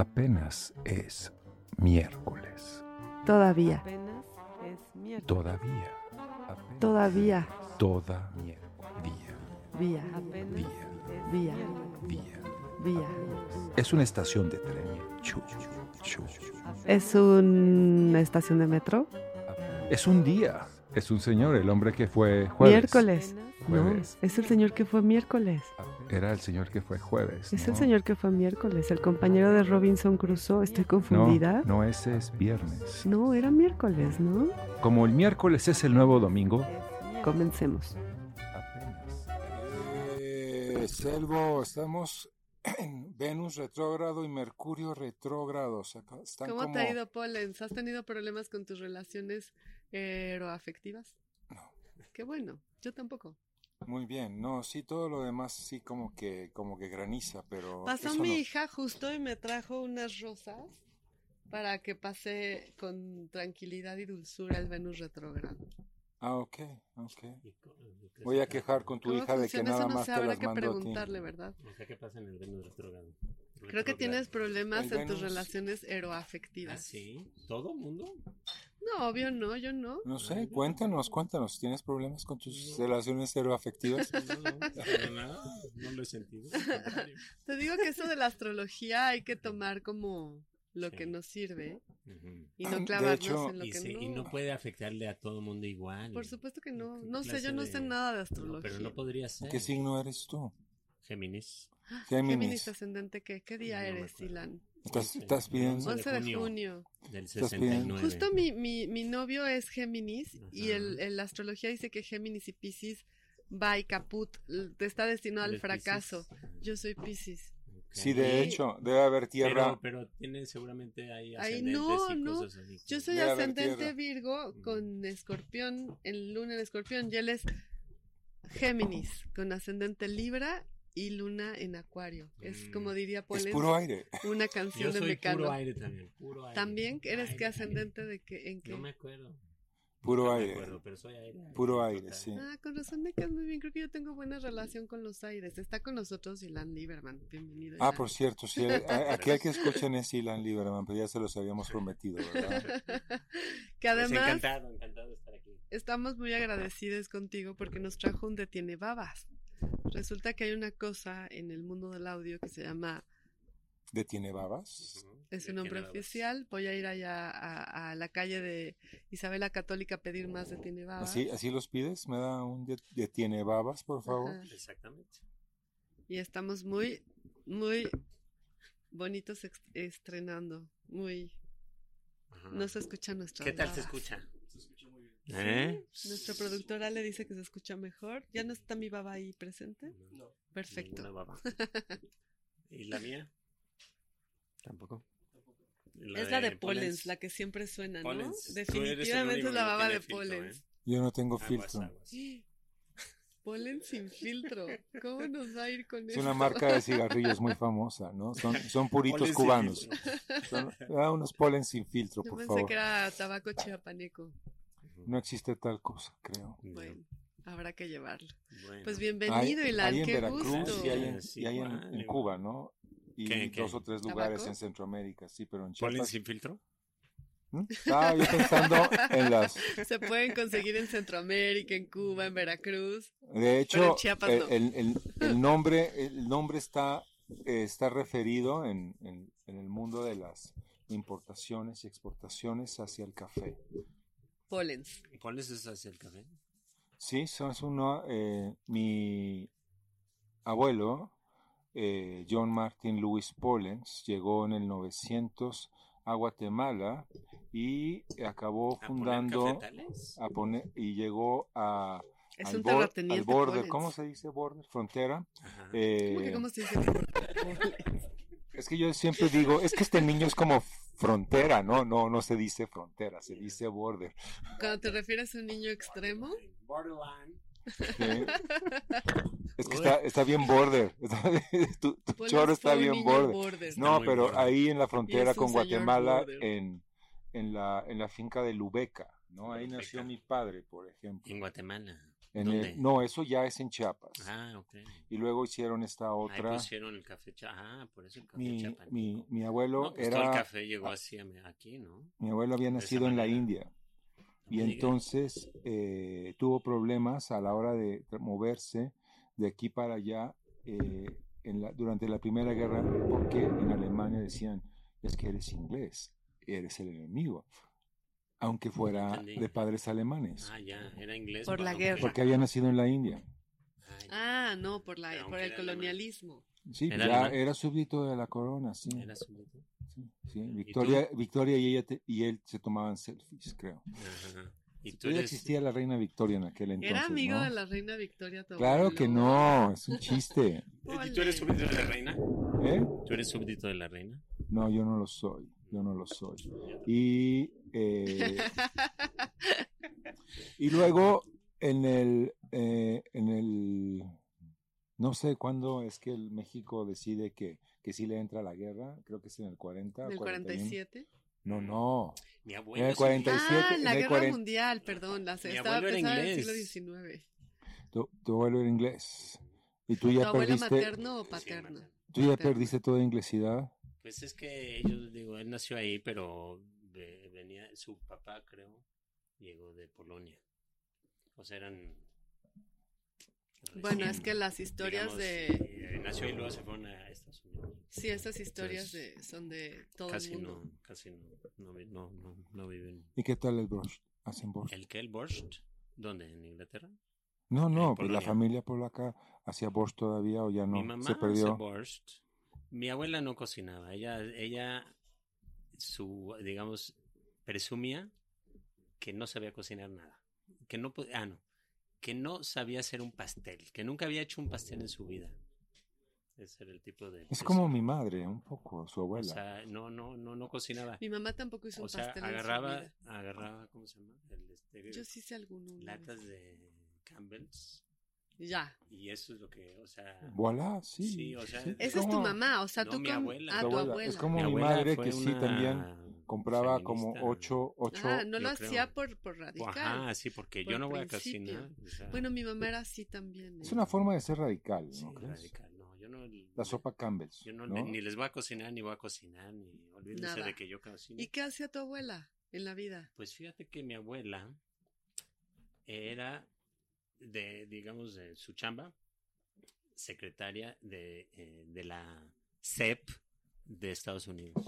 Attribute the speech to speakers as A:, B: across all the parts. A: Apenas es miércoles.
B: Todavía,
C: Apenas es miércoles.
A: Todavía. Apenas
B: todavía,
A: es Toda miércoles. Día.
B: vía,
C: Apenas
A: Vía.
C: es
B: Vía.
C: miércoles.
A: Día.
B: vía.
A: Es una estación de tren. Chu, chu.
B: Es una estación de metro.
A: Es un día. Es un señor, el hombre que fue jueves.
B: Miércoles. No,
A: Jueves.
B: es el señor que fue miércoles.
A: Era el señor que fue jueves.
B: Es el
A: ¿no?
B: señor que fue miércoles, el compañero de Robinson Crusoe. Estoy
A: No,
B: confundida.
A: no, ese es viernes.
B: No, era miércoles, ¿no?
A: Como el miércoles es el nuevo domingo.
B: Comencemos.
A: Apenas.
D: Eh, Selvo, estamos en Venus retrógrado y Mercurio retrógrado. o sea, ca- están
E: ¿Cómo
D: como...
E: te ha ido, Pollens? ¿Has tenido problemas con tus relaciones eh, eroafectivas?
D: No.
E: Qué bueno, yo tampoco.
D: Muy bien, no, sí, todo lo demás sí como que, como que graniza, pero...
E: Pasó
D: eso no.
E: mi hija justo y me trajo unas rosas para que pase con tranquilidad y dulzura el Venus retrógrado.
D: Ah, ok, ok. Voy a quejar con tu
E: ¿Cómo
D: hija de que
E: funciona?
D: nada
E: Eso no
D: más
E: se
D: te
E: habrá
D: las
E: que
D: mando a ti.
E: preguntarle, ¿verdad?
F: O sea, ¿qué pasa en el Venus retrógrado?
E: Creo que
F: Retrógrado.
E: tienes problemas
D: El
E: en tus
D: Venus-
E: relaciones eroafectivas.
F: ¿Ah, sí? ¿Todo mundo?
E: No, obvio no, yo no.
D: No sé, cuéntanos, cuéntanos. ¿Tienes problemas con tus relaciones afectivas?
F: No, no, para nada, no lo he sentido. al contrario.
E: Te digo que eso de la astrología hay que tomar como lo
F: Sí.
E: que nos sirve
F: Ujú.
E: y
D: De
E: no clavarnos
D: hecho,
E: en lo
F: Y,
E: que
F: sí,
E: no.
F: y no puede afectarle a todo mundo igual.
E: Por supuesto que no.
F: ¿Qué
E: No sé,
F: clase
E: yo no
F: de-
E: sé nada de astrología.
F: No, pero no podría ser.
D: ¿Qué signo eres tú?
F: Géminis.
E: Ah,
D: Géminis.
E: Géminis ascendente, ¿qué, qué día
F: No me
E: eres,
F: acuerdo.
E: Ilan?
D: Estás,
F: Sí,
D: estás
F: sí.
D: bien.
F: 11 de
E: 11 de junio.
F: junio. Del
D: Estás
F: 69.
E: Justo mi, mi, mi novio es Géminis y
F: Ajá.
E: el, el- la astrología dice que Géminis y Piscis va y caput, l- te está destinado al
F: Del
E: fracaso.
F: Piscis.
E: Yo soy Piscis.
F: Ok.
D: Sí, de hecho, debe haber tierra.
F: Pero, pero tiene seguramente ahí
E: Ay,
F: ascendentes
E: no,
F: y
E: no.
F: cosas así.
E: Yo soy
D: Debe haber tierra.
E: ascendente Virgo con escorpión, el luna en escorpión, y él es Géminis con ascendente Libra y luna en acuario. Es
F: Mm.
E: como diría Paul
D: es
E: Enz,
D: puro aire.
E: una canción
F: Yo
E: de
F: soy
E: Mecano.
F: puro aire también. Puro aire.
E: También eres
F: Aire,
E: que
F: aire.
E: ascendente de que en qué.
F: No me acuerdo.
D: Puro
F: No me
D: aire.
F: acuerdo, pero soy aire.
D: Puro
F: Total.
D: aire, sí.
E: Ah, con razón me quedas muy bien. Creo que yo tengo buena relación con los aires. Está con nosotros Ilan Lieberman. Bienvenido.
D: Ah,
E: Ilan.
D: por cierto, sí, eh, a- aquel que escuchen es Ilan Lieberman, pero ya se los habíamos prometido, ¿verdad?
E: que
F: Pues
E: además
F: encantado, encantado de estar aquí.
E: estamos muy agradecidos contigo porque nos trajo un detiene babas. Resulta que hay una cosa en el mundo del audio que se llama,
D: ¿Detiene babas?
F: Ujú.
E: es
F: De
E: un nombre
F: Canadá.
E: oficial. Voy a ir allá a, a la calle de Isabela Católica a pedir más detiene babas.
D: ¿Así, ¿Así los pides? ¿Me da un det- detiene babas, por favor?
E: Ajá.
F: Exactamente.
E: Y estamos muy, muy bonitos ex- estrenando. Muy.
F: Ajá.
E: No se escucha nuestra
F: ¿Qué tal
E: voz.
F: se escucha? Se escucha muy bien. ¿Eh?
E: Nuestra productora le dice que se escucha mejor. ¿Ya no está mi baba ahí presente?
F: No,
E: Perfecto.
F: ninguna baba. ¿Y la mía? Tampoco.
E: es la de Pollens, la que siempre suena, ¿no?
F: Pollens. Tú eres el
E: Definitivamente
F: único
E: es
F: que
E: la
F: no
E: baba
F: tiene
E: de
F: filtro, ¿eh?
E: Pollens.
D: Yo no tengo
F: Aguas,
D: filtro.
F: aguas.
E: Pollens sin filtro. ¿Cómo nos va a ir con
D: Es
E: eso?
D: una marca de cigarrillos muy famosa, ¿no? Son, son puritos
F: Polen sin
D: cubanos.
F: filtro.
D: Son- ah, unos polen sin filtro,
E: Yo
D: por
E: pensé
D: favor.
E: que era tabaco chiapaneco.
D: No existe tal cosa, creo.
E: Bueno, habrá que llevarlo.
F: Bueno.
E: Pues bienvenido,
D: hay,
E: Ilan,
D: hay en
E: qué
D: Veracruz
E: gusto.
D: y hay en,
F: Gracias,
D: y hay en-
F: igual,
D: en
F: igual.
D: Cuba, ¿no? Y
F: ¿Qué, qué?
D: dos o tres lugares
E: ¿Tabaco?
D: en Centroamérica, sí, pero en
F: ¿Polen
D: Chiapas.
F: sin filtro?
D: ¿Mm? Estaba yo pensando en las
E: Se pueden conseguir en Centroamérica, en Cuba, en Veracruz.
D: De
E: Pero en
D: hecho,
E: Chiapas
D: el,
E: no.
D: el- el- el nombre, el nombre está, eh, está referido en, en- en el mundo de las importaciones y exportaciones hacia el café.
E: Pollens.
F: ¿Pollens es hacia el café?
D: Sí, son- es uno, eh, mi abuelo, eh, John Martin Lewis Pollens, llegó en el 900 a Guatemala y acabó
F: ¿A poner
D: fundando
F: cafetales?
D: a poner, y llegó a,
E: Es
D: al,
E: un
D: bor-
E: terrateniente.
D: al border,
E: Pollens.
D: ¿cómo se dice border? Frontera.
F: Ajá.
D: Eh,
E: ¿Cómo que cómo se dice?
D: Es que yo siempre digo, es que este niño es como frontera, ¿no? No, no se dice frontera, se dice border.
E: Cuando te refieres a un niño extremo,
F: Borderline.
D: ¿sí? Eh, Es que está, está bien border. está bien- tu tu
E: Pollens
D: choro
E: fue
D: está
E: un
D: bien
E: niño
D: border.
E: border.
F: Está
D: No,
F: muy
D: pero
F: border.
D: ahí en la
E: Y
D: frontera
E: es un
D: con
E: señor
D: Guatemala,
E: border.
D: en, en, la, en la finca de Lubeca, ¿no? Ahí
F: Lubeca.
D: nació mi padre, por ejemplo.
F: En Guatemala.
D: En
F: ¿Dónde?
D: el- no, eso ya es en Chiapas.
F: Ah, ok.
D: Y luego hicieron esta
F: Ahí
D: otra.
F: pusieron el café Chiapas. Ah, por eso pues el café
D: mi,
F: Chiapas.
D: mi- mi abuelo
F: No, pues todo el
D: era,
F: café llegó así a me- aquí, ¿no?
D: mi abuelo había
F: esa
D: nacido en la
F: manera.
D: India.
F: No
D: y
F: me digas.
D: entonces eh, tuvo problemas a la hora de tra- moverse de aquí para allá eh, en la- durante la Primera Guerra, porque en Alemania decían, es que eres inglés, eres el enemigo, aunque fuera
F: Entendí.
D: de padres alemanes,
F: Ah, ya, era inglés.
E: Por la
F: aunque
E: guerra.
D: porque había nacido en la India.
F: ya.
E: Ah, no, por, la,
F: Pero
E: por
F: aunque
E: el
F: era alemán.
E: colonialismo.
D: Sí,
F: ¿Era
D: ya
F: alemán?
D: era súbdito de la corona, sí.
F: Era su-
D: sí, sí.
F: ¿Y tú?
D: Victoria, Victoria y, ella te- y él se tomaban selfies, creo.
F: Ajá. Y tú
D: Todavía
F: eres.
D: existía la reina Victoria en aquel entonces.
E: Era amigo
D: ¿no?
E: de la reina Victoria tu
D: Claro que
E: abuelo.
D: no, es un chiste.
F: ¿Y tú eres
E: Ole.
F: súbdito de la reina?
D: ¿Eh?
F: ¿Tú eres súbdito de la reina?
D: No, yo no lo soy, yo no lo soy. Y, eh, y luego en el, eh, en el, no sé cuándo es que el México decide que, que sí le entra la guerra, creo que es en el 40.
E: Del
D: 41.
E: 47.
D: No, no,
F: Mi
D: En
F: abuelo.
D: el
F: es
D: 47,
E: Ah,
D: en
E: la
D: el
E: guerra
D: 40.
E: mundial, perdón. La, estaba
F: abuelo era
E: pensando en el
F: inglés.
E: siglo XIX.
D: tu, tu abuelo era inglés. Y tú
E: ¿Tu
D: ya
E: abuelo
D: perdiste,
E: materno o
F: Sí,
E: paterno?
F: materno.
D: tú ya
E: materno?
D: perdiste toda inglesidad.
F: Pues es que ellos, digo, él nació ahí, pero ve- venía, su papá, creo, llegó de Polonia. O sea, eran.
E: bueno,
F: recién,
E: es que las historias
F: digamos,
E: de...
F: eh, nació y luego se fueron a Estados Unidos.
E: Sí, estas historias
F: Entonces,
E: de, son de todo
F: Casi
E: el mundo.
F: no, casi no, no, vi- no, no, no viven.
D: ¿Y qué tal el Bosch? ¿Hacen Bosch?
F: ¿El qué? ¿El Borscht? ¿Dónde? ¿En Inglaterra?
D: No, no,
F: Eh, en
D: pues la
F: Polonia.
D: familia polaca hacía Bosch todavía o ya
F: Mi
D: no,
F: mamá
D: se perdió.
F: hace borscht. Mi abuela no cocinaba. Ella, ella, su, digamos, presumía que no sabía cocinar nada. Que no, po- ah, no, que no sabía hacer un pastel. Que nunca había hecho un pastel en su vida. Ese era el tipo de.
D: Es como mi madre, un poco, su
F: O
D: abuela.
F: sea, no, no, no, no cocinaba.
E: Mi mamá tampoco hizo
F: O
E: un
F: sea,
E: pastel en su
F: agarraba,
E: vida.
F: agarraba, ¿cómo se llama? El, este,
E: Yo sí hice alguno. una vez.
F: latas de Campbell's.
E: Ya.
F: Y eso es lo que, o sea.
D: Voilà, sí.
F: Sí, o sea,
E: Esa es tu
D: como-
E: mamá, o sea,
F: No,
E: tú
F: mi
E: con...
F: abuela.
E: Ah,
D: Tu
E: tu
D: abuela.
E: abuela.
D: Es como mi
F: abuela
D: madre
F: fue
D: que sí
F: una
D: también compraba como
F: feminista.
D: ocho, ocho.
E: Ah, no
F: yo
E: lo
F: creo.
E: hacía por, por radical.
F: Ajá, sí, porque
E: Pues por
F: yo no voy a
E: principio.
F: cocinar. o sea,
E: Bueno, mi mamá era así también. ¿eh?
D: Es una forma de ser radical, ¿no
F: sí,
D: crees?
F: radical, no, yo no-
D: La sopa Campbell's,
F: Yo no,
D: ¿no?
F: ni les voy a cocinar, ni voy a cocinar, ni olvídense
E: Nada.
F: de que yo cocine.
E: ¿Y qué hacía tu abuela en la vida?
F: Pues fíjate que mi abuela era de, digamos, de su chamba, secretaria de, eh, de la CEP de Estados Unidos.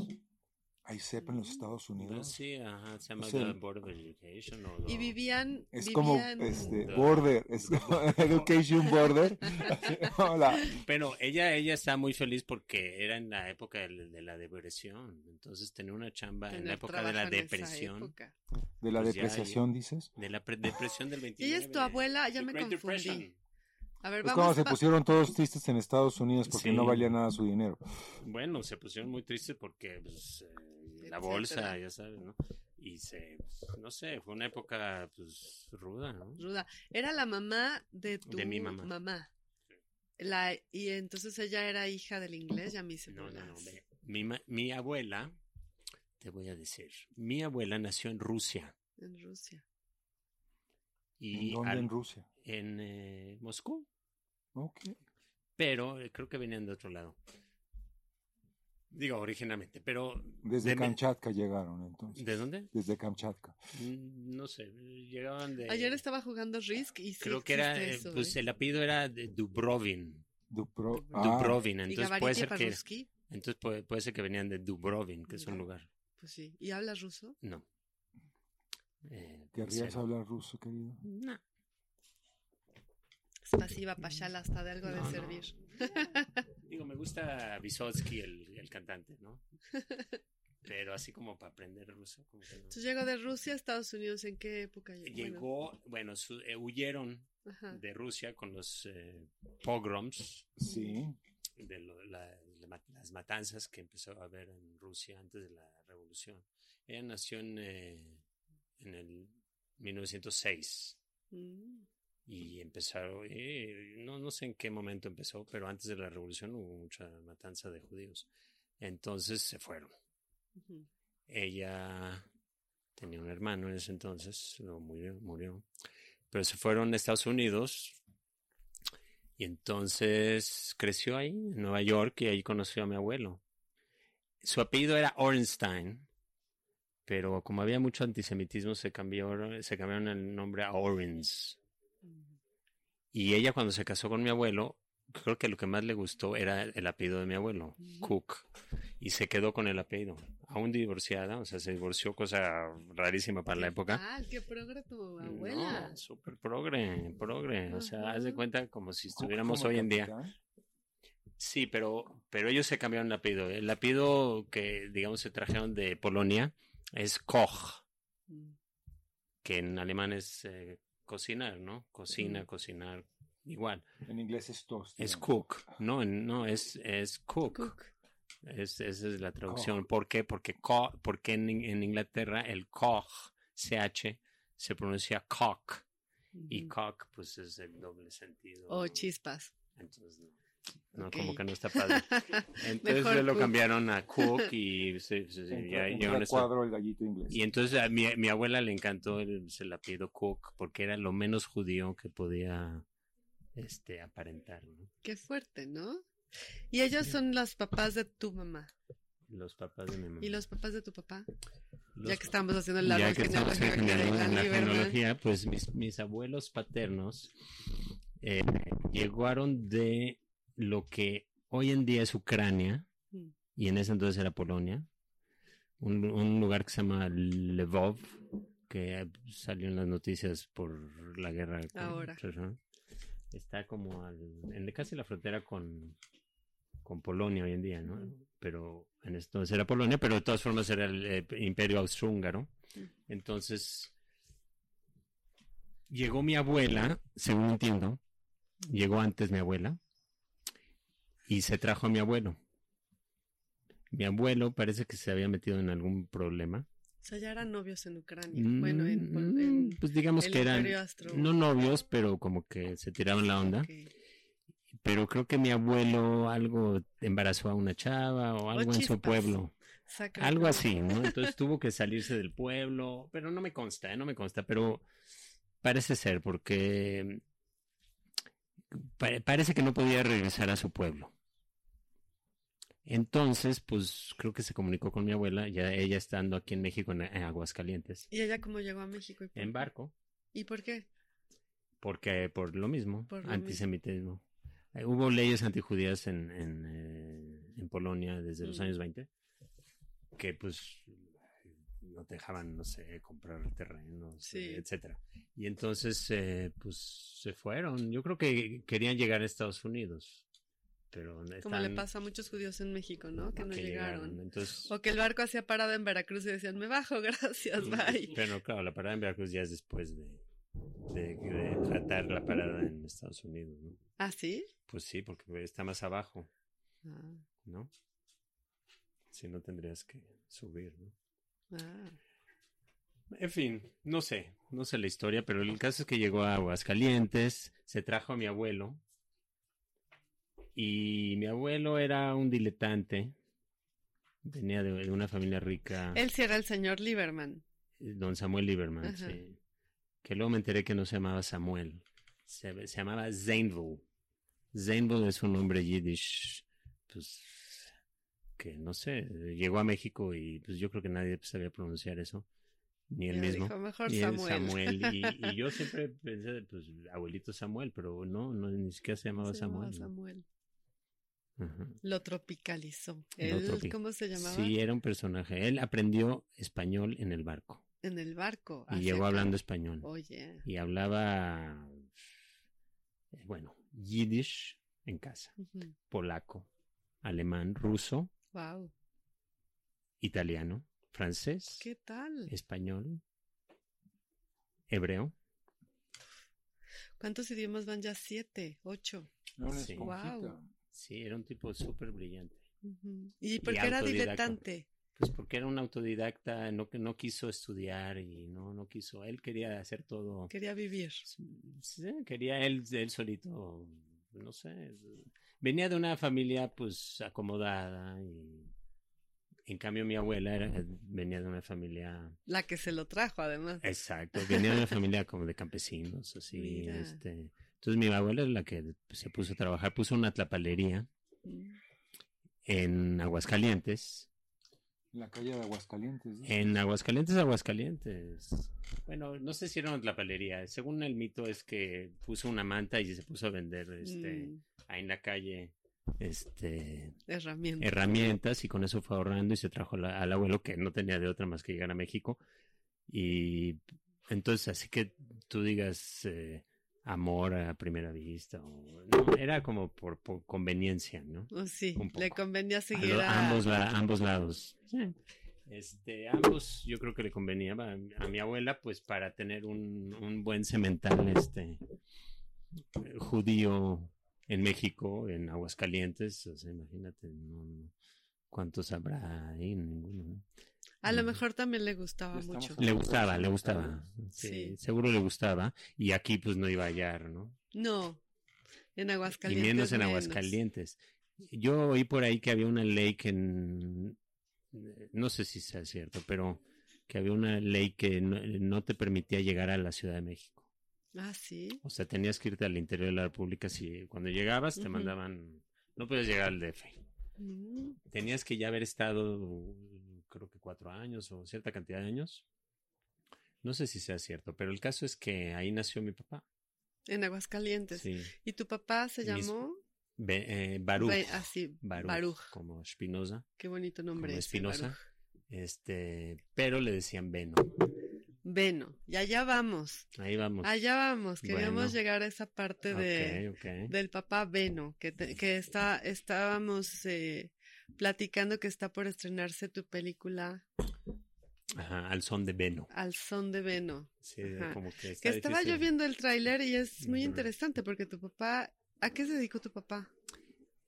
D: Hay CEP
E: Mm.
D: en los Estados
F: Entonces,
D: Unidos.
F: sí, ajá, se llama
D: O sea,
F: the Board of Education. o
E: Y
F: the-
E: vivían...
D: Es
E: vivían-
D: como este
F: Ah.
D: border, es como education border. Hola.
F: Pero ella, ella está muy feliz porque era en la época del- de, la depresión. Entonces tenía una chamba en la
E: tener
F: época de la
E: trabajo en esa
F: depresión.
E: época.
D: De la
F: Pues ya,
D: depreciación dices.
F: De la pre- depresión del 29.
E: Y ella es tu abuela, ya
F: The
E: me
F: Great
E: confundí.
F: Depression.
E: A ver,
D: Es cuando
E: vamos,
D: se
E: va-
D: pusieron todos tristes en Estados Unidos porque
F: Sí.
D: no valía nada su dinero.
F: Bueno, se pusieron muy tristes porque pues, eh, la
E: Etcétera.
F: bolsa, ya sabes, ¿no? Y se, pues, no sé, fue una época pues ruda, ¿no?
E: Ruda, era la mamá de tu
F: De mi mamá.
E: La, y entonces ella era hija del inglés, ya me hice
F: No, no, no.
E: bolas.
F: ve. Mi, ma- mi abuela, te voy a decir, mi abuela nació en Rusia.
E: En Rusia.
F: Y
D: ¿En dónde?
F: al-
D: En Rusia.
F: en eh, Moscú.
D: Ok.
F: pero eh, creo que venían de otro lado. Digo, originalmente, pero...
D: Desde
F: de-
D: Kamchatka llegaron entonces.
F: ¿De dónde?
D: Desde Kamchatka.
F: Mm, No sé, llegaban de...
E: Ayer estaba jugando Risk y sí
F: Creo que era,
E: existe
F: eh,
E: eso,
F: pues
E: ¿eh?
F: el apellido era de Dubrovin.
D: Dupro-
E: Dupro-
D: Ah,
F: Dubrovin,
E: Y
F: entonces puede
E: Gabaritia
F: ser que...
E: Parruski,
F: Entonces puede, puede ser que venían de Dubrovin, que es un
E: Mira.
F: lugar.
E: pues sí. ¿Y habla ruso?
F: No. Eh,
D: ¿Querrías
F: cero.
D: hablar ruso, querido?
F: No.
E: Es pasiva, pashala, hasta de algo
F: No,
E: de
F: no.
E: servir.
F: Digo, me gusta Vysotsky, el, el cantante, ¿no? Pero así como para aprender ruso. Como que no.
E: Entonces llegó de Rusia a Estados Unidos, ¿en qué época llegó? Bueno, Ah.
F: Llegó, bueno, su- eh, huyeron
E: ajá.
F: de Rusia con los eh, pogroms,
D: Sí.
F: de lo- la- la ma- las matanzas que empezó a haber en Rusia antes de la revolución. Ella nació en, eh, en el 1906
E: Mm.
F: y empezaron, eh, no, no sé en qué momento empezó, pero antes de la revolución hubo mucha matanza de judíos. Entonces se fueron.
E: Ujú.
F: Ella tenía un hermano en ese entonces, lo murió, murió. pero se fueron a Estados Unidos y entonces creció ahí, en Nueva York, y ahí conoció a mi abuelo. Su apellido era Orenstein, pero como había mucho antisemitismo, se, cambió, se cambiaron el nombre a Orens. Y ella cuando se casó con mi abuelo, creo que lo que más le gustó era el apellido de mi abuelo, Cook, y se quedó con el apellido. Aún divorciada, o sea, se divorció, cosa rarísima para la época.
E: Ah, qué progre tu abuela.
F: No, súper progre, progre. O sea,
E: Ajá.
F: haz de cuenta como si estuviéramos
D: ¿Cómo
F: hoy en día.
D: capitán?
F: Sí, pero, pero ellos se cambiaron el apellido. El apellido que, digamos, se trajeron de Polonia es Koch,
E: Mm.
F: que en alemán es eh, cocinar, ¿no? Cocina,
E: Ujú.
F: cocinar, igual.
D: En inglés es toast.
F: Es
D: digamos.
F: cook, no, en- no, es, es cook.
E: Cook.
F: Es- esa es la traducción. ¿Por qué? Porque, co- porque en, en Inglaterra el Koch, CH, se pronuncia cock. Y
E: Ujú.
F: cock, pues es el doble sentido.
E: O chispas.
F: Entonces, no. No,
E: Oh, Ok.
F: como que no está padre. Entonces
E: Mejor
F: lo
E: cook.
F: cambiaron a cook y, se- se- se-
D: Entra,
F: ya- ya
D: entra
F: van a
D: al
F: estar-
D: cuadro el gallito inglés.
F: y entonces a mi, mi abuela le encantó, el- se la pido cook, porque era lo menos judío que podía este, aparentar. ¿no?
E: Qué fuerte, ¿no? Y ellos son los papás de tu mamá.
F: Los papás de mi mamá.
E: ¿Y los papás de tu papá? ya
F: Los
E: que estamos haciendo el
F: Ya
E: árbol
F: que estamos
E: genealógico aquí
F: en,
E: de
F: la- en la
E: Stanley Berman.
F: genealogía, pues mis, mis abuelos paternos eh, llegaron de lo que hoy en día es Ucrania,
E: Mm.
F: y en ese entonces era Polonia, un, un lugar que se llama Lvov, que pues, salió en las noticias por la guerra. con-
E: Ahora.
F: Ajá. Está como al, en casi la frontera con, con Polonia hoy en día, ¿no? Pero en ese entonces era Polonia, pero de todas formas era el eh, imperio austrohúngaro. Entonces, llegó mi abuela, según entiendo, llegó antes mi abuela, y se trajo a mi abuelo. Mi abuelo parece que se había metido en algún problema.
E: O sea, ya eran novios en Ucrania. Bueno, en, Pol- en
F: Mm, pues digamos
E: el
F: que eran
E: Imperio Austro-
F: no novios, pero como que se tiraban la onda.
E: Ok.
F: Pero creo que mi abuelo algo embarazó a una chava o algo en su
E: chispas.
F: pueblo.
E: Sacra-
F: Algo así, ¿no? Entonces tuvo que salirse del pueblo, pero no me consta, ¿eh? no me consta, pero parece ser porque pa- parece que no podía regresar a su pueblo. Entonces, pues creo que se comunicó con mi abuela, ya ella estando aquí en México, en, en Aguascalientes,
E: ¿Y ella cómo llegó a México? ¿Y por,
F: en barco,
E: ¿Y por qué?
F: porque por lo mismo,
E: Por lo mismo.
F: antisemitismo. Eh, Hubo leyes antijudías en, en, eh, en Polonia desde los
E: Mm.
F: años 20 que pues no te dejaban, no sé, comprar terrenos,
E: Sí.
F: eh, etcétera. Y entonces eh, pues se fueron. Yo creo que querían llegar a Estados Unidos, pero
E: Como le
F: están-
E: pasa a muchos judíos en México, ¿no? Que no llegaron.
F: Entonces,
E: O que el barco hacía parada en Veracruz y decían, me bajo, gracias, bye.
F: pero claro, la parada en Veracruz ya es después de, de- de tratar la parada en Estados Unidos, ¿no?
E: ¿Ah, sí?
F: Pues sí, porque está más abajo,
E: Ah,
F: ¿no? Si no tendrías que subir, ¿no?
E: ah.
F: En fin, no sé, no sé la historia, pero el caso es que llegó a Aguascalientes, se trajo a mi abuelo y mi abuelo era un diletante, venía de, de una familia rica,
E: Él sí era el señor Lieberman.
F: don Samuel Lieberman,
E: Ajá.
F: sí. que luego me enteré que no se llamaba Samuel, se, se llamaba Zainville. Zainville es un nombre yiddish, pues que no sé, llegó a México y pues yo creo que nadie sabía pronunciar eso, ni él
E: Ya
F: mismo.
E: dijo, mejor
F: Y el
E: Samuel.
F: Samuel. Y, y yo siempre pensé, pues, abuelito Samuel, pero no, no ni siquiera se llamaba
E: Se llamaba
F: Samuel. ¿no?
E: Samuel.
F: Ajá.
E: Lo tropicalizó.
F: Lo
E: Él,
F: tropi-
E: ¿Cómo se llamaba?
F: Sí, era un personaje. Él aprendió español en el barco
E: En el barco.
F: y
E: hacia
F: llegó
E: acá.
F: hablando español.
E: Oye.
F: Y hablaba, eh, bueno, yiddish en casa, polaco, alemán, ruso,
E: Wow.
F: italiano, francés,
E: ¿Qué tal?
F: español, hebreo.
E: ¿Cuántos idiomas van ya? Siete, ocho.
D: Era una
F: Sí.
D: esponjita.
E: Guau.
F: Sí, era un tipo súper brillante.
E: Ujú. ¿Y por
F: Y
E: qué era
F: autodidacta.
E: diletante?
F: Pues porque era un autodidacta, no, no quiso estudiar y no, no quiso. Él quería hacer todo.
E: Quería vivir.
F: Sí, pues, quería él, él solito, no sé. Venía de una familia pues acomodada y En cambio, mi abuela era- venía de una familia
E: La que se lo trajo, además.
F: Exacto, venía de una familia como de campesinos, así,
E: Mira.
F: este. Entonces mi abuela es la que se puso a trabajar, puso una tlapalería en Aguascalientes,
D: En la calle de Aguascalientes. ¿no?
F: en Aguascalientes, Aguascalientes. Bueno, no sé si era una tlapalería, según el mito es que puso una manta y se puso a vender este
E: Mm,
F: ahí en la calle este
E: herramienta.
F: herramientas y con eso fue ahorrando y se trajo la- al abuelo que no tenía de otra más que llegar a México. Y entonces, así que tú digas eh, amor a primera vista, o, no, era como por, por conveniencia, ¿no?
E: Oh, sí,
F: Un
E: le
F: poco.
E: convenía
F: A
E: seguir
F: lo-
E: a-
F: ambos, la- ambos lados. Este, ambos yo creo que le convenía a, a mi abuela pues para tener un, un buen cemental este, eh, judío en México, en Aguascalientes, o sea, imagínate no, no, cuántos habrá ahí, ninguno. ¿no?
E: A lo
F: Mm.
E: mejor también le gustaba
D: Ya estamos
E: mucho.
D: hablando-
F: Le gustaba, le gustaba, sí,
E: Sí.
F: seguro le gustaba, y aquí pues no iba a hallar, ¿no?
E: No, en
F: Y
E: Aguascalientes.
F: menos en
E: menos.
F: Aguascalientes. Yo oí por ahí que había una ley que n- no sé si sea cierto, pero que había una ley que no, no te permitía llegar a la Ciudad de México.
E: Ah, sí.
F: O sea, tenías que irte al interior de la República si cuando llegabas te
E: Ujú.
F: mandaban, no podías llegar al DF.
E: Mm,
F: Tenías que ya haber estado, creo que cuatro años o cierta cantidad de años. No sé si sea cierto, pero el caso es que ahí nació mi papá.
E: En Aguascalientes.
F: Sí.
E: ¿Y tu papá se
F: Mis-
E: llamó?
F: Be- eh, Baruch.
E: Re- ah, sí,
F: Baruch,
E: Baruj.
F: como Spinoza,
E: Qué bonito nombre. ese,
F: como Espinosa,
E: Baruj.
F: este, pero le decían Veno.
E: Bueno, y allá vamos.
F: Ahí vamos.
E: Allá vamos. Queríamos
F: Bueno.
E: llegar a esa parte Ah, de,
F: Ok, ok.
E: del papá Beno, que, te- que está, estábamos eh, platicando que está por estrenarse tu película
F: Ajá, al son de Veno.
E: Al son de Beno.
F: Sí,
E: Ajá.
F: como que está
E: Que estaba
F: difícil.
E: yo viendo el tráiler y es muy
F: Ujú.
E: interesante porque tu papá, ¿a qué se dedicó tu papá?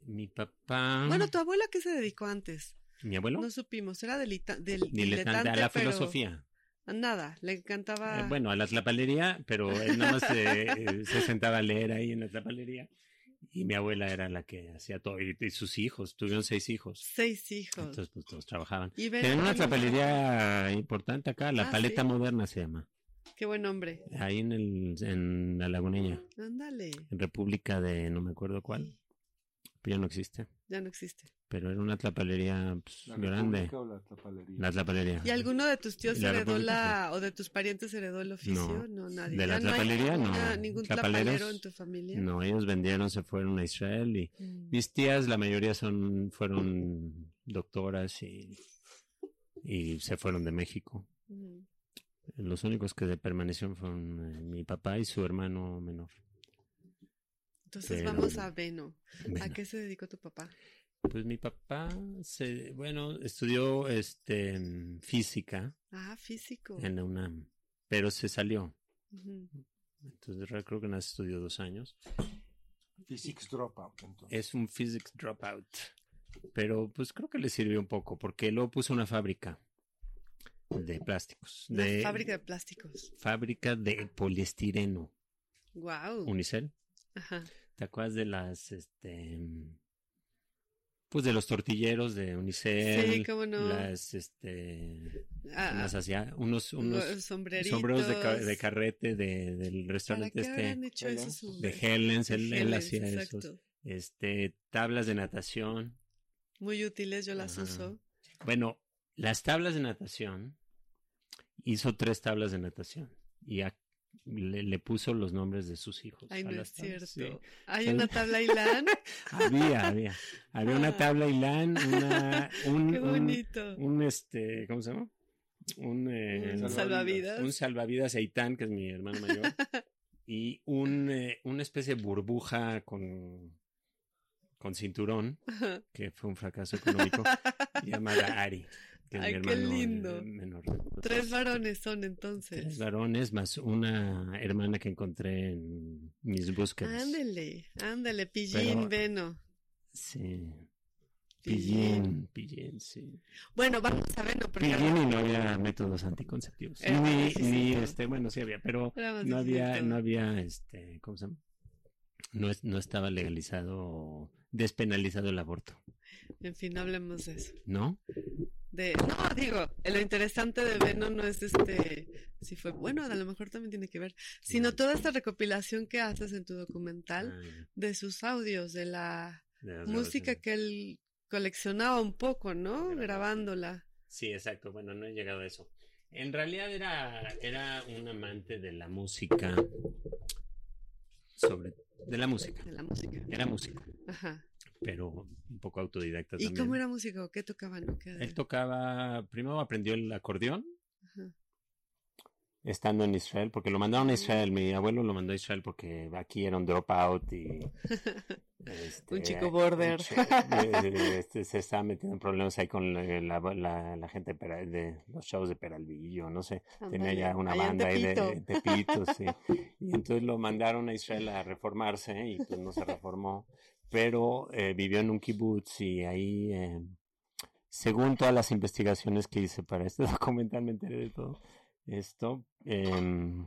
F: Mi papá,
E: Bueno, tu abuelo a qué se dedicó antes?
F: mi abuelo,
E: No supimos, era delita, del,
F: diletante a la
E: pero Ah.
F: filosofía.
E: a Nada, le
F: Eh,
E: encantaba.
F: bueno, a la tlapalería, pero él nada más se, eh, se sentaba a leer ahí en la tlapalería. Y mi abuela era la que hacía todo. Y, y sus hijos, tuvieron seis hijos.
E: Seis hijos.
F: Entonces, pues todos trabajaban.
E: y Beno
F: Tenían una
E: también.
F: tlapalería importante acá, la
E: Ah,
F: paleta
E: ¿sí?
F: moderna se llama.
E: Qué buen hombre.
F: Ahí en, el, en la lagunilla,
E: Ándale.
F: en República de no me acuerdo cuál, pero ya no existe.
E: Ya no existe.
F: Pero era una tlapalería pues,
D: ¿La
F: grande.
D: República o la Tapalería?
F: La tlapalería.
E: ¿Y alguno de tus tíos
F: La
E: heredó
F: República,
E: la, o de tus parientes heredó el oficio? No, nadie.
F: ¿De
E: Ya
F: la
E: no hay
F: tlapalería? No.
E: ninguna- ningún
F: ¿Tlapaleros?
E: tlapalero en tu familia.
F: No, ellos vendieron, se fueron a Israel y
E: Mm.
F: mis tías, la mayoría son, fueron doctoras y, y se fueron de México.
E: Mm.
F: Los únicos que permanecieron fueron eh, mi papá y su hermano menor.
E: Entonces
F: Pero-
E: vamos a Beno. ¿A
F: Bueno.
E: qué se dedicó tu papá?
F: Pues mi papá se, bueno, estudió este mm, física
E: Ah, físico.
F: en la UNAM, pero se salió.
E: Ujú.
F: Entonces re- creo que no estudió dos años.
D: Physics Dropout, entonces.
F: Es un physics dropout. Pero pues creo que le sirvió un poco, porque luego puso una fábrica de plásticos.
E: Una
F: De
E: fábrica de plásticos.
F: fábrica de poliestireno.
E: Wow.
F: Unicel.
E: Ajá.
F: ¿Te acuerdas de las este pues de los tortilleros de Unicel?
E: Sí, cómo no.
F: Las este
E: Ah,
F: unas hacia- unos, unos
E: los sombreritos.
F: sombreros de, ca- de carrete de- del
E: ¿Para
F: restaurante
E: qué
F: este
E: habrán hecho
D: Helen?
E: esos
F: de
E: hombres?
F: Helens, él, él
E: Geles,
F: hacía
E: exacto.
F: esos, este, tablas de natación.
E: Muy útiles, yo las
F: Ajá.
E: uso.
F: Bueno, las tablas de natación, hizo tres tablas de natación y a- le, le puso los nombres de sus hijos.
E: Ay,
F: a
E: no es
F: las
E: cierto.
F: tablas, sí.
E: Hay
F: Él-
E: una tabla Ilan.
F: Había, había. Había una tabla Ilan, una, un,
E: Ah. Qué
F: un-
E: bonito.
F: un, este, ¿cómo se llama? Un, eh,
E: Un salvavidas.
F: un salvavidas Aitán, que es mi hermano mayor, y un, eh, una especie de burbuja con, con cinturón,
E: Ajá.
F: que fue un fracaso económico, llamada Ari, que es
E: Ay,
F: mi
E: qué
F: hermano eh,
E: lindo.
F: menor.
E: Tres varones son
F: Tres
E: entonces.
F: varones más una hermana que encontré en mis búsquedas.
E: Ándele, ándele, pillín,
F: Pero-
E: Beno.
F: Sí. Pillín, pillín, sí.
E: Bueno, vamos a Beno porque
F: Pillín y no había métodos anticonceptivos.
E: Era más
F: Ni,
E: difícil,
F: ni,
E: ¿no?
F: este, bueno, sí había, pero
E: Era más
F: no
E: difícil
F: había,
E: todo.
F: no había, este, ¿cómo se llama? No, es- no estaba legalizado, despenalizado el aborto,
E: en fin, no hablemos de eso.
F: ¿no?
E: de, no, digo, lo interesante de Venom no es este, si fue bueno, a lo mejor también tiene que ver, sino toda esta recopilación que haces en tu documental
F: Ah,
E: de sus audios, de la
F: de las eh.
E: música
F: grabaciones.
E: que él coleccionaba un poco, ¿no?
F: Grabaciones.
E: Grabándola.
F: Sí, exacto. Bueno, no he llegado a eso. En realidad era, era un amante de la música. Sobre. De la música.
E: De la música.
F: Era músico,
E: Ajá.
F: pero un poco autodidacta
E: ¿Y
F: también.
E: cómo era músico? ¿Qué tocaban? ¿O qué?
F: Él tocaba. Primero aprendió el acordeón.
E: Ajá.
F: Estando en Israel, porque lo mandaron a Israel. Mi abuelo lo mandó a Israel porque aquí era un dropout y. este,
E: Un chico
F: un
E: border.
F: chi- eh, este, se estaba metiendo en problemas ahí con la, la- la- la gente de, Peral- de los shows de Peralvillo, no sé. Tenía
E: Ándale,
F: ya una
E: allá en
F: banda ahí de,
E: Tepito.
F: de Tepito, sí. Y entonces lo mandaron a Israel a reformarse y pues no se reformó. Pero eh, vivió en un kibutz y ahí, eh, según todas las investigaciones que hice para este documental, me enteré de todo esto. em,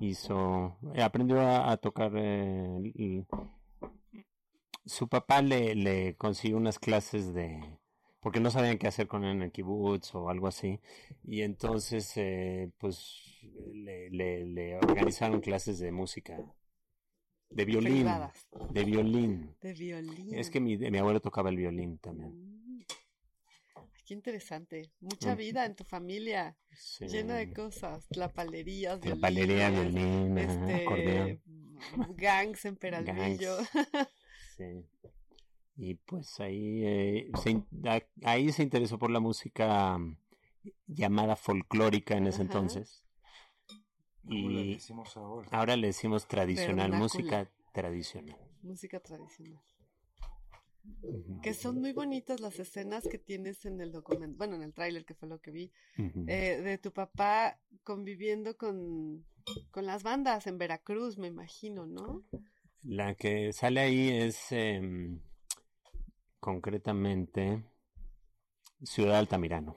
F: hizo, eh, aprendió a, a tocar. eh, l- su papá le, le consiguió unas clases de. Porque no sabían qué hacer con él en el kibutz o algo así. Y entonces, eh, pues, le, le- le organizaron clases de música. De violín.
E: Privadas.
F: De violín.
E: De violín.
F: Es que mi, mi abuelo tocaba el violín también.
E: Mm. Ay, Qué interesante. Mucha
F: Mm.
E: vida en tu familia,
F: Sí.
E: llena de cosas, lapalerías,
F: De palería,
E: violines,
F: violín, ajá,
E: este,
F: acordeón.
E: gangs en
F: gangs.
E: Peralvillo.
F: Sí. Y pues ahí, eh, se, in- a- ahí se interesó por la música mm, llamada folclórica en ese
E: Ajá.
F: entonces.
D: como le
F: Y
D: decimos ahora.
F: ahora le decimos tradicional,
E: Vernácula.
F: música tradicional.
E: Música tradicional.
F: Ujú.
E: Que son muy bonitas las escenas que tienes en el documento, bueno, en el tráiler que fue lo que vi,
F: Ujú.
E: eh, de tu papá conviviendo con, con las bandas en Veracruz, me imagino, ¿no?
F: La que sale ahí es em, concretamente Ciudad Altamirano,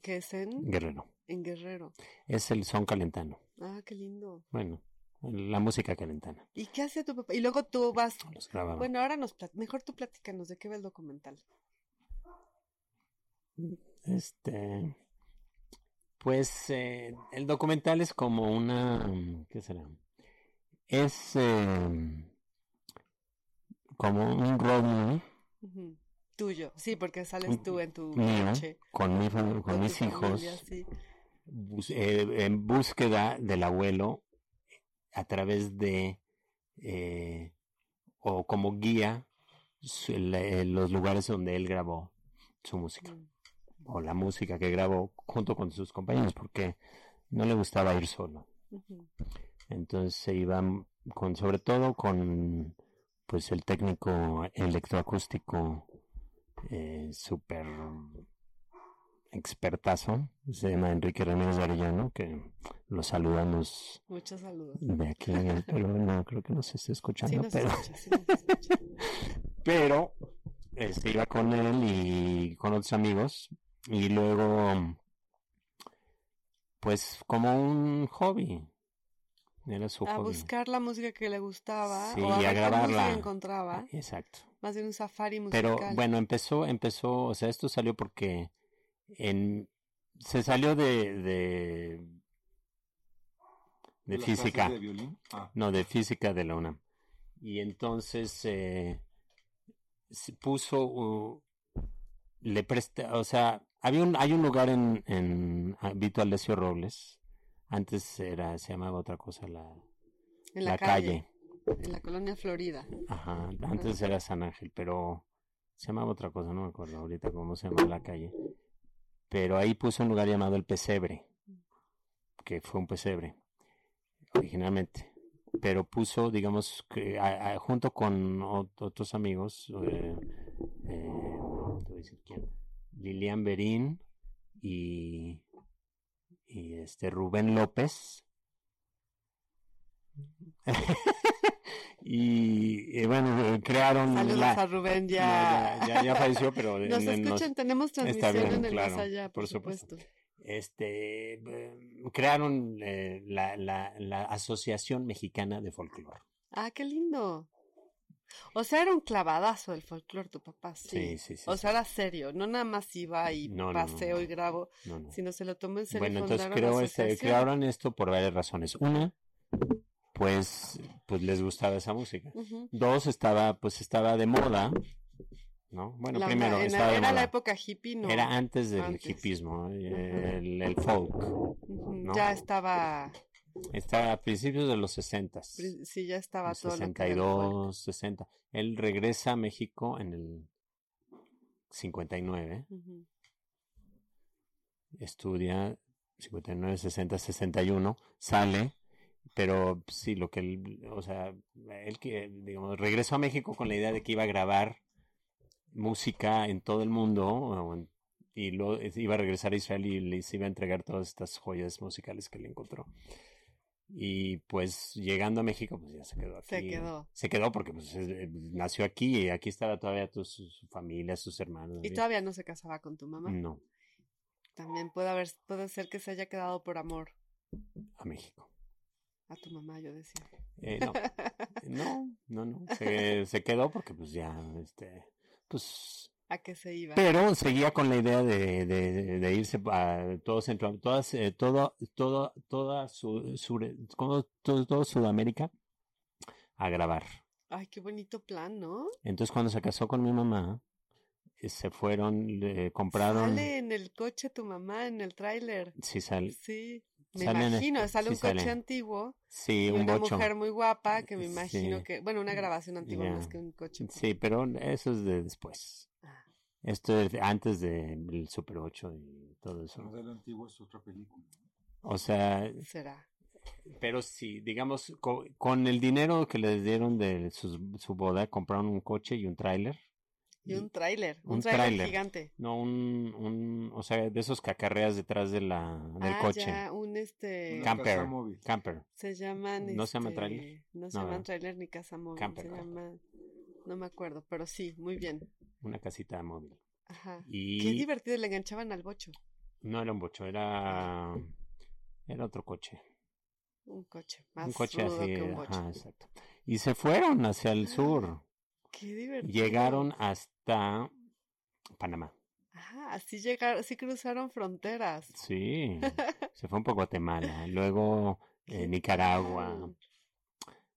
E: Que es en,
F: Guerrero.
E: en Guerrero.
F: Es el son calentano.
E: Ah, qué lindo.
F: Bueno, la música calentana.
E: ¿Y qué hacía tu papá? Y luego tú vas.
F: Los grababa.
E: Bueno, ahora nos plat- mejor tú platícanos de qué va el documental.
F: Este, pues eh, el documental es como una, mm, ¿qué será? Es eh, como un road movie
E: Ujú. Tuyo, sí, porque sales tú en tu
F: mío
E: coche
F: con, mi fam- con
E: tu
F: mis hijos
E: familia, sí.
F: bus- eh, en búsqueda del abuelo a través de eh, o como guía su- la- eh, los lugares donde él grabó su música.
E: Mm.
F: o la música que grabó junto con sus compañeros, porque no le gustaba ir solo.
E: Ujú.
F: Entonces se iba con, sobre todo con, pues el técnico electroacústico eh, súper expertazo, se llama Enrique Ramírez de Arellano, que lo saludamos
E: Muchos saludos.
F: de aquí, pero no, creo que no se está escuchando,
E: Sí, nos
F: pero
E: escucha, sí, nos escucha.
F: pero este, iba con él y con otros amigos y luego pues como un hobby era su
E: a
F: hobby
E: buscar la música que le gustaba
F: Sí,
E: o a,
F: y a
E: ver qué música
F: grabarla.
E: encontraba,
F: exacto
E: más bien un safari musical.
F: pero bueno empezó empezó o sea esto salió porque en se salió de de, de
D: ¿Las clases
F: física
D: de violín? Ah,
F: No, de física de la UNAM. Y entonces eh, se puso, uh, le presta, o sea, había un, hay un lugar en, en ah, Vito Alessio Robles, antes era, se llamaba otra cosa, la,
E: en la,
F: la
E: calle, en la colonia Florida.
F: Ajá, antes era San Ángel, pero se llamaba otra cosa, no me acuerdo ahorita cómo se llama la calle. Pero ahí puso un lugar llamado El Pesebre, que fue un pesebre originalmente. Pero puso, digamos, que a- a- junto con ot- otros amigos, eh, eh, te voy a decir quién, Lilian Berín y, y este Rubén López. y, eh, bueno, eh, crearon
E: Saludos
F: la-
E: a Rubén,
F: no,
E: ya.
F: ya, ya- ya falleció, pero
E: Nos
F: en- en- nos-
E: escuchan, tenemos transmisión
F: bien,
E: en el
F: claro,
E: más allá, por,
F: por
E: supuesto.
F: supuesto. este, eh, crearon eh, la, la- la Asociación Mexicana de Folclore.
E: Ah, qué lindo. O sea, era un clavadazo del folclore tu papá, sí.
F: Sí, sí, sí.
E: o sea, era serio, no nada más iba y
F: No, no, no,
E: paseo
F: no.
E: y grabo,
F: No, no.
E: sino se lo tomó en serio.
F: Bueno,
E: y
F: entonces
E: fundaron
F: creo
E: la
F: este,
E: asociación.
F: crearon esto por varias razones. Una, pues, pues les gustaba esa música.
E: Ujú.
F: Dos, estaba, pues estaba de moda, ¿no? Bueno,
E: La-
F: primero,
E: en la-
F: estaba de
E: era la
F: moda.
E: época hippie, ¿no?
F: Era antes del
E: antes.
F: hipismo, el, el folk.
E: Ujú,
F: ¿no?
E: Ya estaba,
F: Estaba a principios de los 60.
E: pri- sí, ya estaba todo lo que era el folk.
F: 62, 60. Él regresa a México en el 59,
E: Ujú.
F: estudia 59, 60, 61, sale, pero sí, lo que él, o sea, él que, digamos, regresó a México con la idea de que iba a grabar música en todo el mundo o en- y lo, iba a regresar a Israel y les iba a entregar todas estas joyas musicales que le encontró. Y pues llegando a México, pues ya se quedó aquí.
E: Se quedó.
F: Se quedó porque pues, es- eh, nació aquí y aquí estaba todavía tu- su, su familia, sus hermanos.
E: Y todavía no se casaba con tu mamá.
F: No,
E: También puede haber, puede ser que se haya quedado por amor
F: a México.
E: a tu mamá, yo decía.
F: Eh, no, no, no, no. Se, se quedó porque pues ya, este, pues...
E: ¿A qué se iba?
F: Pero seguía con la idea de, de, de irse a todo Centro, todas, eh, todo, todo, toda su, sur- como todo, todo Sudamérica a grabar.
E: Ay, qué bonito plan, ¿no?
F: Entonces cuando se casó con mi mamá, eh, se fueron, le compraron...
E: Sale en el coche tu mamá, en el tráiler.
F: Sí, sal-
E: Sí, me
F: Sale en el-
E: imagino. Sale
F: sí,
E: un coche
F: sale.
E: antiguo
F: sí,
E: y
F: un
E: una
F: bocho.
E: mujer muy guapa que me
F: Sí.
E: imagino que... Bueno, una grabación antigua
F: Ya.
E: más que un coche.
F: Sí, pero eso es de después.
E: Ah.
F: Esto es antes del Super 8 y todo eso.
D: modelo antiguo es otra película.
F: O sea,
E: pues, Será.
F: pero sí, digamos, co- con el dinero que les dieron de su, su boda, compraron un coche y un tráiler.
E: Y un tráiler, un,
F: Un
E: tráiler
F: tráiler.
E: gigante.
F: No, un, un, o sea, de esos cacarreas detrás de la, del
E: ah,
F: coche.
E: ya, un este...
D: Una
F: Camper.
D: casa móvil.
F: Camper.
E: Se llaman...
F: ¿No se llama
E: este,
F: tráiler?
E: No se
F: No,
E: llaman
F: ¿verdad?
E: tráiler ni casa móvil.
F: Camper,
E: se
F: camper.
E: llaman... No me acuerdo, pero sí, muy bien.
F: Una casita móvil.
E: Ajá. Qué
F: Y
E: divertido, le enganchaban al bocho.
F: no era un bocho, era, era otro coche.
E: Un coche, más
F: un coche
E: rudo
F: así.
E: que un Ah. bocho.
F: ajá, exacto. Y se fueron hacia el sur.
E: Qué divertido.
F: Llegaron hasta Panamá.
E: Ajá, así llegaron, así cruzaron fronteras.
F: Sí. Se fue un poco a Guatemala. Luego eh, Nicaragua.
E: tal?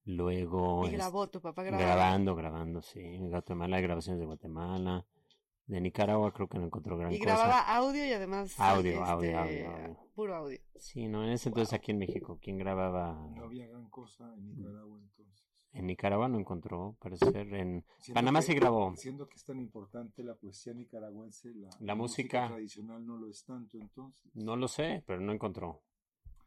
F: Luego.
E: Y
F: este,
E: grabó, tu papá grabó.
F: grabando, grabando, sí. En Guatemala hay grabaciones de Guatemala. De Nicaragua creo que no encontró gran
E: Y
F: cosa.
E: grababa audio y además.
F: Audio,
E: este,
F: audio, audio, audio.
E: Puro audio.
F: Sí, no, en ese entonces aquí en México. ¿Quién grababa?
D: No había gran cosa
F: Mm.
D: en Nicaragua entonces.
F: En Nicaragua no encontró, parece ser. En
D: Siendo
F: Panamá
D: que-
F: se grabó.
D: Siendo que es tan importante la poesía nicaragüense, la,
F: La música.
D: tradicional no lo es tanto entonces.
F: No lo sé, pero no encontró.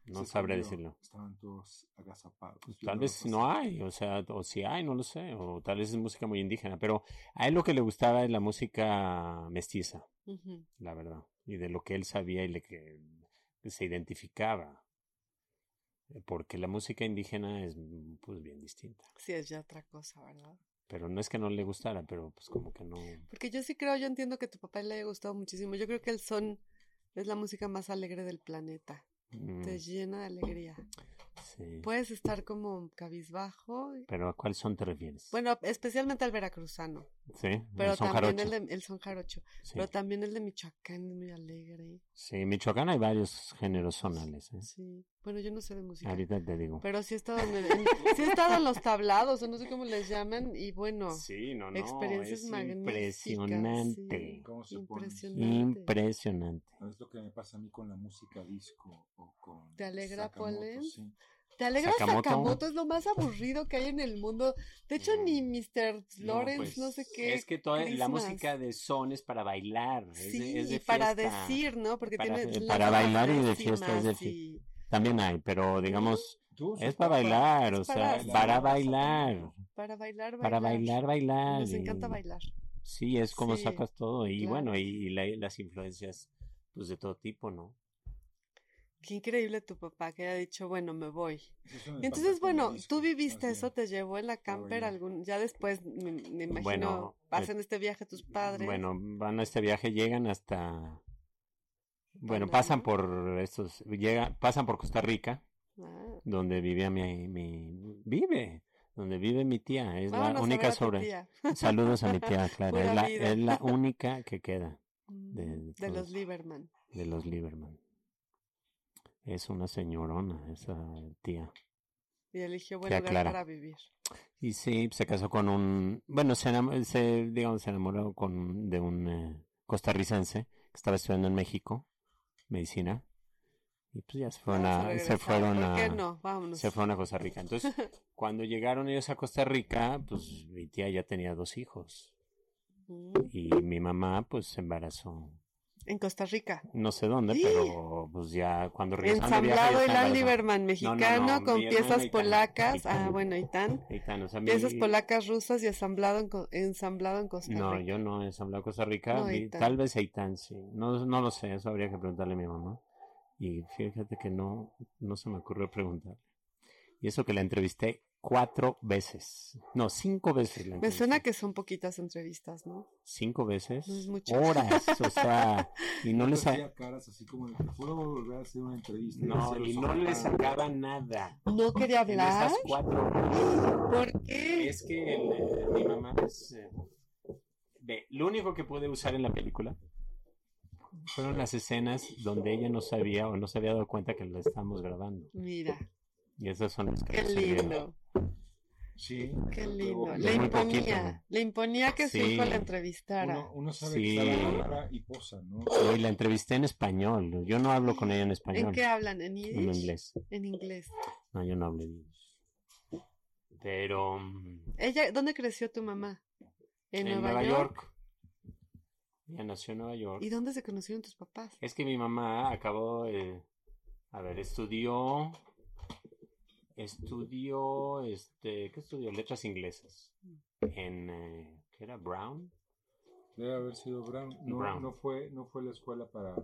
F: No
D: Se
F: sabré
D: cambió,
F: decirlo. Pues
D: Estaban todos agazapados. Yo
F: Tal
D: no
F: vez
D: lo
F: no
D: pasé.
F: hay, o sea, o si hay, no lo sé, o tal vez es música muy indígena, pero a él lo que le gustaba es la música mestiza.
E: Ujú.
F: la verdad, y de lo que él sabía y le que se identificaba. Eh, Porque la música indígena es mm, pues bien distinta.
E: Sí, es ya otra cosa, ¿verdad?
F: Pero no es que no le gustara, pero pues como que no.
E: Porque yo sí creo, yo entiendo que a tu papá le haya gustado muchísimo. Yo creo que el son es la música más alegre del planeta.
F: mm,
E: Te llena de alegría.
F: sí.
E: Puedes estar como cabizbajo.
F: Pero ¿a cuál son te refieres?
E: Bueno, especialmente al veracruzano,
F: sí,
E: pero
F: son
E: también
F: jarochos.
E: el de el son jarocho,
F: Sí.
E: pero también el de Michoacán es muy alegre.
F: Sí, en Michoacán hay varios géneros zonales. ¿eh?
E: Sí. Bueno, yo no sé de música.
F: Ahorita te digo.
E: Pero sí he estado en, el- en- sí he estado en los tablados, o no sé cómo les llaman, y bueno,
F: sí, no,
E: experiencias magníficas,
F: Impresionante.
E: sí.
D: ¿Cómo se pone?
E: impresionante.
F: Impresionante.
D: No es lo que me pasa a mí con la música disco o con.
E: ¿Te alegra,
D: Sakamoto,
E: Polen?
D: sí.
E: ¿Te alegra
F: Sakamoto.
E: Sakamoto? Es lo más aburrido que hay en el mundo. De hecho,
F: Mm.
E: ni Mr. Lawrence, no,
F: pues,
E: sé qué.
F: Es que toda la
E: Christmas.
F: música de son es para bailar. es de-
E: Sí,
F: es de
E: y para
F: fiesta.
E: decir, ¿no? Porque
F: Para-
E: tiene
F: para
E: letras
F: bailar y de
E: finísimas
F: fiesta es de fi-
E: y-
F: También hay, pero digamos,
D: Tú,
F: es
D: su
F: para
D: papá,
F: bailar, o
E: es para
F: sea, para
D: bailar.
F: bailar,
E: Para bailar, bailar.
F: para bailar, bailar.
E: Nos
F: y-
E: encanta bailar.
F: Sí, es como
E: Sí,
F: sacas todo. Y
E: claro.
F: bueno, y, la- y las influencias, pues de todo tipo, ¿no?
E: Qué increíble tu papá que haya dicho, bueno, me voy.
D: Eso me
E: Y Entonces,
D: pasa con el
E: bueno,
D: disco,
E: tú
D: más
E: viviste
D: bien.
E: eso, te llevó en la camper
D: bueno.
E: algún, ya después me, me imagino
F: Bueno, eh,
E: hacen este viaje tus padres.
F: Bueno, van a este viaje, llegan hasta. Bueno,
E: Panamá.
F: pasan por estos, llega, pasan por Costa Rica,
E: Ah,
F: donde vivía mi, mi vive donde vive mi tía. Es
E: Vámonos
F: la
E: a
F: única
E: ver a tu
F: sobre.
E: tía.
F: Saludos a mi tía Clara.
E: Pura
F: Es la,
E: vida.
F: es la única que queda
E: Mm,
F: de
E: de los
F: todos.
E: Lieberman.
F: de los Lieberman. Es una señorona esa tía.
E: Y eligió buen
F: Tía
E: lugar
F: Clara.
E: para vivir.
F: Y sí, se casó con un, bueno, se, enam- se digamos se enamoró con de un eh, costarricense que estaba estudiando en México medicina y pues ya se fueron
E: Vamos
F: a, se
E: regresar.
F: fueron
E: Ah, ¿Por qué
F: a
E: no? Vámonos.
F: se fueron a Costa Rica. Entonces, cuando llegaron ellos a Costa Rica, pues mi tía ya tenía dos hijos
E: Mm,
F: y mi mamá pues se embarazó
E: En Costa Rica.
F: no sé dónde,
E: Sí.
F: pero pues ya cuando regresaron de viaje
E: ¡Eh! Ensamblado
F: ya estaba
E: Ilan
F: embarazada.
E: Lieberman
F: no,
E: mexicano
F: no,
E: con
F: mi hermana
E: piezas
F: italiana,
E: polacas.
F: italiana.
E: Ah, bueno, Itán.
F: Ahí están, o sea, mi-
E: Piezas polacas rusas y ensamblado en, Co- ensamblado en Costa
F: No,
E: Rica.
F: yo no he ensamblado Costa Rica.
E: No,
F: vi-
E: Eitan.
F: tal vez Eitan, sí. No, no lo sé, eso habría que preguntarle a mi mamá. Y fíjate que no, no se me ocurrió preguntarle. Y eso que la entrevisté cuatro veces. No, cinco veces la
E: Me suena
F: entrevisté.
E: que son poquitas entrevistas, ¿no?
F: Cinco veces.
E: No es mucho.
F: Horas, o sea. Y no
D: Yo
F: les,
D: hacía caras así como, te juro volver a hacer una entrevista. y
F: no,
D: hacer los
F: y no
D: ojos
F: le
D: para-
F: sacaba nada.
E: No quería
F: En
E: hablar.
F: esas cuatro horas.
E: ¿Por qué?
F: Es que el, eh, mi mamá es. eh, ve, lo único que pude usar en la película fueron las escenas donde ella no sabía o no se había dado cuenta que la estábamos grabando.
E: Mira,
F: Y esas son las que
E: qué
F: me sirvieron.
E: lindo,
D: Sí.
E: qué
D: pero
E: lindo.
D: uno-
E: Le
F: muy poquito,
E: imponía,
F: ¿no?
E: le imponía que su
F: Sí.
E: hijo la entrevistara.
D: Uno, uno sabe
F: Sí.
D: que está la obra y posa, ¿no?
F: No, y la entrevisté en español. Yo no hablo con ella en español.
E: ¿En qué hablan? ¿En
F: En
E: yiddish?
F: inglés.
E: En inglés.
F: No, yo no hablo inglés. Pero. mm,
E: Ella, ¿dónde creció tu mamá? En, Nueva, York.
F: Ella nació en Nueva York.
E: ¿Y dónde se conocieron tus papás?
F: Es que mi mamá acabó, eh, a ver, estudió, estudió, este, ¿qué estudió? Letras inglesas. En, eh, ¿qué era? Brown.
D: Debe haber sido Brown. No,
F: Brown.
D: no fue, no fue la escuela para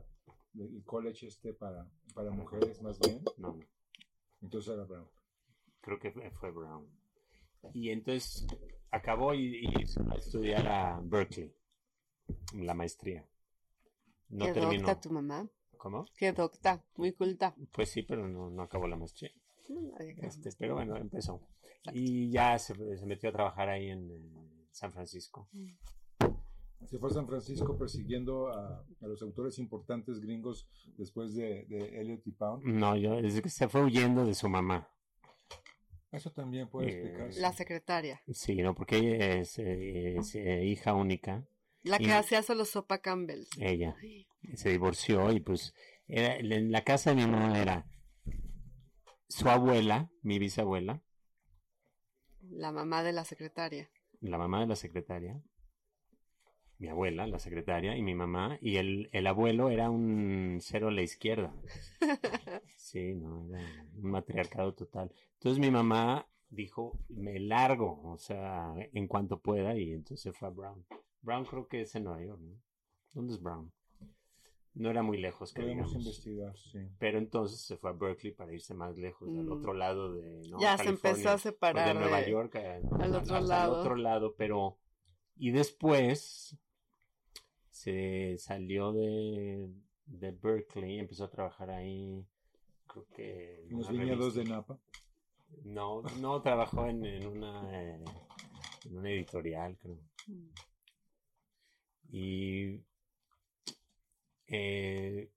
D: el college este para, para mujeres más bien.
F: No, no,
D: Entonces era Brown.
F: creo que fue, fue Brown. Y entonces acabó y, y se fue a estudiar a Berkeley, la maestría. No
E: Qué
F: terminó.
E: docta tu mamá.
F: ¿Cómo?
E: Qué docta, muy culta.
F: Pues sí, pero no, no acabó la maestría.
E: No, nadie acaba.
F: Este, pero bueno, empezó. Y ya se, se metió a trabajar ahí en eh, San Francisco.
D: Se fue a San Francisco persiguiendo a, a los autores importantes gringos después de, de Elliot y Pound.
F: No, yo, es que se fue huyendo de su mamá.
D: Eso también puede
F: Eh,
D: explicarse.
E: La secretaria,
F: Sí, no, porque ella es, eh, es, eh, hija única,
E: la que
F: Y-
E: hacía solo sopa Campbell.
F: ella. Se divorció y pues era, en la casa de mi mamá era su abuela, mi bisabuela,
E: La mamá de la secretaria.
F: la mamá de la secretaria, mi abuela, la secretaria, y mi mamá, y el, el abuelo era un cero a la izquierda. Sí, no, era un matriarcado total. Entonces mi mamá dijo, me largo, o sea, en cuanto pueda, y entonces se fue a Brown. Brown creo que es en Nueva York, ¿no? ¿Dónde es Brown? No era muy lejos, que
D: Podemos
F: digamos.
D: investigar, sí.
F: Pero entonces se fue a Berkeley para irse más lejos, al
E: Mm.
F: otro lado de... ¿no?
E: ya se
F: California
E: empezó a
F: pues,
E: separar
F: de Nueva
E: de-
F: York a-
E: al
F: a-
E: otro
F: a-
E: lado.
F: otro lado, pero y después se salió de, de Berkeley, empezó a trabajar ahí, creo que en
D: En los
F: una
D: viñedos de
F: revista.
D: Napa.
F: No, no trabajó en, en una eh, en una editorial, creo.
E: Mm.
F: Y eh,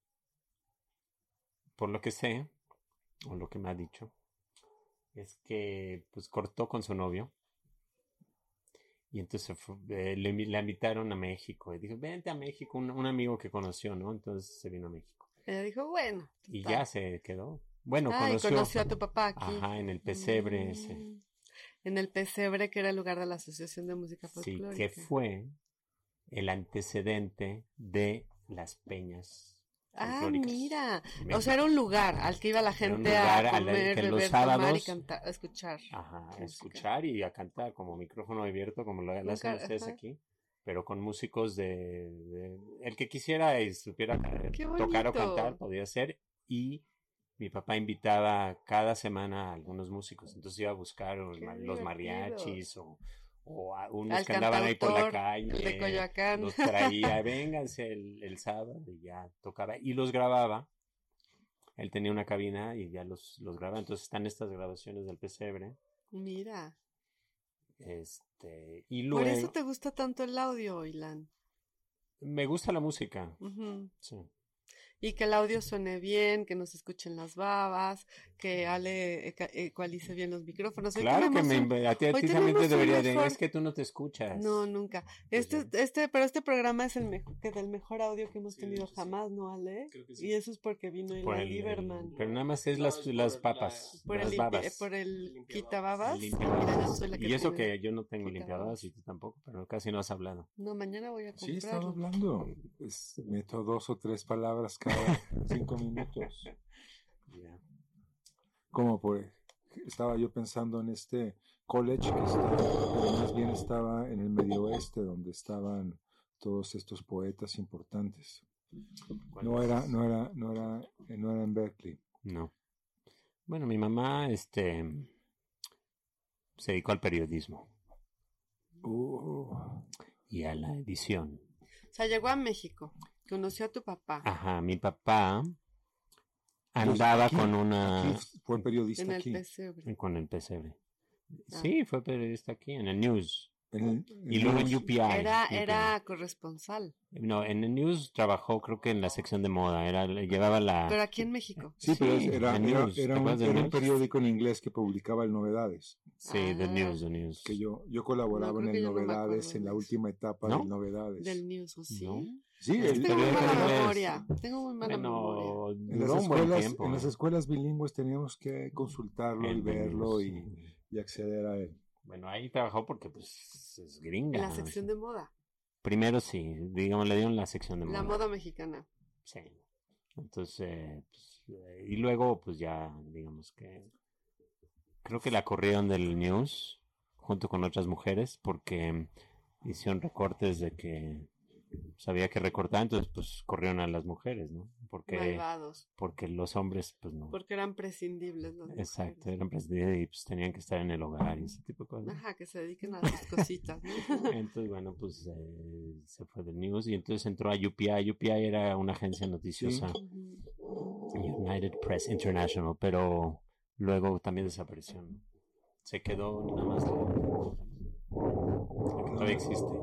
F: por lo que sé, o lo que me ha dicho, es que pues cortó con su novio. Y entonces fu- eh, le, invi- la invitaron a México. Y dijo, vente a México, un, un amigo que conoció, ¿no? Entonces se vino a México.
E: Ella dijo, bueno.
F: Y
E: total.
F: ya se quedó. Bueno,
E: Ay,
F: conoció,
E: Ah. conoció a tu papá aquí.
F: Ajá, en el pesebre ese.
E: Mm. En el pesebre, que era el lugar de la Asociación de Música
F: Sí,
E: Folclórica.
F: que fue el antecedente de las peñas.
E: Ah,
F: folclóricas.
E: mira.
F: México.
E: O sea, era un lugar al que iba la
F: Era un
E: gente
F: lugar
E: a
F: al
E: comer,
F: que los
E: beber, tomar y
F: sábados- Ah,
E: cantar, a escuchar.
F: Ajá, a
E: música.
F: escuchar y a cantar como micrófono abierto, como lo, lo hacen
E: Nunca,
F: ustedes
E: ajá.
F: aquí, pero con músicos de, de- el que quisiera y supiera ca-
E: Ah, ¡Qué
F: tocar o
E: bonito!
F: cantar podía ser y mi papá invitaba cada semana a algunos músicos, entonces iba a buscar o-
E: ¡Qué
F: los
E: divertido!
F: mariachis o, o a unos
E: Al
F: que andaban ahí por la
E: cantautor,
F: calle.
E: el de Coyoacán.
F: eh, los traía, vénganse el, el sábado y ya tocaba y los grababa. Él tenía una cabina y ya los, los grababa. Entonces están estas grabaciones del pesebre
E: Mira.
F: Este, y
E: Por
F: luego
E: eso te gusta tanto el audio, Ilan.
F: me gusta la música.
E: Ujú.
F: sí.
E: Y que el audio suene bien, que nos escuchen las babas, que Ale eca- ecualice bien los micrófonos. Hoy
F: Claro que
E: tenemos
F: me,
E: un-
F: a ti a
E: hoy
F: ti también te
E: tenemos un
F: debería de.
E: mejor-
F: Es que tú no te escuchas.
E: No, nunca.
F: Pues
E: Este, este, pero este programa es el mejor, que del mejor audio que hemos
D: Sí, de
E: tenido
D: hecho, sí.
E: jamás, ¿no, Ale?
D: Creo que sí.
E: Y eso es porque vino
F: Por
E: Ilan
F: el-
E: Lieberman.
F: pero nada más es
D: No,
F: las,
D: es por
F: las
D: la-
F: papas.
E: por,
F: las
E: el, limpi- eh,
F: babas.
E: por el
D: Limpiador.
E: quitababas.
F: El
E: y la
F: limpiador.
E: cazuela
F: Y eso
E: tiene.
F: que yo no tengo
E: Quita
F: limpiadoras
E: babas.
F: y tú tampoco, pero casi no has hablado.
E: No, mañana voy a
D: Sí, estaba
E: comprarlo.
D: hablando. Pues, meto dos o tres palabras cada cinco minutos.
F: Ya.
D: Como por estaba yo pensando en este college que está, pero más bien estaba en el medio oeste donde estaban todos estos poetas importantes.
F: ¿Cuál
D: No
F: es?
D: era, no era, no era, eh, no era en Berkeley.
F: No. Bueno, mi mamá, este, se dedicó al periodismo
D: Oh,
F: y a la edición.
E: O sea, llegó a México, conoció a tu papá
F: Ajá, mi papá andaba
D: aquí-
F: con una,
D: aquí fue
E: en
D: periodista
E: el
D: aquí.
E: pesebre.
F: con el pesebre.
E: Ah.
F: Sí, fue periodista aquí, en el News.
D: En el- en
F: Y luego
D: el-
F: en UPI.
E: Era,
F: UPI.
E: era corresponsal,
F: No, en el News trabajó, creo que en la sección de moda. Era, llevaba la.
E: pero aquí en México.
D: Ah, Sí, pero
F: Sí,
D: era,
F: The
D: era,
F: News,
D: era un,
F: ¿te acuerdas de
D: era un
F: News?
D: periódico en inglés que publicaba el Novedades.
F: Sí, The
E: Ah.
F: News, The News.
D: Que yo, yo colaboraba
E: creo
D: en
E: que
D: el
E: yo no me acuerdo
D: Novedades, en
E: de
D: la
E: eso.
D: última etapa
F: ¿No?
D: del Novedades.
E: Del news, ¿o sí?
F: No.
D: Sí,
F: Este
D: el-
E: Tengo muy
F: Pero
E: mala
F: era-
E: memoria, tengo muy mala memoria.
F: Bueno,
D: en, las
F: duró un buen
D: escuelas,
F: tiempo.
D: en las
F: ¿eh?
D: escuelas bilingües teníamos que consultarlo y
F: El The
D: verlo
F: News,
D: y,
F: sí.
D: y acceder a él.
F: Bueno, ahí trabajó porque, pues, es gringa.
E: En la
F: ¿no?
E: sección de moda,
F: Primero sí, digamos, le dieron la sección de moda.
E: la moda mexicana.
F: Sí. Entonces, eh, pues, eh, y luego, pues ya, digamos que. Creo que la corrieron del news junto con otras mujeres porque mm, hicieron recortes de que sabía que recortar, entonces pues corrieron a las mujeres, ¿no? Porque,
E: Malvados,
F: porque los hombres, pues no.
E: porque eran prescindibles las mujeres.
F: Exacto, eran presididos y pues tenían que estar en el hogar y ese tipo de cosas.
E: Ajá, que se dediquen a sus cositas. ¿no?
F: Entonces, bueno, pues eh, se fue del news y entonces entró a UPI. UPI era una agencia
D: Ah,
F: noticiosa.
E: Ujú.
F: United Press International, pero luego también desapareció. ¿no? Se quedó nada más la, la que todavía existe.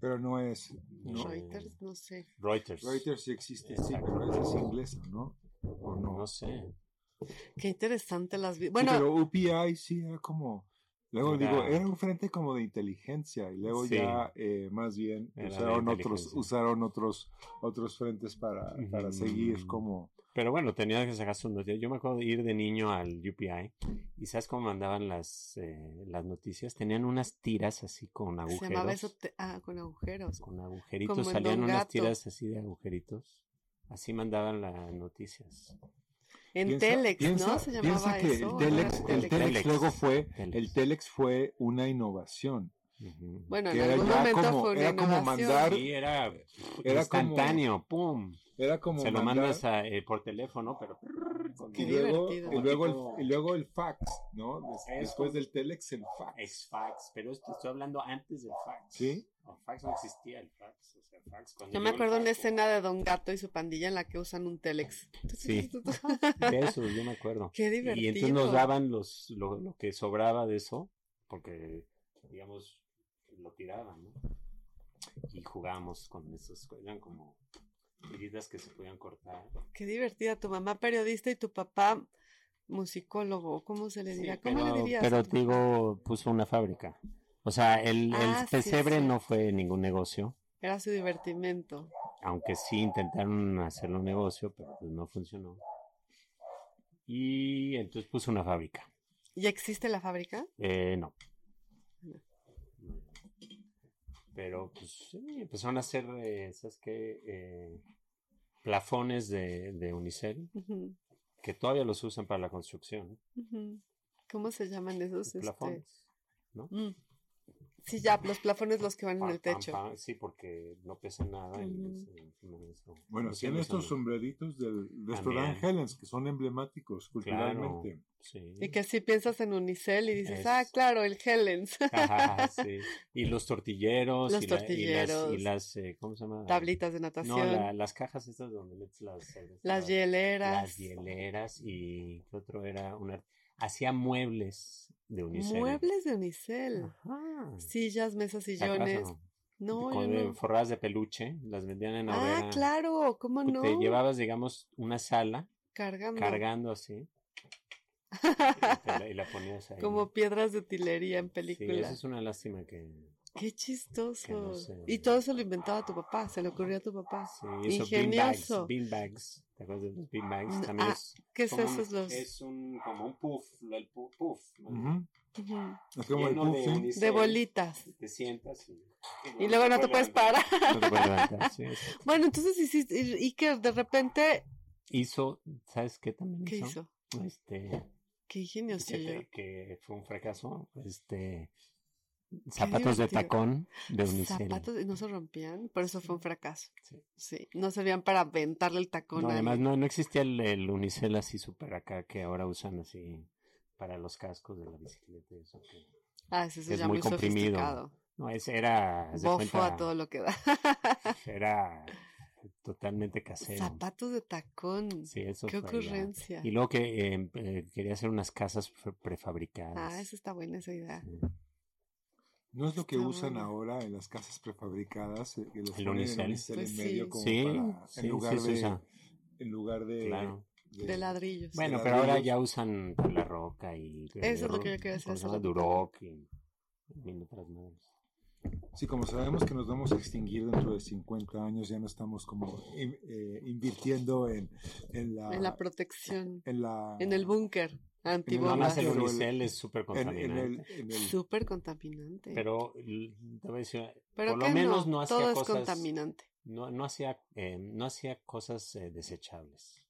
D: Pero no es. No.
E: Reuters, no sé.
F: Reuters.
D: Reuters sí existe, sí,
F: Pues, Exacto.
D: pero esa es inglesa, ¿no? ¿O no?
F: No sé.
E: Qué interesante las vi-
D: Sí,
E: Bueno,
D: pero UPI sí era como. Luego
F: Era-
D: digo, era un frente como de inteligencia y luego
F: Sí.
D: ya eh, más bien
F: Era de
D: usaron otros,
F: inteligencia.
D: usaron otros, otros frentes para, para
F: Ujú.
D: seguir como
F: Pero bueno, tenía que sacar sus noticias. Yo me acuerdo de ir de niño al UPI y ¿sabes cómo mandaban las, eh, las noticias? Tenían unas tiras así
E: se
F: con
E: llamaba
F: agujeros.
E: eso te- ah, con agujeros.
F: Pues, Con agujeritos.
E: Como en
F: Salían
E: Don
F: unas
E: Gato.
F: tiras así de agujeritos. Así mandaban las noticias.
E: En
D: Piensa-
E: Telex,
D: piensa-
E: ¿no? Se
D: piensa
E: llamaba
D: que
E: eso. ¿o
D: El
E: no
D: Telex,
E: era
D: el Telex
F: Telex.
D: luego fue,
F: Telex.
D: el Telex fue una innovación.
F: Ujú.
E: Bueno, en
D: que era
E: algún
D: ya
E: momento
D: como-
E: fue una
D: era como
E: innovación.
D: mandar-
F: Sí, era,
D: Era como-
F: instantáneo, ¡pum!
D: Era como
F: Se lo
D: mandar-
F: mandas a, eh, por teléfono, pero
D: y
E: Qué
D: luego,
E: divertido.
D: y luego
F: Como-
D: el, y luego el fax, ¿no? Des-
F: Eso.
D: Después del Telex el fax.
F: ex fax, pero esto estoy hablando antes del fax.
D: Sí.
F: El fax no existía, el fax, o sea, el fax cuando
E: Yo me
F: llegó el
E: acuerdo una
F: fax,
E: escena de Don Gato y su pandilla en la que usan un Telex.
F: Sí. De eso, yo me acuerdo.
E: Qué
F: Y
E: divertido.
F: entonces nos daban los, lo, lo que sobraba de eso, porque, digamos, lo tiraban, ¿no? Y jugábamos con esos, eran como medidas que se podían cortar.
E: Qué divertida. Tu mamá periodista y tu papá musicólogo. ¿o ¿Cómo se le
F: Sí,
E: dirá?
F: pero,
E: ¿Cómo le dirías?
F: pero
E: a tu
F: te digo, puso una fábrica. O sea, el, el
E: Ah, sí, es
F: pesebre
E: cierto.
F: no fue ningún negocio,
E: Era su divertimento.
F: aunque sí intentaron hacerlo un negocio, pero pues no funcionó. Y entonces puso una fábrica.
E: ¿Ya existe la fábrica?
F: Eh, no.
E: No.
F: Pero pues sí, empezaron a hacer, eh, ¿sabes qué? Eh, plafones de, de unicel,
E: Ujú,
F: que todavía los usan para la construcción.
E: ujú. ¿Cómo se llaman
F: ¿no?
E: esos? este?
F: Plafones.
E: Mm. Sí, ya, los plafones los que van en
F: Pam,
E: el
F: pam,
E: techo.
F: pam, Sí, porque no pesa nada. y,
E: Ujú.
F: pues, eh, no es- no-
D: Bueno,
F: no
D: tienen
F: se
D: estos
F: usan.
D: sombreritos del
F: También.
D: restaurante Helens que son emblemáticos culturalmente.
F: Sí.
E: Y que si piensas en Unicel y dices,
F: Es-
E: ah, claro, el Helens.
F: Ajá, sí. Y los tortilleros.
E: Los
F: y la- y las- y
E: tortilleros.
F: las, eh, ¿cómo se llama?
E: Tablitas de
F: No,
E: natación,
F: la- las cajas estas donde metes las cervezas,
E: las hieleras.
F: Las hieleras y ¿qué otro era? Una... hacía muebles de unicel.
E: Muebles de unicel.
F: Ajá.
E: Sillas, mesas,
F: ¿Te acuerdas,
E: sillones.
F: no?
E: No,
F: Como
E: yo
F: de
E: no.
F: forradas de peluche, las vendían en
E: Ah,
F: Avera.
E: claro, ¿cómo
F: Tú
E: no?
F: Te llevabas, digamos, una sala
E: Cargando.
F: cargando así y, te la, y la ponías ahí.
E: Como piedras de utilería en
F: Sí,
E: películas.
F: eso es una lástima que...
E: Qué chistoso.
F: sé.
E: Y todo eso lo inventaba tu papá, se le ocurrió a tu papá.
F: Sí, eso,
E: Ingenioso.
F: beanbags, beanbags. ¿Te acuerdas de los beanbags?
E: Mm,
F: También
E: ah,
F: es
E: ¿Qué es
F: como
E: eso?
F: un-
E: Es los...
F: es un, como un puff, lo- el pu- puff. ¿no?
D: Ujú.
E: Ujú.
D: Es como el
F: Lleno
D: puff, sí.
F: unicel.
E: De bolitas.
F: Te sientas y...
E: Y luego no te puedes parar.
F: No te puedes levantar, sí, sí.
E: Bueno, entonces hiciste, y y que de repente,
F: Hizo, ¿sabes qué también
E: ¿qué
F: hizo?
E: hizo?
F: Este,
E: Qué ingeniosillo.
F: que, que fue un fracaso, este, zapatos de
E: divertido.
F: tacón de unicel.
E: Zapatos y no se rompían, por eso fue un fracaso.
F: Sí.
E: Sí, no servían para aventarle el tacón
F: No,
E: a
F: además
E: alguien.
F: no, no existía el, el unicel así super acá que ahora usan así para los cascos de la bicicleta. y Eso que-
E: Ah, eso es
F: es
E: ya
F: muy
E: muy
F: comprimido.
E: sofisticado.
F: No, ese era, haz de
E: Bofo
F: cuenta,
E: a todo lo que da.
F: era totalmente casero.
E: Zapatos de tacón.
F: Sí, eso
E: Qué
F: fue la-
E: ocurrencia.
F: Y luego que eh, eh, quería hacer unas casas pre- prefabricadas.
E: Ah, esa está buena esa idea.
F: Sí.
D: No es lo que
E: Está
D: usan
E: bueno.
D: ahora en las casas prefabricadas, eh, que les
F: El
D: ponen el
F: unicel.
D: unicel
E: Pues
D: en
E: sí.
D: medio como
F: Sí,
D: para-
F: sí,
D: en lugar
F: sí se
D: de,
F: usa.
D: en lugar de,
F: Claro.
D: de-
E: De ladrillos.
D: Bueno,
F: Bueno,
D: de
F: pero ahora
D: ladrillos.
F: ya usan la roca y...
E: Eso es lo que
F: ro-
E: yo quería decir
F: ¿cómo
E: hace
F: se llama?
E: rato.
F: Duroc y mil otras madres.
D: Sí, como sabemos que nos vamos a extinguir dentro de 50 años, ya no estamos como in- eh, invirtiendo en, en la,
F: ah,
E: En la protección.
D: en la-
E: En el búnker.
F: Nada
E: Antibombas.
F: más el
D: Pero el-
F: unicel es súper
D: en- en
F: contaminante.
D: el- en el-
E: Súper contaminante.
F: Pero l- te voy a decir,
E: Pero
F: por lo
E: que
F: menos no, hacía
E: todo es
F: cosas,
E: contaminante.
F: no, no hacía, eh, no hacía cosas eh, desechables.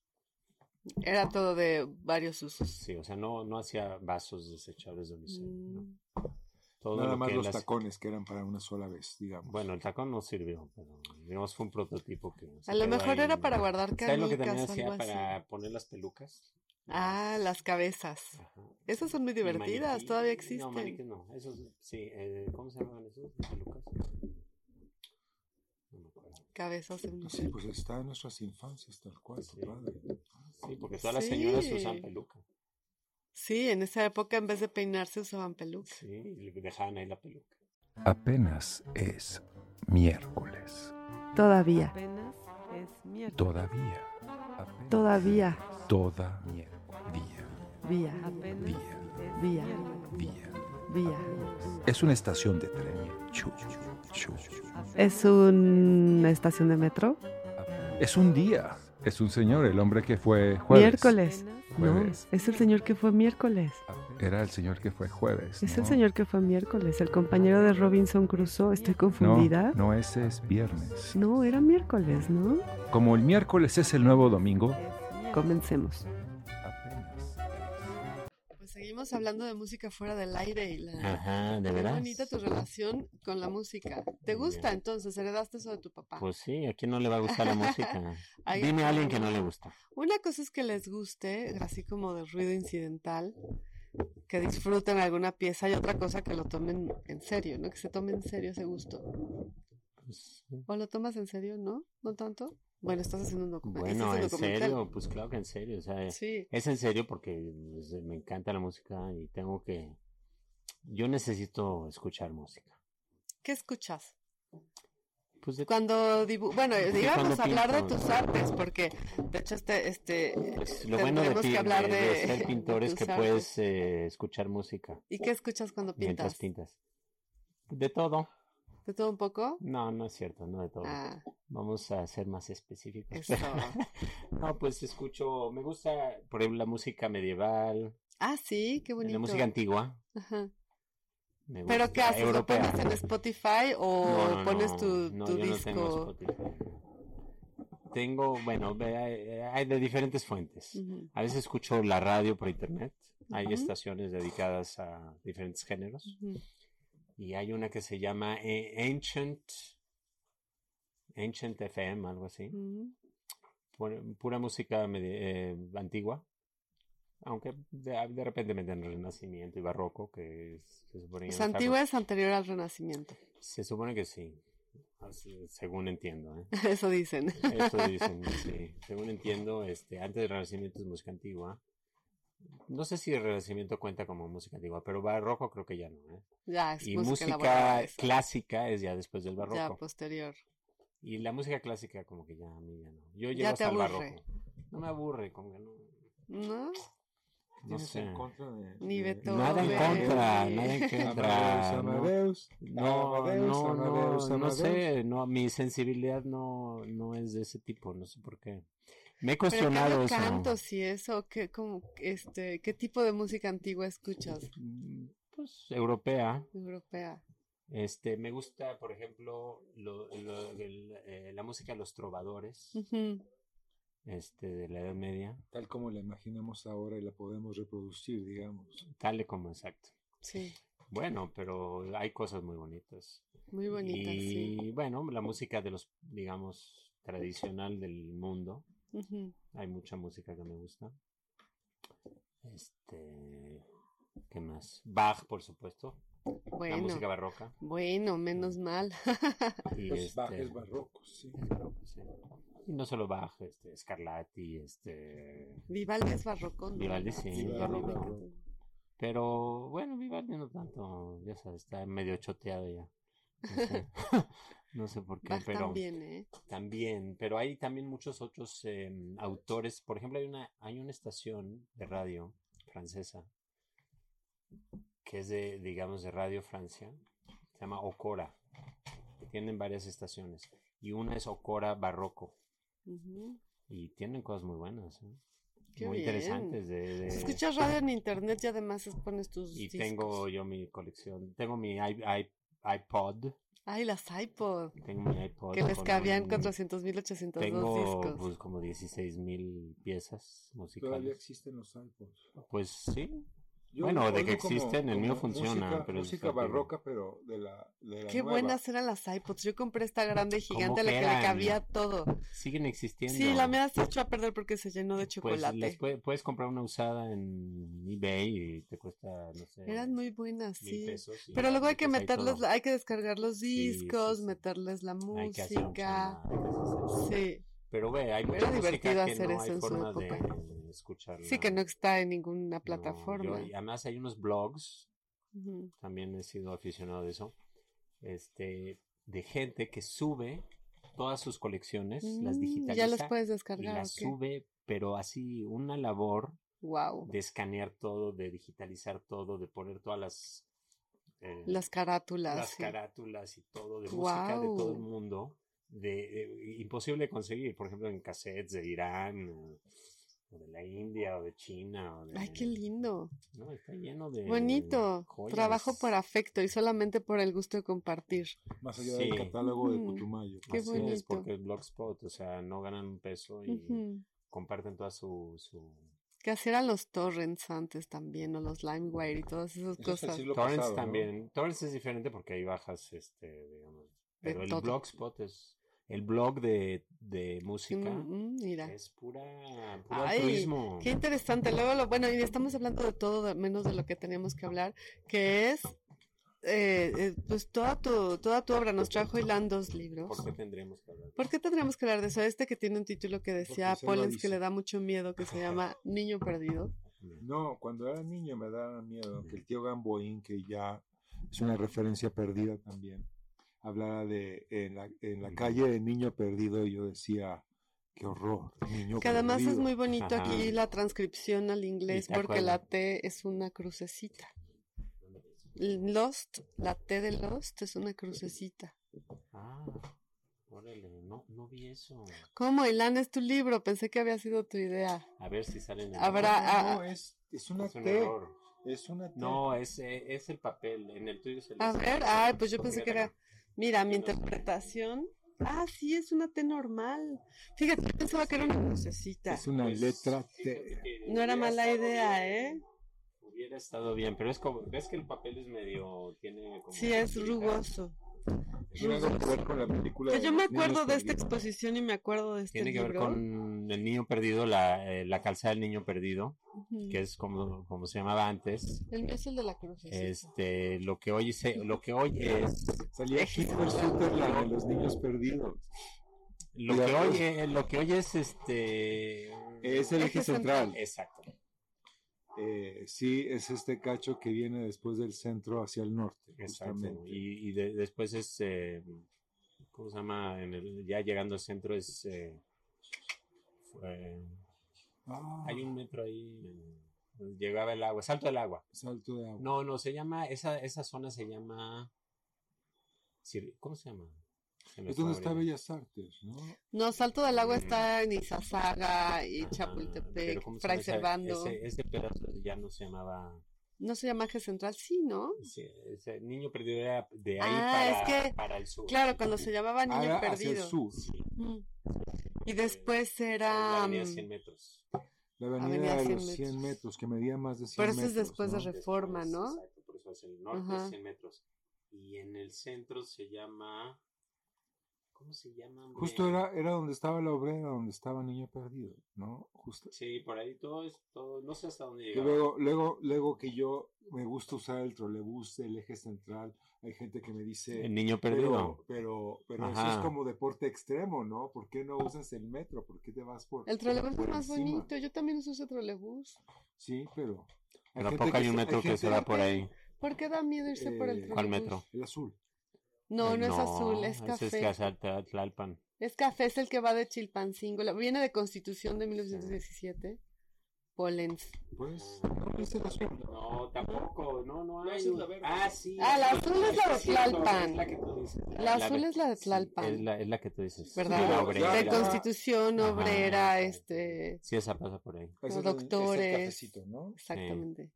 E: Era todo de varios usos.
F: Sí, o sea, no, no hacía vasos desechables de unicel. ¿no?
E: Mm.
F: Todo
D: nada
F: lo
D: más
F: que
D: los
F: él hacía-
D: tacones que eran para una sola vez, digamos.
F: Bueno, el tacón no sirvió, pero digamos fue un prototipo que. se
E: A lo
F: quedó
E: mejor
F: ahí,
E: era
F: ¿no?
E: para guardar
F: ¿Sabes lo que
E: canicas
F: también
E: o
F: hacía
E: algo así.
F: para poner las pelucas?
E: Ah, las cabezas.
F: Ajá.
E: Esas son muy
F: Y
E: divertidas,
F: maniquí-
E: todavía
F: No, maniquí
E: existen.
F: no. Esos, sí, eh, ¿cómo se llamaban esos? ¿Pelucas? No me acuerdo.
E: Cabezas en
D: sí, pues está en nuestras infancias, tal cual,
F: Sí.
D: tu padre.
F: Sí, porque todas las
E: Sí.
F: señoras usan peluca.
E: Sí, en esa época en vez de peinarse usaban peluca.
F: Sí, y le dejaban ahí la peluca.
A: Apenas es miércoles.
B: Todavía.
A: Todavía. Apenas-
B: Todavía.
A: Toda día.
B: Vía.
A: Día.
B: Vía.
A: Día.
B: Vía.
A: Es una estación de tren. Chu, chu.
B: Es una estación de metro.
A: Es un día. Es un señor, el hombre que fue jueves.
B: Miércoles.
A: Jueves.
B: No, es el señor que fue miércoles.
A: Era el señor que fue jueves.
B: Es el
A: ¿no?
B: señor que fue miércoles, el compañero de Robinson Crusoe. Estoy
A: No,
B: confundida.
A: no, ese es viernes.
B: No, era miércoles, ¿no?
A: Como el miércoles es el nuevo domingo.
B: Comencemos.
A: Apenas.
E: Pues seguimos hablando de música fuera del aire y la
F: Ajá, Ah, ¿de
E: qué
F: veras?
E: bonita tu relación con la música. ¿Te
F: Muy
E: gusta
F: bien.
E: entonces? ¿Heredaste eso de tu papá?
F: Pues sí, ¿a quién no le va a gustar la música?
E: Ay,
F: Dime a alguien que no le gusta.
E: Una cosa es que les guste, así como de ruido incidental, que disfruten alguna pieza y otra cosa que lo tomen en serio, ¿no? Que se tome en serio ese gusto.
F: Pues,
E: ¿O lo tomas en serio, no? ¿No tanto? Bueno, estás haciendo un documental.
F: bueno, en serio, pues claro que en serio. O sea,
E: Sí.
F: es en serio porque pues, me encanta la música y tengo que... Yo necesito escuchar música.
E: ¿Qué escuchas?
F: Pues de
E: Cuando dibu- bueno,
F: Sí,
E: íbamos
F: cuando
E: a hablar de
F: pinto.
E: tus artes, porque de hecho este, este
F: Pues lo bueno de,
E: tendremos
F: pin-
E: que hablar
F: de- de
E: de-
F: ser
E: de
F: pintor es
E: tus
F: que
E: artes.
F: puedes eh, escuchar música
E: ¿y qué escuchas cuando pintas?
F: mientras pintas. De todo.
E: ¿De todo un poco?
F: No, no es cierto, no de todo.
E: Ah,
F: Vamos a ser más específicos.
E: eso.
F: no, pues escucho, me gusta, por ejemplo, la música medieval,
E: Ah, sí, qué bonito.
F: la música antigua.
E: Ajá.
F: me
E: Pero
F: gusta,
E: qué haces, ¿lo
F: europea.
E: pones en Spotify o
F: No, no,
E: pones
F: no,
E: tu,
F: no,
E: tu
F: yo no tengo
E: disco?
F: Spotify. Tengo, bueno, ve- hay- hay de diferentes fuentes.
E: Ujú.
F: A veces escucho la radio por internet. Hay
E: Ujú.
F: estaciones dedicadas a diferentes géneros.
E: Ujú.
F: Y hay una que se llama eh, Ancient, Ancient FM, algo así.
E: Ujú.
F: Pura, pura música medi- eh, antigua. Aunque de, de repente meten renacimiento y barroco, que es- se supone que
E: O
F: no
E: sea,
F: está
E: Pues antigua es anterior al Renacimiento,
F: con- Se supone que sí. Así- según entiendo. ¿eh?
E: eso dicen.
F: Eso dicen, sí. Según entiendo, este, antes del Renacimiento es música antigua. No sé si el Renacimiento cuenta como música antigua, pero barroco creo que ya no. ¿eh?
E: Ya, es
F: Y
E: música,
F: música
E: elaborada, eso.
F: clásica es ya después del
E: Ya, pues.
F: barroco.
E: posterior.
F: Y la música clásica como que ya a mí ya no. Yo
E: Ya
F: llego
E: te
F: hasta el
E: aburre.
F: barroco. No me aburre, como que no.
E: ¿No?
F: No
D: ¿Tienes en
F: sé.
D: contra de,
E: Ni
D: de-
E: Beethoven.
F: Nada en
E: Beethoven.
F: contra, nada en
D: Amadeus,
F: contra. no.
D: Amadeus,
F: Ah, No,
D: Amadeus,
F: no,
D: Amadeus,
F: no, no
D: Amadeus.
F: sé, no, mi sensibilidad no, no es de ese tipo, no sé por qué. Me
E: Pero cada
F: he cuestionado eso.
E: cantos y eso, ¿qué, como, este, ¿qué tipo de música antigua escuchas?
F: Mm, Pues europea.
E: Europea.
F: Este, me gusta, por ejemplo, lo- lo- el- eh, la música de los trovadores,
E: Ujú.
F: este, de la Edad Media,
D: Tal como la imaginamos ahora y la podemos reproducir, digamos.
F: tal y como exacto.
E: Sí,
F: Bueno, pero hay cosas muy bonitas.
E: muy bonita,
F: y
E: sí.
F: bueno, la música de los, digamos, tradicional del mundo.
E: Ujú.
F: Hay mucha música que me gusta. Este, ¿qué más? Bach, por supuesto. La música
E: Bueno,
F: barroca.
E: bueno, menos mal.
F: Y
D: Los
F: este,
D: bajes barrocos, sí.
F: es barroco, sí. Y no solo Bach, este, Scarlatti, este,
E: Vivaldi es barroco. ¿no?
F: Vivaldi, sí,
E: ya me
D: barroco.
E: encanta.
F: Pero bueno, Vivaldi no tanto, ya sabes, está medio choteado ya. No sé, no sé por qué,
E: Bach
F: pero
E: también, ¿eh?
F: también, pero hay también muchos otros eh, autores. Por ejemplo, hay una, hay una estación de radio francesa que es de, digamos, de Radio Francia, se llama Ocora. que Tienen varias estaciones y una es Ocora Barroco
E: Ujú.
F: y tienen cosas muy buenas, ¿eh?
E: Qué
F: muy
E: bien.
F: interesantes. De, de-
E: Si escuchas radio en internet y además pones tus
F: Eh, Y
E: discos.
F: tengo yo mi colección. Tengo mi i- i- iPod.
E: Ay, las iPod.
F: Tengo mi iPod.
E: Que les
F: con
E: cabían
F: un-
E: 400.802
F: Tengo
E: discos.
F: pues como 16 mil piezas
D: Todavía
F: musicales.
D: existen los iPods.
F: Pues sí.
D: Yo
F: Bueno, de
D: recuerdo
F: que existen, el mío funciona,
D: Música,
F: pero es
D: música
F: antiguo.
D: barroca, pero de la, de la
E: Qué
D: nueva.
E: buenas eran las iPods. Yo compré esta grande gigante a la
F: que
E: que le
F: eran?
E: cabía todo.
F: Siguen existiendo.
E: Sí, la me has hecho a perder porque se llenó de
F: Pues
E: chocolate.
F: las pue- puedes comprar una usada en eBay y te cuesta, no sé.
E: Eran muy buenas,
F: mil
E: sí.
F: pesos y
E: Pero luego hay que
F: metes ahí
E: meterles,
F: todo.
E: la- hay que descargar los
F: Sí, sí,
E: discos,
F: sí.
E: meterles la
F: Hay que hacer un
E: música.
F: chamba, hay que hacer-
E: Sí,
F: Pero ve, hay
E: Era
F: mucha música
E: divertido
F: que
E: hacer
F: no
E: eso
F: hay
E: en su
F: forma
E: época.
F: de escucharla.
E: sí que no está en ninguna
F: No, yo-
E: plataforma.
F: y además hay unos blogs
E: Ujú.
F: también he sido aficionado de eso, este, de gente que sube todas sus colecciones, las
E: Mm,
F: digitaliza
E: Ya los puedes
F: y
E: descargar.
F: las sube, pero así una labor
E: Wow.
F: de escanear todo, de digitalizar todo, de poner todas las eh,
E: Las carátulas.
F: las
E: sí.
F: carátulas y todo de música de todo
E: Guau.
F: el mundo, de, de- imposible de conseguir, por ejemplo en cassettes de Irán o, o de la India o de China. o de-
E: Ay, qué lindo.
F: No, está lleno de
E: Bonito.
F: joyas.
E: Trabajo por afecto y solamente por el gusto de compartir.
D: Más allá
F: Sí.
D: del catálogo de
E: Ujú.
D: Putumayo.
E: Qué
F: Así es,
E: bonito.
F: porque Blogspot, o sea, no ganan un peso y
E: Ujú.
F: comparten toda su... su...
E: Que así eran los torrents antes también, o los LimeWire y todas esas
D: Eso es el
E: cosas.
D: siglo
F: Torrents
D: pasado, ¿no?
F: también. Torrents es diferente porque ahí bajas, este, digamos...
E: De
F: Pero el
E: todo.
F: Blogspot es... El blog de, de música
E: Mm, mm, mira.
F: es pura, puro
E: Ay,
F: altruismo.
E: Qué interesante. Luego, lo, bueno, y estamos hablando de todo, de- menos de lo que teníamos que hablar, que es, eh, eh, pues, toda tu, toda tu obra. Nos trajo Ilan dos libros.
F: ¿Por qué tendríamos que hablar?
E: ¿Por qué tendríamos que hablar de eso? Este que tiene un título que decía
D: Porque se lo
E: Pollens que
D: dice.
E: le da mucho miedo, que se llama Niño Perdido.
D: No, cuando era niño me daba miedo que el tío Gamboín, que ya es una referencia perdida también, hablara de en la, en la
F: Ujú.
D: calle de niño perdido y yo decía, qué horror, niño
E: Que además es
D: perdido".
E: muy bonito
F: Ajá.
E: aquí la transcripción al inglés,
F: te
E: porque la
F: acuerdas.
E: T es una crucecita. Lost, la T de Lost es una crucecita.
F: Ah, órale, no, no vi eso.
E: ¿Cómo, Ilan? Es tu libro. Pensé que había sido tu idea.
F: A ver si salen.
E: Habrá-
D: No, no, es, es una
F: Es un
D: T,
F: error.
D: es una T.
F: No, es, eh, es el papel. En el tuyo es el.
E: A ver, ay, pues yo pensé que
F: Mira,
E: era. Mira, mi
F: No sé.
E: interpretación. Ah, sí, es una T normal. Fíjate, yo pensaba que era una crucecita.
D: es una
F: pues,
D: letra
F: fíjate
D: T.
F: que
E: No era
F: hubiera
E: mala
F: estado
E: idea,
F: bien,
E: ¿eh?
F: Hubiera estado bien, pero es como. ¿Ves que el papel es medio. Tiene como.
E: Sí, es
F: tiritas?
E: rugoso.
D: Tiene algo que ver con la película.
E: Que
D: de
E: yo me
D: los niños
E: acuerdo de este esta
D: perdidos.
E: exposición y me acuerdo de este
F: Tiene que ver
E: libro.
F: con el niño perdido, la, eh, la calzada del niño perdido,
E: Ujú.
F: que es como, como se llamaba antes.
E: El mío es el de la crucecita.
F: Este, lo que hoy se, lo que hoy es,
D: Salía Hitler Sutherland de los niños perdidos.
F: lo
D: Ya,
F: que hoy,
D: pues.
F: es, lo que hoy es, este,
D: Es el eje
E: Eje central.
D: central.
F: exacto.
D: eh, sí, es este cacho que viene después del centro hacia el norte,
F: Exacto.
D: justamente.
F: Y, y de- después es, eh, ¿cómo se llama? En el- ya llegando al centro es... eh, fue-
D: Ah,
F: hay un metro ahí. eh, Llegaba el agua, salto del agua.
D: salto de agua.
F: No, no, se llama, esa, esa zona se llama... Sir- ¿Cómo se llama? Se me
D: es donde
F: fue
D: está
F: ahorita.
D: Bellas Artes, ¿no?
E: No, Salto del Agua
F: Mm.
E: está en Izazaga
D: Ah,
E: y
F: Ajá, pero
E: Chapultepec,
F: ¿cómo se llama
E: Fray
F: esa-
E: Servando.
F: Ese, ese pedazo ya no se llamaba.
E: ¿No se llama Eje Central? Sí, ¿no?
F: sí, ese niño perdido era de ahí
E: Ah,
F: para,
E: es que,
F: para el sur.
E: Claro, cuando se llamaba Niño
D: Ahora hacia el
E: Perdido.
D: sur,
F: Sí,
E: Mm. Y
F: eh,
E: después
F: la
E: era...
F: avenida
E: mm,
F: 100 metros.
D: la avenida,
E: Avenida
D: de
E: 100
D: los 100 metros. que medía más de 100
E: Pero eso
D: metros.
E: es después de
D: ¿no?
E: Ref- Reforma,
F: Después,
E: ¿no?
F: Exacto, por eso es el norte,
E: Ajá.
F: 100 metros. Y en el centro se llama. ¿Cómo se llama? hombre?
D: Justo era, era donde estaba la obrera, donde estaba Niño Perdido, ¿no? Justo.
F: Sí, por ahí todo es todo. No sé hasta dónde
D: Y
F: llegaba.
D: luego, luego, luego que yo me gusta usar el trolebús del eje central, hay gente que me dice...
F: el niño
D: Pero,
F: perdido.
D: pero, pero eso
F: Ajá.
D: es como deporte extremo, ¿no? ¿Por qué no usas el metro? ¿Por qué te vas por
E: mm, El trolebús
D: por
E: es más
D: encima?
E: bonito. Yo también uso ese trolebús.
D: Sí, pero...
F: Pero tampoco hay un
D: se-
F: metro que
D: gente-
F: se da por ahí.
E: ¿Por qué da miedo irse por el
D: Eh,
E: trolebús?
F: ¿Cuál metro?
D: El azul.
E: No, no, es
F: No,
E: azul, es
F: ese
E: café.
F: Es Casa Tla- Tlalpan.
E: Es café, es el que va de Chilpancingo. la- Viene de Constitución de 1917. Polens.
D: Pues, no es el azul.
F: No, tampoco, no, no hay.
D: esa es la verde.
F: Ah, sí.
E: Ah, la
F: sí,
E: azul es
F: sí,
E: la de
F: sí, cierto,
E: Tlalpan.
F: es la que tú dices.
E: La azul es la de
F: sí,
E: Tlalpan.
F: es, la, es la que tú dices.
E: ¿Verdad?
F: La
D: Sí,
F: obrera.
E: de
D: la-
E: Constitución
F: Ajá.
E: Obrera, este.
F: Sí, esa pasa por ahí.
D: Ese
E: Los
D: es el- Es
E: doctores.
D: el cafecito, ¿no?
E: Exactamente.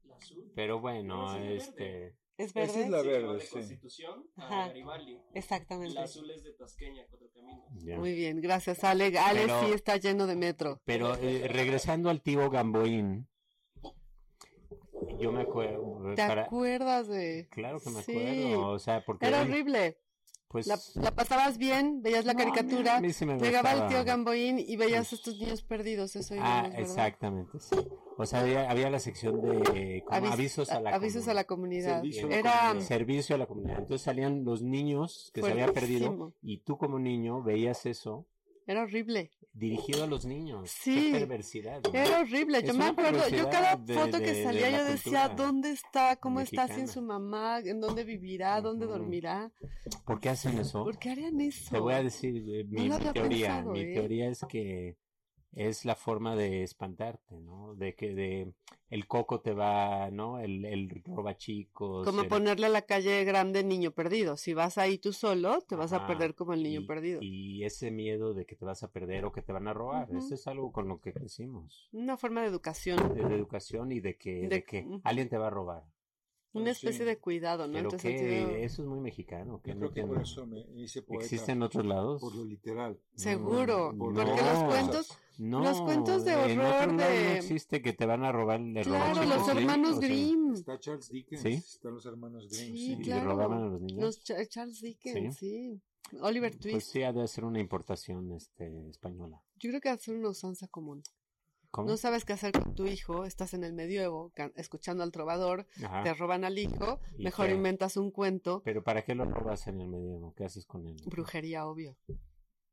F: Pero bueno,
C: No, esa es la
F: este.
E: ¿Es
D: Esa
E: verde?
D: es la
C: Sí,
D: verde,
C: de
D: sí.
C: Constitución a
E: Ajá.
C: Garibaldi.
E: Exactamente.
C: La azul es de Tasqueña, Cuatro Caminos.
F: ya.
E: Muy bien, gracias, Ale. Ale
F: Pero-
E: sí está lleno de metro.
F: Pero eh, regresando al tío Gamboín, yo me acuerdo.
E: ¿Te
F: pues para-
E: acuerdas de.?
F: Claro que me
E: Sí.
F: acuerdo. O sea, porque.
E: Era
F: él,
E: horrible.
F: Pues,
E: La, la pasabas bien, veías la
F: No, a mí-
E: caricatura.
F: a mí sí me
E: Llegaba el
F: gustaba. Pues
E: tío Gamboín y veías a estos niños perdidos. Eso
F: Ah,
E: íbamos, ¿verdad?
F: exactamente, sí. O sea, había, había la sección de eh, ¿cómo?
E: Avis-
F: avisos a la
E: avisos a la comunidad.
D: Servicio
F: a la
E: Era
F: comunidad. servicio a la comunidad. Entonces salían los niños que se habían perdido
E: fuertísimo.
F: y tú como niño veías eso
E: Era horrible.
F: dirigido a los niños.
E: Sí.
F: Qué perversidad. ¿no?
E: Era horrible. Yo
F: Pues Es
E: me
F: una
E: acuerdo, yo
F: curiosidad
E: cada
F: de-
E: foto
F: de-
E: que
F: de
E: salía
F: la
E: yo decía,
F: cultura
E: ¿dónde está? ¿Cómo está sin
F: mexicana.
E: su mamá? ¿En dónde vivirá? ¿Dónde
F: Ujú.
E: dormirá?
F: ¿Por qué hacen eso?
E: ¿Por qué harían eso?
F: Te voy a decir eh, mi,
E: lo había
F: teoría.
E: pensado,
F: mi
E: ¿eh?
F: teoría es que es la forma de espantarte, ¿no? De que de el coco te va, ¿no? El, el robachicos.
E: Como
F: el-
E: ponerle a la calle grande niño perdido. Si vas ahí tú solo, te vas a
F: Ajá.
E: perder como el niño
F: y,
E: perdido.
F: y ese miedo de que te vas a perder o que te van a robar.
E: Ujú.
F: Esto es algo con lo que crecimos.
E: Una forma de educación,
F: De la educación y de que,
E: De-
F: de que
E: ujú.
F: alguien te va a robar.
E: una especie de cuidado, ¿no?
F: Pues Pero
E: Entonces,
F: que
E: sentido-
F: eso es muy mexicano. que
D: Yo
F: no
D: creo que por
F: tiene-
D: eso me hice poeta.
F: ¿Existe en otros lados?
D: Por lo literal.
E: Seguro,
D: No,
F: porque
D: no.
F: los
E: cuentos-
F: No,
E: los cuentos de
F: en otro
E: horror
F: lado no
E: de-
F: existe que te van a robar el
E: Claro,
D: Robachicos,
E: los
D: sí,
E: hermanos
D: o sea,
E: Grimm.
D: Está Charles Dickens,
F: Sí.
D: están los hermanos Grimm.
E: Sí,
D: Mm. Sí,
F: Y
E: claro.
F: robaban a los niños.
E: Los Cha- Charles Dickens, sí. Oliver Twist.
F: Pues sí, ha de ser una importación este, española.
E: Yo creo que hacer una usanza común.
F: ¿Cómo?
E: No sabes qué hacer con tu hijo, estás en el medioevo, can- escuchando al trovador,
F: Ajá.
E: te roban al hijo,
F: Ah. ¿Y
E: mejor
F: qué?
E: inventas un cuento.
F: Pero ¿para qué lo robas en el medio? ¿Qué haces con él?
E: Brujería, obvio,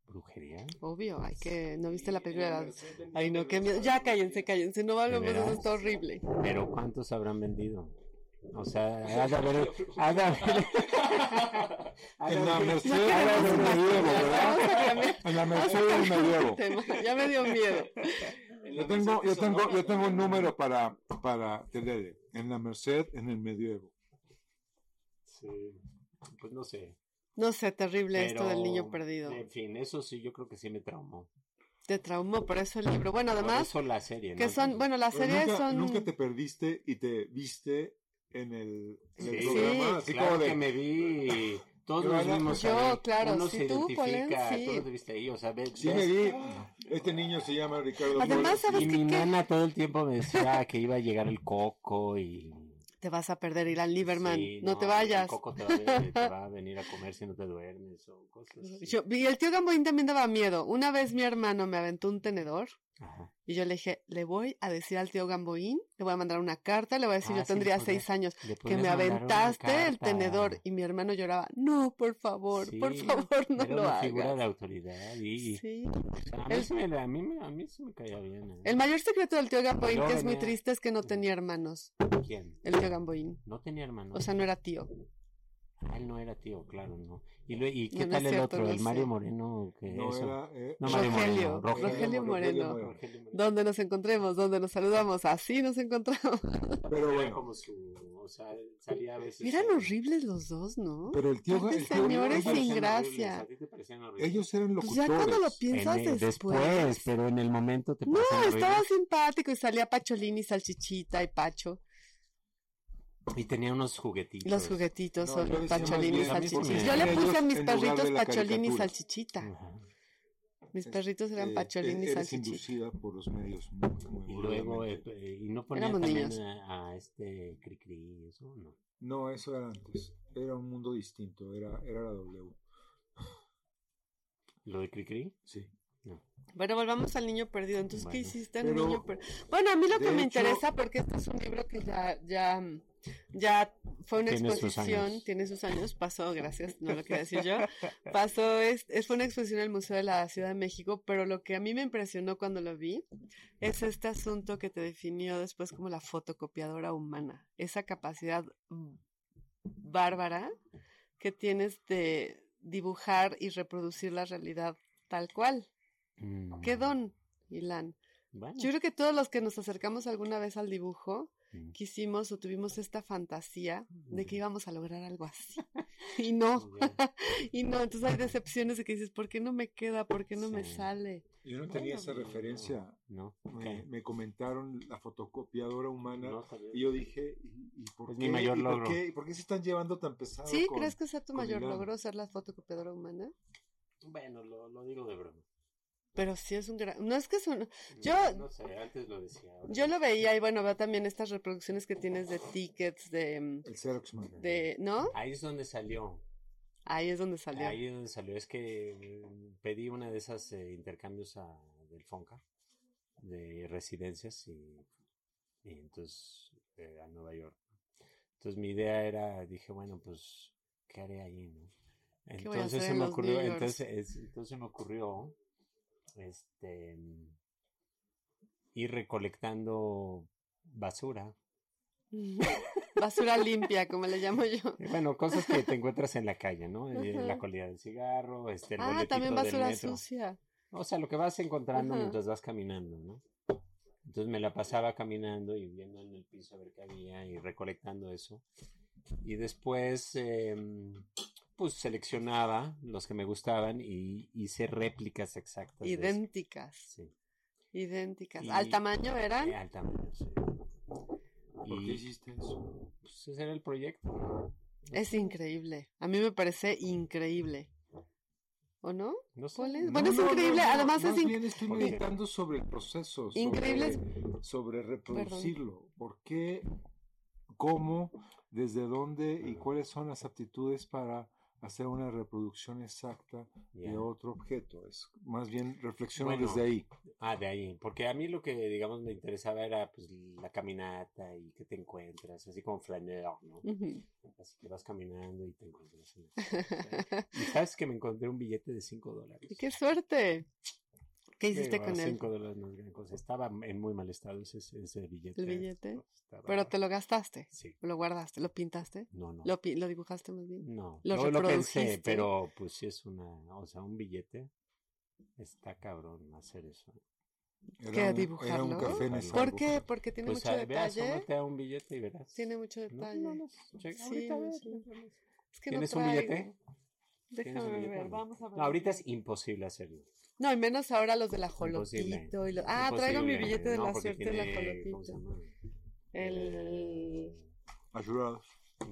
F: ¿Brujería?
E: obvio, hay que, ¿no viste la
C: Y
E: película?
C: en
E: de
C: el
E: la-
C: Merced del
E: Ay, no,
C: Niño
E: qué
C: Perdido
E: miedo.
C: está
E: Ya
C: la
E: cállense,
C: comunidad.
E: cállense, no hablemos de eso,
F: veras?
E: está horrible.
F: Pero ¿cuántos habrán vendido? O sea, ha de haber... Ha de haber... ha de
D: En la
F: haber-
D: Merced
E: No
D: del
E: queremos
D: Medievo,
E: imaginar, vamos a
D: ¿verdad?
E: cambiar-
D: En la
E: vamos a
D: Merced del
E: cambiar de
D: Medievo.
E: tema, Ya me dio miedo.
C: En la
D: Yo tengo,
C: Merced
D: yo
C: de
D: tengo,
C: Sonora
D: yo tengo un
C: también.
D: número para, para Telele. En la Merced, en el Medievo.
F: Sí, Pues no sé.
E: No sé, terrible esto del
F: pero, eh,
E: niño perdido.
F: En fin, eso sí, yo creo que sí me traumó.
E: Te traumó, por eso el libro. Bueno,
F: Por
E: además,
F: eso la serie,
E: que
F: ¿no?
E: son, bueno, las
D: Pero
E: series
D: nunca,
E: son...
D: nunca te perdiste y te viste en el, en el
F: Sí,
D: programa.
F: Sí,
D: así
F: claro
D: como de-
F: que me vi. Todos
D: Yo
F: nos
D: era-
F: vimos
E: Yo,
F: ahí.
E: claro,
F: Uno
E: sí,
F: se
E: tú, Polen,
F: identifica,
E: sí.
F: todos te viste ahí, o sea, ve-
D: sí
F: ves-
D: me vi. Este niño se llama Ricardo Flores.
E: Además, ¿sabes
F: Y
E: qué?
F: mi
E: qué?
F: nana todo el tiempo me decía que iba a llegar el coco y...
E: Te vas a perder, Irán Lieberman.
F: Sí,
E: no, te
F: el
E: vayas.
F: coco te va, a venir, te va a venir a comer si no te duermes o cosas así.
E: Yo- y el tío Gamboín también daba miedo. Una vez mi hermano me aventó un tenedor
G: Ajá.
E: Y yo le dije, le voy a decir al tío Gamboín, le voy a mandar una carta, le voy a decir,
F: Ah,
E: yo
F: sí,
E: tendría
F: joder.
E: seis años,
F: Le
E: que
F: puedes
E: me
F: mandar una
E: aventaste el
F: carta.
E: tenedor. Y mi hermano lloraba, no, por favor, por
F: Sí,
E: favor, no
F: era
E: lo
F: una figura de
E: hagas.
F: autoridad y
E: Sí.
F: o sea, a, mí
E: El-
F: se me, a, mí, me- a mí se me caía bien. ¿eh?
E: El mayor secreto del tío Gamboín,
F: Yo
E: que es muy
F: venía-
E: triste, es que no tenía hermanos,
F: ¿Quién?
E: el tío Gamboín.
F: No tenía hermano.
E: O sea, no era tío.
F: Ah, él no era tío, claro, no. ¿Y, lo- y qué
E: No, no
F: tal
E: es
F: el
E: cierto,
F: otro?
E: no
F: el
E: sé.
F: Mario Moreno, que
D: No
F: eso.
D: era... eh,
F: No, Mario
E: Rogelio,
F: Moreno,
E: Rogelio,
D: Rogelio
E: Moreno.
D: Moreno.
F: Rogelio Moreno.
E: Donde nos encontremos, donde nos saludamos, así nos encontramos.
D: Pero
F: Era
D: bueno,
F: como su. O sea, salía a veces.
E: Eran
F: con-
E: horribles los dos, ¿no?
D: pero el tío...
E: Aparte,
D: el tío-
E: señores
D: ellos-
E: sin
F: parecían
E: gracia.
F: horribles, a ti te parecían horribles.
D: Ellos eran
E: Pues
D: locutores.
E: ya cuando lo piensas
F: En el-
E: después.
F: pero en el momento te
E: No,
F: parecen horribles.
E: estaba simpático y salía Pacholín y Salchichita y Pacho.
F: Y tenía unos juguetitos.
E: Los juguetitos
D: Pues, No,
E: son
D: yo decía más
E: Pacholín y
D: bien,
F: a mí
E: Salchichita.
F: porque
E: Yo le puse a
D: ellos,
E: mis
D: en lugar de
E: perritos
D: la
E: Pacholín y
D: caricatura.
E: Salchichita.
F: Ajá.
E: Mis perritos eran
D: eh,
E: Pacholín y
D: eres
E: Salchichita.
D: inducida por los medios. muy- muy
F: Y luego, eh,
D: brutalmente.
F: eh, y no ponían
E: Éramos
F: también
E: niños.
F: a, a este Cricri, eso no.
D: No, eso era antes. Era un mundo distinto. Era, era la W.
F: Lo de Cricri.
D: Sí.
E: Bueno, volvamos al niño perdido. Entonces, ¿qué
F: Bueno,
E: hiciste en
D: pero-
E: niño perdido? Bueno, a mí lo que
D: de
E: me
D: hecho-
E: interesa, porque este es un libro que ya, ya, ya fue una
F: Tiene sus
E: exposición,
F: años.
E: tiene sus años, pasó, gracias, no lo quería decir yo. Pasó, es, es- fue una exposición en el Museo de la Ciudad de México, pero lo que a mí me impresionó cuando lo vi es este asunto que te definió después como la fotocopiadora humana, esa capacidad mm, bárbara que tienes de dibujar y reproducir la realidad tal cual.
F: Mm.
E: Qué don, Ilan.
F: Bueno.
E: Yo creo que todos los que nos acercamos alguna vez al dibujo,
F: Mm.
E: quisimos o tuvimos esta fantasía de que
F: Ujú.
E: íbamos a lograr algo así. Y no,
F: Ya.
E: y no, entonces hay decepciones de que dices, ¿por qué no me queda? ¿Por qué no me
F: Sí.
E: sale?
D: Yo no tenía esa
F: Bueno,
D: referencia.
F: No. no,
D: Me,
F: ok.
D: me comentaron la fotocopiadora humana.
F: No sabía.
D: Y yo dije, ¿y, y por,
F: Es
D: qué,
F: mi mayor
D: ¿Y por
F: logro.
D: qué? ¿Y por qué se están llevando tan pesado?
E: ¿Sí?
D: con-
E: ¿Crees que sea tu
D: con
E: mayor
D: Ilan.
E: logro ser la fotocopiadora humana?
F: Bueno, lo, lo digo de broma.
E: Pero sí es un gran... No es que es un... Yo-
F: No, no sé, antes lo decía. ahora
E: Yo
F: no
E: lo
F: sé.
E: veía y bueno, veo también estas reproducciones que tienes de tickets, de...
D: El Xerox man.
E: de ¿No?
F: Ahí es donde salió.
E: Ahí es donde salió.
F: Ahí es donde salió. Es que mm, pedí una de esas eh, intercambios a, del Fonca de residencias y, y entonces eh, a Nueva York. Entonces mi idea era, dije, bueno, pues, ¿qué haré ahí? no?
E: ¿Qué voy a hacer
F: Entonces se
E: en
F: me
E: los
F: ocurrió,
E: New Yorks?
F: entonces, es- entonces me ocurrió este mm, ir recolectando basura.
E: Basura limpia, como le llamo yo.
F: Eh, Bueno, cosas que te encuentras en la calle, ¿no? Eh,
E: Ajá.
F: La colilla del cigarro, este, el
E: Ah,
F: boletito
E: también
F: del
E: basura
F: metro.
E: sucia.
F: O sea, lo que vas encontrando
E: Ajá.
F: mientras vas caminando, ¿no? Entonces me la pasaba caminando y viendo en el piso a ver qué había y recolectando eso. Y después, eh, pues seleccionaba los que me gustaban y hice réplicas exactas. Pues de eso.
E: Idénticas,
F: Sí.
E: idénticas.
F: Y-
E: ¿Al tamaño
F: Eh,
E: eran?
F: al tamaño, sí.
D: ¿Por qué
F: Y
D: hiciste eso?
F: pues, ese era el proyecto.
E: Es increíble. A mí me parece increíble. ¿O no?
F: No sé.
E: ¿Cuál es?
F: no
E: Bueno, es increíble, además
D: más
E: es inc-
D: bien estoy
F: ¿Por qué?
D: meditando sobre el proceso. sobre-
E: Increíbles-
D: Sobre reproducirlo. ¿Por qué? ¿Cómo? ¿Desde dónde? ¿Y cuáles son las aptitudes para hacer una reproducción exacta
F: Ya.
D: de otro objeto? Es más bien reflexiono
F: Bueno,
D: desde ahí.
F: Ah, de ahí, porque a mí lo que, digamos, me interesaba era pues la caminata y que te encuentras, así como flaneur, ¿no?
E: Ujú.
F: Así que vas caminando y te encuentras. en el- y sabes que me encontré un billete de 5 dólares.
E: ¡Qué suerte! ¿Qué
F: Sí,
E: hiciste
F: bueno,
E: con él?
F: cinco dólares no es gran cosa. Estaba en muy mal estado ese, ese billete. Pues,
E: ¿El billete?
F: Estaba-
E: Pero te lo gastaste,
F: Sí,
E: lo guardaste, lo pintaste,
F: no, no.
E: lo, pi- lo dibujaste más bien.
F: No,
E: lo
F: no lo pensé,
E: reprodujiste.
F: pero pues sí es una, o sea, un billete. Está cabrón hacer eso.
E: ¿Qué,
D: Era un- Era un
E: dibujarlo?
D: café en
F: ¿Por
D: esa
E: ¿Por
D: boca.
E: qué? Porque tiene
F: pues
E: mucho
F: a- ve,
E: detalle.
F: asómate a un billete y verás.
E: Tiene mucho detalle.
F: No, no, no, checa,
E: Sí,
F: ahorita
E: no
F: ves,
E: sé.
F: ahorita ves.
E: Es que
F: ¿Tienes
E: no
F: un
E: traigo.
F: billete? ¿Tienes un
E: Déjame
F: billete o
E: ver,
F: no?
E: vamos a ver.
F: No, ahorita es imposible hacerlo.
E: No, y menos ahora los del
F: Imposible.
E: ajolotito. Y los... Ah, traigo mi
F: Imposible.
E: billete de
F: No,
E: la
F: porque
E: suerte del
F: tiene- ¿cómo se
E: ajolotito.
F: llama?
E: El...
D: Ayudados.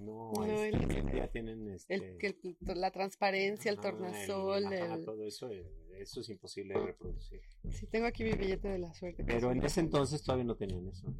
F: No,
E: No,
F: este,
E: el-
F: ya tienen este...
E: El, que el- la transparencia, el
F: ajá,
E: tornasol,
F: ajá,
E: el-
F: todo eso, eh, eso es imposible de reproducir.
E: Sí, tengo aquí mi billete de la suerte. que
F: Pero
E: es
F: en
E: un-
F: ese entonces todavía no tenían eso.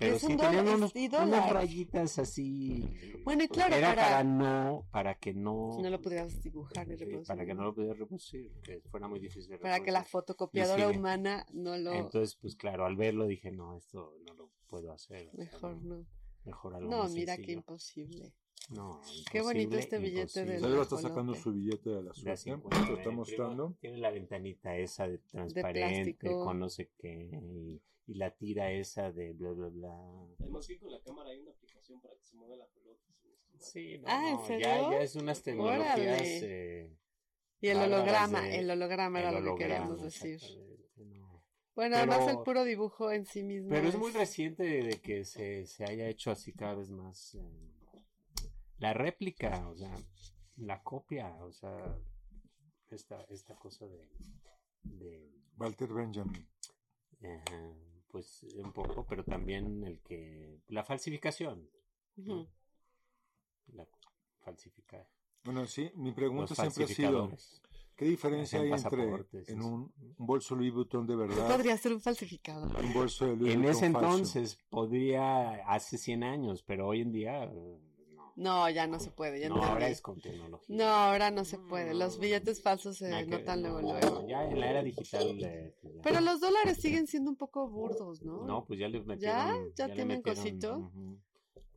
F: Pero
E: Es
F: sí
E: un
F: tenían
E: dólar,
F: unos-
E: sí,
F: unas
E: dólar.
F: rayitas así. Pues
E: Bueno, y claro,
F: Era
E: para-
F: para no, para que no,
E: No lo podrías dibujar ni
F: eh,
E: reproducir.
F: para que no lo pudieras reproducir, que fuera muy difícil. de
E: Para que la
F: reproducir.
E: fotocopiadora
F: Imagínate.
E: humana no lo...
F: Entonces, pues claro, al verlo dije, no, esto no lo puedo hacer. o sea,
E: mejor no.
F: Mejor algo
E: No,
F: más
E: mira qué
F: sencillo.
E: imposible.
F: No,
E: Qué bonito
F: imposible,
E: este billete del-
F: imposible.
D: Pedro está
E: Guajolote.
D: sacando su billete de la
F: De a
D: suerte.
F: 50,
D: Lo
F: el
D: está
F: primo
D: mostrando.
F: Tiene la ventanita esa de transparente
E: plástico.
F: con no sé qué y, y la tira esa de bla bla bla.
C: Además que con la cámara hay una aplicación para que se mueva la pelota. si no estoy mal.
F: Sí, no,
E: Ah, ¿en
F: no,
E: serio?
F: Ya, ya es unas tecnologías.
E: Órale.
F: eh,
E: Y el
F: bárbaras
E: holograma,
F: de-
E: el holograma era
F: el
E: lo que queríamos
F: holograma,
E: decir.
F: exactamente, no.
E: Bueno, además el
F: Pero-
E: puro dibujo en sí mismo.
F: Pero es muy reciente de que se, se haya hecho así cada vez más eh, la réplica, o sea, la copia, o sea, esta, esta cosa de, de
D: Walter Benjamin.
F: Ajá, pues un poco, pero también el que la falsificación,
E: Ujú.
F: la falsificar.
D: Bueno, sí, mi
F: Los
D: pregunta siempre ha sido,
F: falsificadores.
D: ¿qué diferencia hay
F: Hacen
D: entre
F: pasaportes,
D: en
F: eso.
D: un un bolso Louis Vuitton de
E: Tú
D: verdad
E: podrías ser un falsificado.
D: y un bolso de Louis
F: En
D: Vuitton
F: ese
D: falso?
F: entonces podría hace 100 años, pero hoy en día no.
E: No, ya no se puede. Ya
F: No,
E: entendí.
F: ahora es con tecnología.
E: No, eh, ahora no se puede. Los
F: No.
E: billetes falsos se
F: Nada que
E: notan
F: ver,
E: luego,
F: no,
E: luego.
F: Ya en la era digital. eh, pues ya.
E: Pero los dólares siguen siendo un poco burdos, ¿no?
F: No, pues ya les metieron.
E: ¿Ya
F: le
E: tienen
F: metieron,
E: cosito?
F: ujú.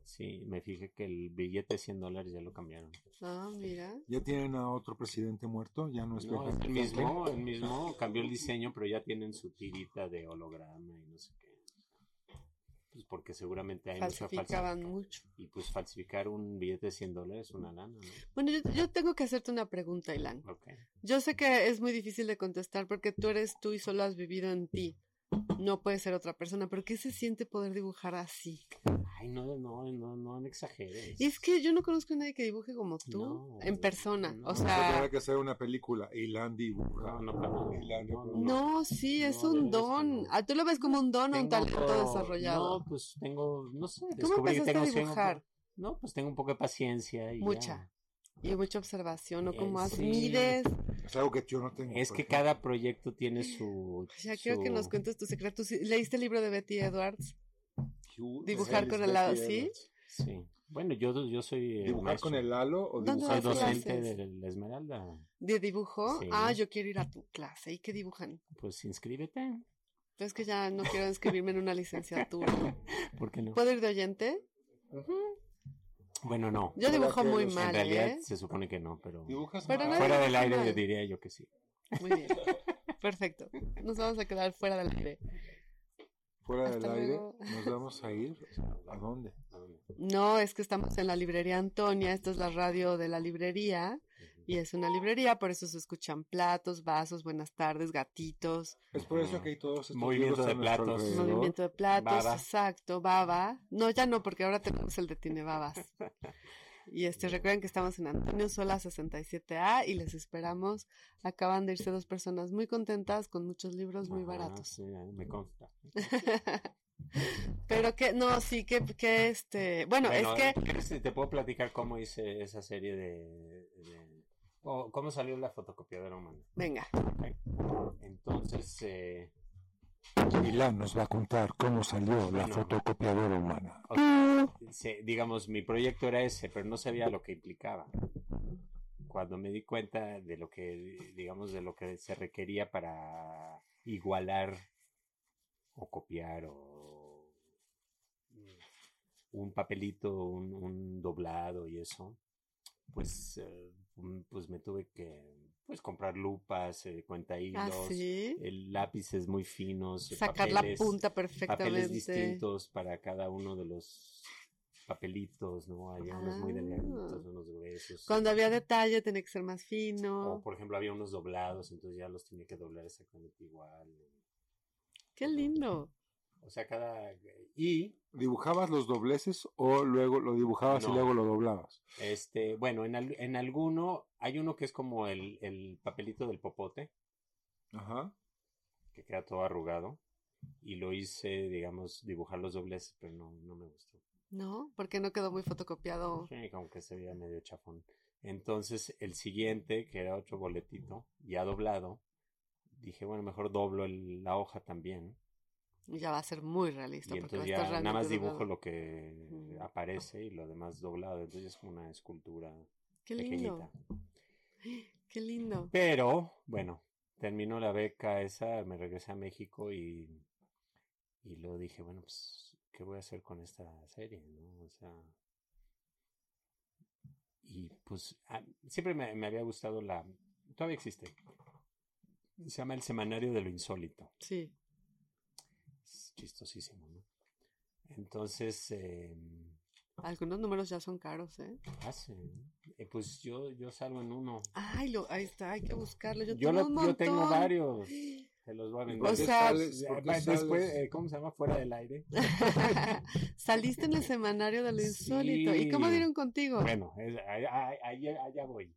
F: Sí, me fijé que el billete de 100 dólares ya lo cambiaron.
E: Ah, mira.
D: ¿Ya tienen a otro presidente muerto? ¿Ya no es
F: No, es
D: Benjamin
F: el
D: Franklin?
F: mismo, el mismo, cambió el diseño, pero ya tienen su tirita de holograma y no sé qué. Pues porque seguramente hay mucha
E: Falsificaban
F: falsificación.
E: mucho.
F: Y pues falsificar un billete de 100 dólares, una lana, ¿no?
E: Bueno, yo, yo tengo que hacerte una pregunta, Ilan.
F: Ok.
E: Yo sé que es muy difícil de contestar porque tú eres tú y solo has vivido en ti. No puede ser otra persona, pero ¿qué se siente poder dibujar así?
F: Ay, no, no, no, no, no exageres.
E: Y es que yo no conozco a nadie que dibuje como tú
F: No,
E: en persona.
F: no.
E: O
D: Vamos a tener
E: sea,
D: que hacer una película y Landy dibuja.
F: No, no, no,
D: Ilan
F: no,
D: dibuja.
E: no, sí,
F: No,
E: es
F: la
E: un
F: verdad es que
E: don.
F: no.
E: Ah, Tú lo ves como un don o un
F: Tengo
E: talento
F: otro-
E: desarrollado.
F: No, pues tengo, no sé,
E: ¿Cómo
F: descubrí que
E: empezaste
F: tengo
E: a
F: soy un
E: dibujar?
F: poco- No, pues tengo un poco de paciencia y ya.
E: Mucha. Y mucha observación, ¿no?
F: Eh,
E: Como
F: sí.
E: mides.
D: Es algo que yo no tengo.
F: Es
D: por
F: que
D: ejemplo.
F: cada proyecto tiene su...
E: Ya quiero que
F: su-
E: nos cuentes tu secreto. ¿Tú sí- ¿Leíste el libro de Betty Edwards?
D: Hugh-
E: dibujar con el lado, ¿sí?
F: Sí. Bueno, yo, yo soy... eh,
D: ¿Dibujar
F: maestro.
D: con el halo o
E: ¿Dónde
D: dibujar
F: Soy
E: las
D: con el
F: docente
E: clases.
F: de la Esmeralda.
E: ¿De dibujo?
F: Sí.
E: Ah, yo quiero ir a tu clase. ¿Y qué dibujan?
F: Pues inscríbete.
E: Pero es que ya no quiero inscribirme en una licenciatura.
F: ¿Por qué no?
E: ¿Puedo ir de oyente?
F: Bueno, no.
E: Yo dibujo
D: que
E: muy
D: los- en
E: pues,
F: en
E: mal,
F: realidad
E: ¿eh?
F: se supone que no, pero
D: Dibujas
E: Pero
D: mal.
E: no
F: fuera del
E: dibujas
F: aire
E: mal.
F: yo diría yo que sí.
E: Muy bien. Perfecto. Nos vamos a quedar fuera del aire.
D: Fuera del
E: Hasta
D: aire,
E: luego.
D: nos vamos a ir. ¿A dónde?
E: No, es que estamos en la librería Antonia. Esta es la radio de la librería. Y es una librería, por eso se escuchan platos, vasos, buenas tardes, gatitos,
D: Es por eso que hay todos estos
F: Ah, Movimiento
D: libros a
F: de
D: nuestro
F: platos.
D: alrededor.
E: movimiento de platos,
F: Baba.
E: exacto, baba. No, ya no, porque ahora tenemos el de Tiene Babas. Y este, recuerden que estamos en Antonio Sola 67A y les esperamos. Acaban de irse dos personas muy contentas con muchos libros Pues muy
F: Ah,
E: baratos.
F: sí, ahí me consta.
E: Pero que, no, sí, que, que este, bueno,
F: Bueno, eh,
E: es que
F: ¿quieres- te puedo platicar cómo hice esa serie de, de- o cómo salió la fotocopiadora humana.
E: Venga,
F: Ok. Entonces, eh,
D: Milán nos va a contar cómo salió la
F: Bueno.
D: fotocopiadora humana.
F: O- se- digamos, mi proyecto era ese, pero no sabía lo que implicaba. Cuando me di cuenta de lo que, digamos, de lo que se requería para igualar o copiar o un papelito, un, un doblado y eso, pues, eh, mm, pues me tuve que pues comprar lupas, eh,
E: Ah,
F: cuenta hilos,
E: así,
F: lápices muy finos,
E: sacar
F: este, papeles,
E: la punta
F: papeles
E: perfectamente.
F: distintos para cada uno de los papelitos, ¿no? Había unos muy
E: Ah.
F: delgaditos, unos gruesos.
E: Cuando había detalle tenía que ser más
F: O,
E: fino.
F: por ejemplo, había unos doblados, entonces ya los tenía que doblar exactamente igual.
E: Qué lindo.
F: O sea, cada... Y,
D: ¿Dibujabas los dobleces o luego lo dibujabas y
F: No.
D: luego lo doblabas?
F: este, bueno, en, al- en alguno, hay uno que es como el, el papelito del popote,
D: Ajá.
F: que queda todo arrugado. Y lo hice, digamos, dibujar los dobleces, pero no, no me gustó.
E: ¿No? Porque no quedó muy fotocopiado.
F: Sí, como que se veía medio chafón. Entonces, el siguiente, que era otro boletito, ya doblado, dije, bueno, mejor doblo el- la hoja también.
E: Y Ya va a ser muy realista.
F: Y
E: porque va
F: entonces
E: a estar
F: ya nada
E: realmente
F: más dibujo
E: doblado.
F: lo que
E: Ujú.
F: aparece y lo demás doblado. Entonces es como una escultura
E: Qué lindo,
F: pequeñita.
E: qué lindo.
F: Pero, bueno, terminó la beca esa, me regresé a México y, y luego dije, bueno, pues, ¿qué voy a hacer con esta serie? no? O sea, y pues, a- siempre me, me había gustado la... Todavía existe. Se llama El Semanario de lo Insólito.
E: Sí,
F: Es chistosísimo, ¿no? Entonces, eh,
E: algunos números ya son caros, ¿eh?
F: ah, sí. Eh, pues yo, yo salgo en uno.
E: Ay, lo, ahí está, hay que buscarlo. Yo,
F: Yo,
E: tengo
F: la-
E: un
F: yo tengo
E: montón.
F: varios. Se los voy a vender.
E: O sea,
F: Eh, va- después, eh, ¿cómo se llama? Fuera del aire.
E: Saliste en el semanario de lo insólito. ¿Y cómo
F: Sí.
E: dieron contigo?
F: Bueno, es- ahí- ahí- ahí- allá voy.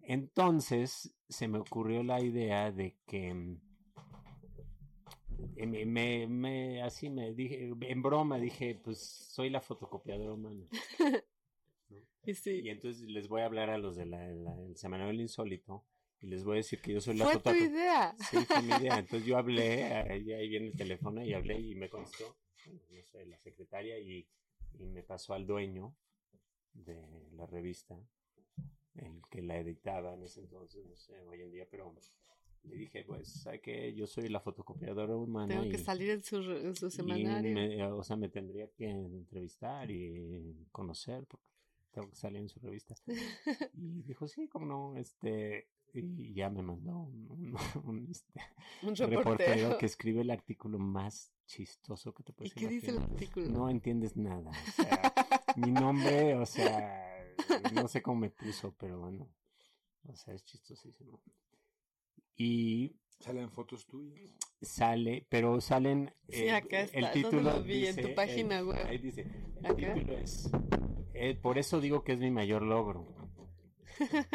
F: Entonces, se me ocurrió la idea de que mm, eh, me, me- me- así me dije, en broma dije, pues soy la fotocopiadora humana.
E: y
F: Y
E: sí.
F: entonces les voy a hablar a los del de la- la- el semanario del insólito y les voy a decir que yo soy la
E: Fue tu
F: fotocopiadora.
E: idea.
F: Sí, fue mi idea. Entonces yo hablé, ahí, ahí viene el teléfono y hablé y me contestó, bueno, no sé, la secretaria y, y me pasó al dueño de la revista, el que la editaba en ese entonces, no sé, hoy en día, pero le dije, pues, ¿sabe qué? Yo soy la fotocopiadora humana.
E: Tengo
F: y,
E: que salir en su, re- en su
F: y
E: semanario.
F: me- o sea, me tendría que entrevistar y conocer porque tengo que salir en su revista. Y dijo, sí, cómo no, este... Y ya me mandó un- un- un, este,
E: Un
F: reportero
E: reportero.
F: que escribe el artículo más chistoso que te
E: ¿Y
F: puedes
E: qué dice el
F: imaginar.
E: artículo?
F: No entiendes nada. O sea, mi nombre, o sea, no sé cómo me puso, pero bueno. O sea, es chistosísimo. Y
D: Salen fotos tuyas.
F: sale, pero salen.
E: Sí,
F: eh,
E: acá está,
F: El
E: ¿dónde
F: título
E: lo vi? En tu
F: dice-
E: página
F: el-
E: web.
F: Ahí dice. El
E: Acá.
F: título es. eh, por eso digo que es mi mayor logro.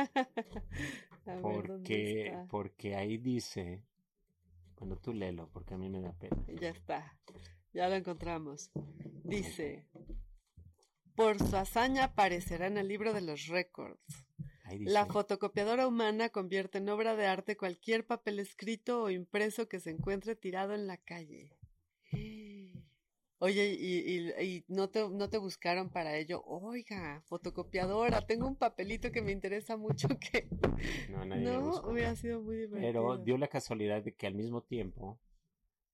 E: A ver, ¿dónde
F: Porque,
E: está?
F: porque ahí dice. Bueno, tú léelo, porque a mí me da pena.
E: Ya está. Ya lo encontramos. Dice, por su hazaña aparecerá en el libro de los récords.
F: Ahí dice.
E: La fotocopiadora humana convierte en obra de arte cualquier papel escrito o impreso que se encuentre tirado en la calle. Oye, y, y- y no, te, no te buscaron para ello. Oiga, fotocopiadora, tengo un papelito que me interesa mucho que
F: No, nadie me
E: no
F: buscó.
E: hubiera sido muy divertido.
F: Pero dio la casualidad de que al mismo tiempo,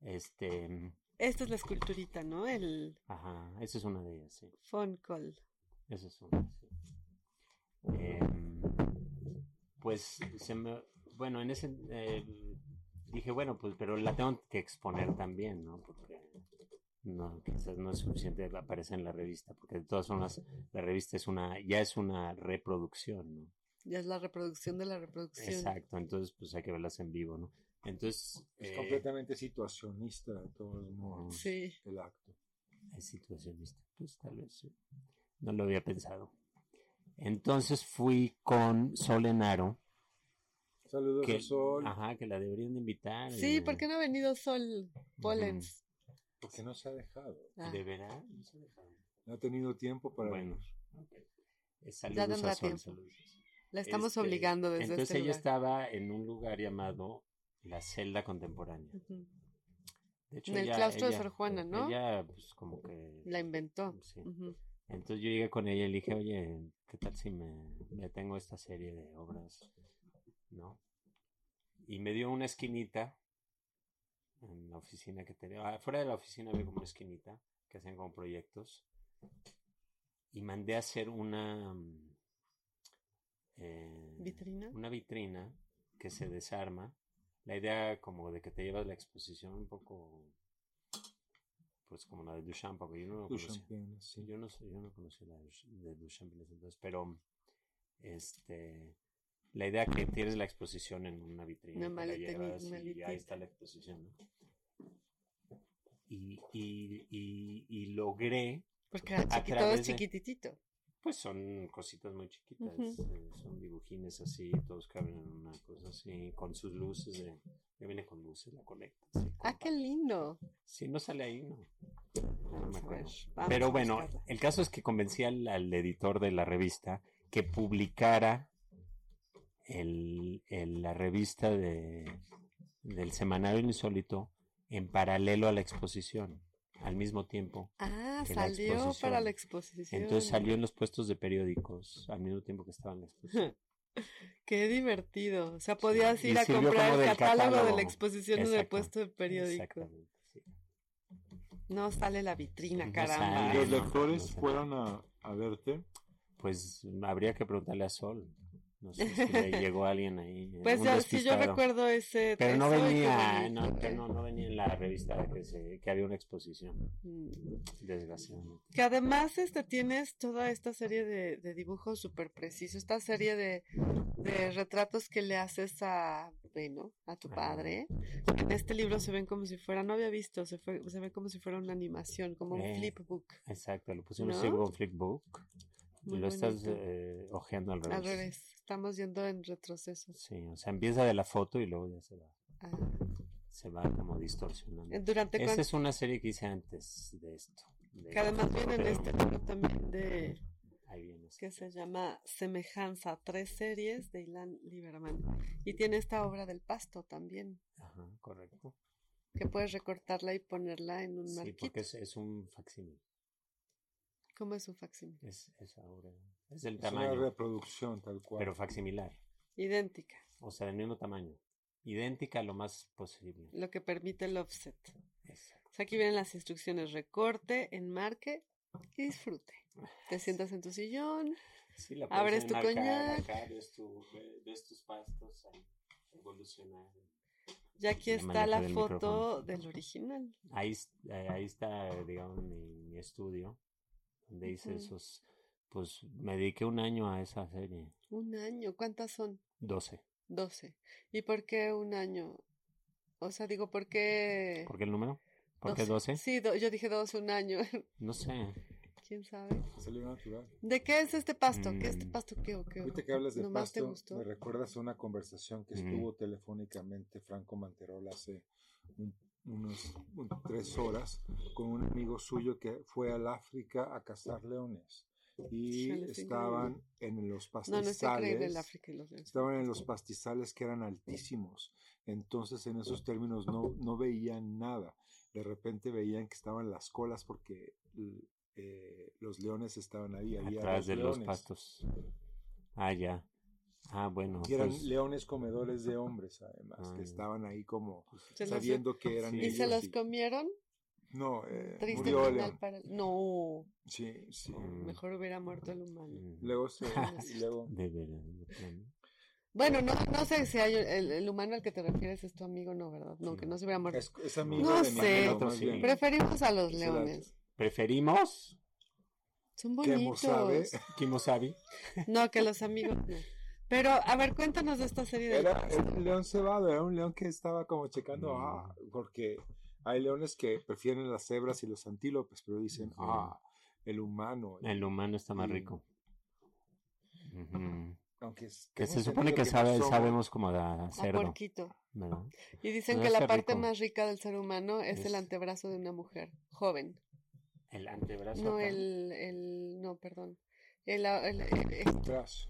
F: este,
E: Esta es la esculturita, ¿no? El
F: ajá, eso es una de ellas, sí,
E: phone call.
F: eso es una, sí. Em, pues se me, bueno, en ese, eh, dije, bueno, pues, pero la tengo que exponer también, ¿no? Porque no, quizás no es suficiente aparecer en la revista, porque de todas formas la revista es una, ya es una reproducción, ¿no?
E: Ya es la reproducción de la reproducción.
F: Exacto, entonces pues hay que verlas en vivo, ¿no? Entonces,
D: Es
F: eh,
D: completamente situacionista de todos modos
E: Sí.
D: el acto.
F: Es situacionista. Pues tal vez sí. No lo había pensado. Entonces fui con Solenaro.
D: Saludos
F: Que,
D: a Sol,
F: Ajá, que la deberían de invitar.
E: Sí,
F: eh,
E: ¿por qué no ha venido Sol Pollens?
D: porque no se ha dejado.
E: Ah,
F: ¿De veras? No se dejaron.
D: No ha tenido tiempo para
F: Bueno.
D: venir.
F: ok. Eh, Saludos
E: tendrá
F: a Sol,
E: tiempo.
F: saludos a Sol.
E: la estamos
F: Este,
E: obligando desde
F: Entonces
E: este
F: ella
E: lugar.
F: estaba en un lugar llamado La Celda Contemporánea.
E: Ujú.
F: De hecho,
E: En el
F: ella-
E: claustro de
F: ella-
E: Sor Juana, ¿no?
F: Ella, pues como que...
E: La inventó.
F: Sí.
E: Ujú.
F: Entonces yo llegué con ella y le dije, oye, ¿qué tal si me, me tengo esta serie de obras? ¿No? Y me dio una esquinita en la oficina que tenía. Afuera de la oficina había como una esquinita que hacían como proyectos. Y mandé a hacer una. mm, eh,
E: ¿Vitrina?
F: Una vitrina que se desarma. La idea como de que te llevas la exposición un poco. Pues como la de Duchamp, porque yo no lo
D: Tu
F: conocía.
D: champagne,
F: Sí,
D: sí.
F: yo no, sé- yo no conocí la de Duch- de Duchamp en ese entonces, pero este, la idea que tienes la exposición en una vitrina,
E: Una
F: te la
E: maleteni-
F: llevas y
E: maletita.
F: ahí está la exposición. ¿no? Y, y, y, y logré,
E: Porque era
F: A
E: chiqui- todo
F: través
E: es
F: de-
E: chiquititito.
F: pues son cositas muy chiquitas,
E: Ujú.
F: eh, son dibujines así, todos caben en una cosa así, con sus luces, de, ya viene con luces, la conectas. y
E: Ah, qué
F: compa-
E: lindo.
F: si no sale ahí, no. No
E: Vamos
F: me
E: a ver,
F: acuerdo.
E: vamos a
F: Pero bueno,
E: buscarla.
F: el caso es que convencí al, al editor de la revista que publicara el, el- la revista de, del semanario insólito en paralelo a la exposición, al mismo tiempo.
E: Ah,
F: de la
E: salió para la exposición.
F: Entonces salió en los puestos de periódicos al mismo tiempo que estaba en la exposición.
E: Qué divertido. O sea,
F: Sí,
E: podías
F: y
E: ir a
F: sirvió
E: comprar
F: como
E: el
F: del
E: catálogo, de
F: catálogo.
E: la exposición en el
F: Exacto,
E: puesto de periódico.
F: Exactamente, sí.
E: No sale la vitrina,
F: No
E: caramba.
F: sale.
D: ¿Los
F: no,
D: lectores
F: no sé.
D: fueron a, a verte?
F: Pues habría que preguntarle a Sol. No sé si le llegó alguien ahí. eh,
E: Pues
F: un
E: ya, sí, yo
F: despistado.
E: recuerdo ese.
F: Pero no
E: eso y qué
F: venía,
E: bonito,
F: no,
E: ¿eh?
F: pero no, no venía en la revista que, se- que había una exposición,
E: Mm.
F: desgraciadamente.
E: Que además este, tienes toda esta serie de, de dibujos súper precisos, esta serie de, de retratos que le haces a, bueno, a tu
F: Ajá.
E: padre. En este libro se ven como si fuera, no había visto, se, fue, se ve como si fuera una animación, como un
F: Eh,
E: flipbook
F: Exacto, lo pusimos
E: ¿No?
F: en Conflict Book.
E: Muy
F: lo estás
E: bonito.
F: eh, ojeando al revés.
E: Al revés, estamos yendo en retroceso.
F: Sí, o sea, empieza de la foto y luego ya se va,
E: Ah,
F: se va como distorsionando.
E: Durante
F: Esa
E: cuan-
F: es una serie que hice antes de esto. de-
E: que además viene en
F: pero
E: este libro también de
F: Ahí viene esto.
E: que se llama Semejanza, tres series de Ilan Lieberman. Y tiene esta obra del pasto también,
F: Ajá, correcto.
E: que puedes recortarla y ponerla en un
F: Sí,
E: marquito.
F: porque es, es un facsímil.
E: ¿Cómo es un facsímil?
F: Es, es ahora. Es del
D: Es una
F: tamaño,
D: reproducción tal cual.
F: pero facsimilar.
E: Idéntica,
F: O sea, del mismo tamaño. Idéntica lo más posible.
E: lo que permite el offset.
F: Exacto.
E: O sea, aquí vienen las instrucciones, recorte, enmarque y disfrute. Te sientas en tu sillón,
F: Sí, la
E: Abres
F: puedes
E: tu
F: enmarcar
E: coñac.
F: acá, ves, tu- ve- ves tus pastos ahí, evolucionar.
E: ya aquí
F: Le
E: está
F: manejo
E: la
F: del
E: foto
F: micrófono.
E: del original.
F: Ahí, es- eh, ahí está, digamos, mi, mi estudio, donde hice
E: Ujú.
F: esos. Pues me dediqué un año a esa serie.
E: Un año, ¿cuántas son?
F: 12.
E: 12. ¿Y por qué un año? O sea, digo, ¿por qué?
F: ¿Por qué el número? ¿Por qué
E: 12?
F: 12?
E: Sí, do- yo dije 12, un año.
F: No sé.
E: ¿Quién sabe?
D: Salió natural.
E: ¿De qué es este pasto? ¿Qué es este
F: Mm.
E: pasto? ¿Qué, o qué?
D: Ahorita que hablas de
E: Nomás te
D: pasto,
E: gustó.
D: me recuerdas una conversación que
F: Ujú.
D: estuvo telefónicamente Franco Manterola hace un- unos un- tres horas con un amigo suyo que fue al África a cazar leones y
E: Híjole, está
D: estaban en los
E: No, no
D: pastizales.
E: está increíble el África y los leones.
D: Estaban en los pastizales que eran altísimos, entonces en esos términos no, no veían nada. De repente veían que estaban las colas porque l- eh, los leones estaban ahí, había dos
F: Atrás de los
D: leones.
F: pastos. Ah, ya. Ah, bueno.
D: Y eran
F: pues,
D: leones comedores de hombres, además,
F: Ah,
D: que
F: ya.
D: estaban ahí como
E: Se los-
D: sabiendo que eran
E: ¿Y
F: Sí.
D: ellos.
E: se los
D: y-
E: comieron?
D: No, eh,
E: Triste
D: murió el
E: final
D: león.
E: para... No,
D: Sí, sí.
F: mm,
E: mejor hubiera muerto el humano.
F: mm,
D: Luego se... y luego...
F: De veras, de plano.
E: Bueno, no, no sé si hay el, el humano al que te refieres es tu amigo, no, ¿verdad? No, que no se hubiera muerto.
D: Es, es amigo
E: No
D: de mi
E: sé.
D: amigo, más bien.
E: Preferimos a los
D: Se la-
E: leones.
F: ¿Preferimos?
E: Son
D: Que mo sabe.
E: bonitos.
F: Kimosabi.
E: No, que los amigos no. Pero, a ver, cuéntanos de esta serie de...
D: Era un león cebado, era un león que estaba como
F: Mm.
D: checando, ah, porque hay leones que prefieren las cebras y los antílopes, pero dicen,
F: Ujú. Eh,
D: ah, el humano.
F: El humano está más
D: Mm.
F: rico. Ujú.
D: Aunque es-
F: Que
D: tengo
F: se supone
D: entendido
F: que,
D: no
F: sabe,
D: somos-
F: sabemos como da
E: A
F: cerdo,
E: Porquito.
F: ¿verdad?
E: Y dicen
F: No,
E: que la
F: está
E: parte
F: rico.
E: más rica del ser humano es, el
F: Es-
E: antebrazo de una mujer joven.
F: El antebrazo.
E: No
F: acá.
E: el, el, no, perdón. El, el- el- esta
D: Tras,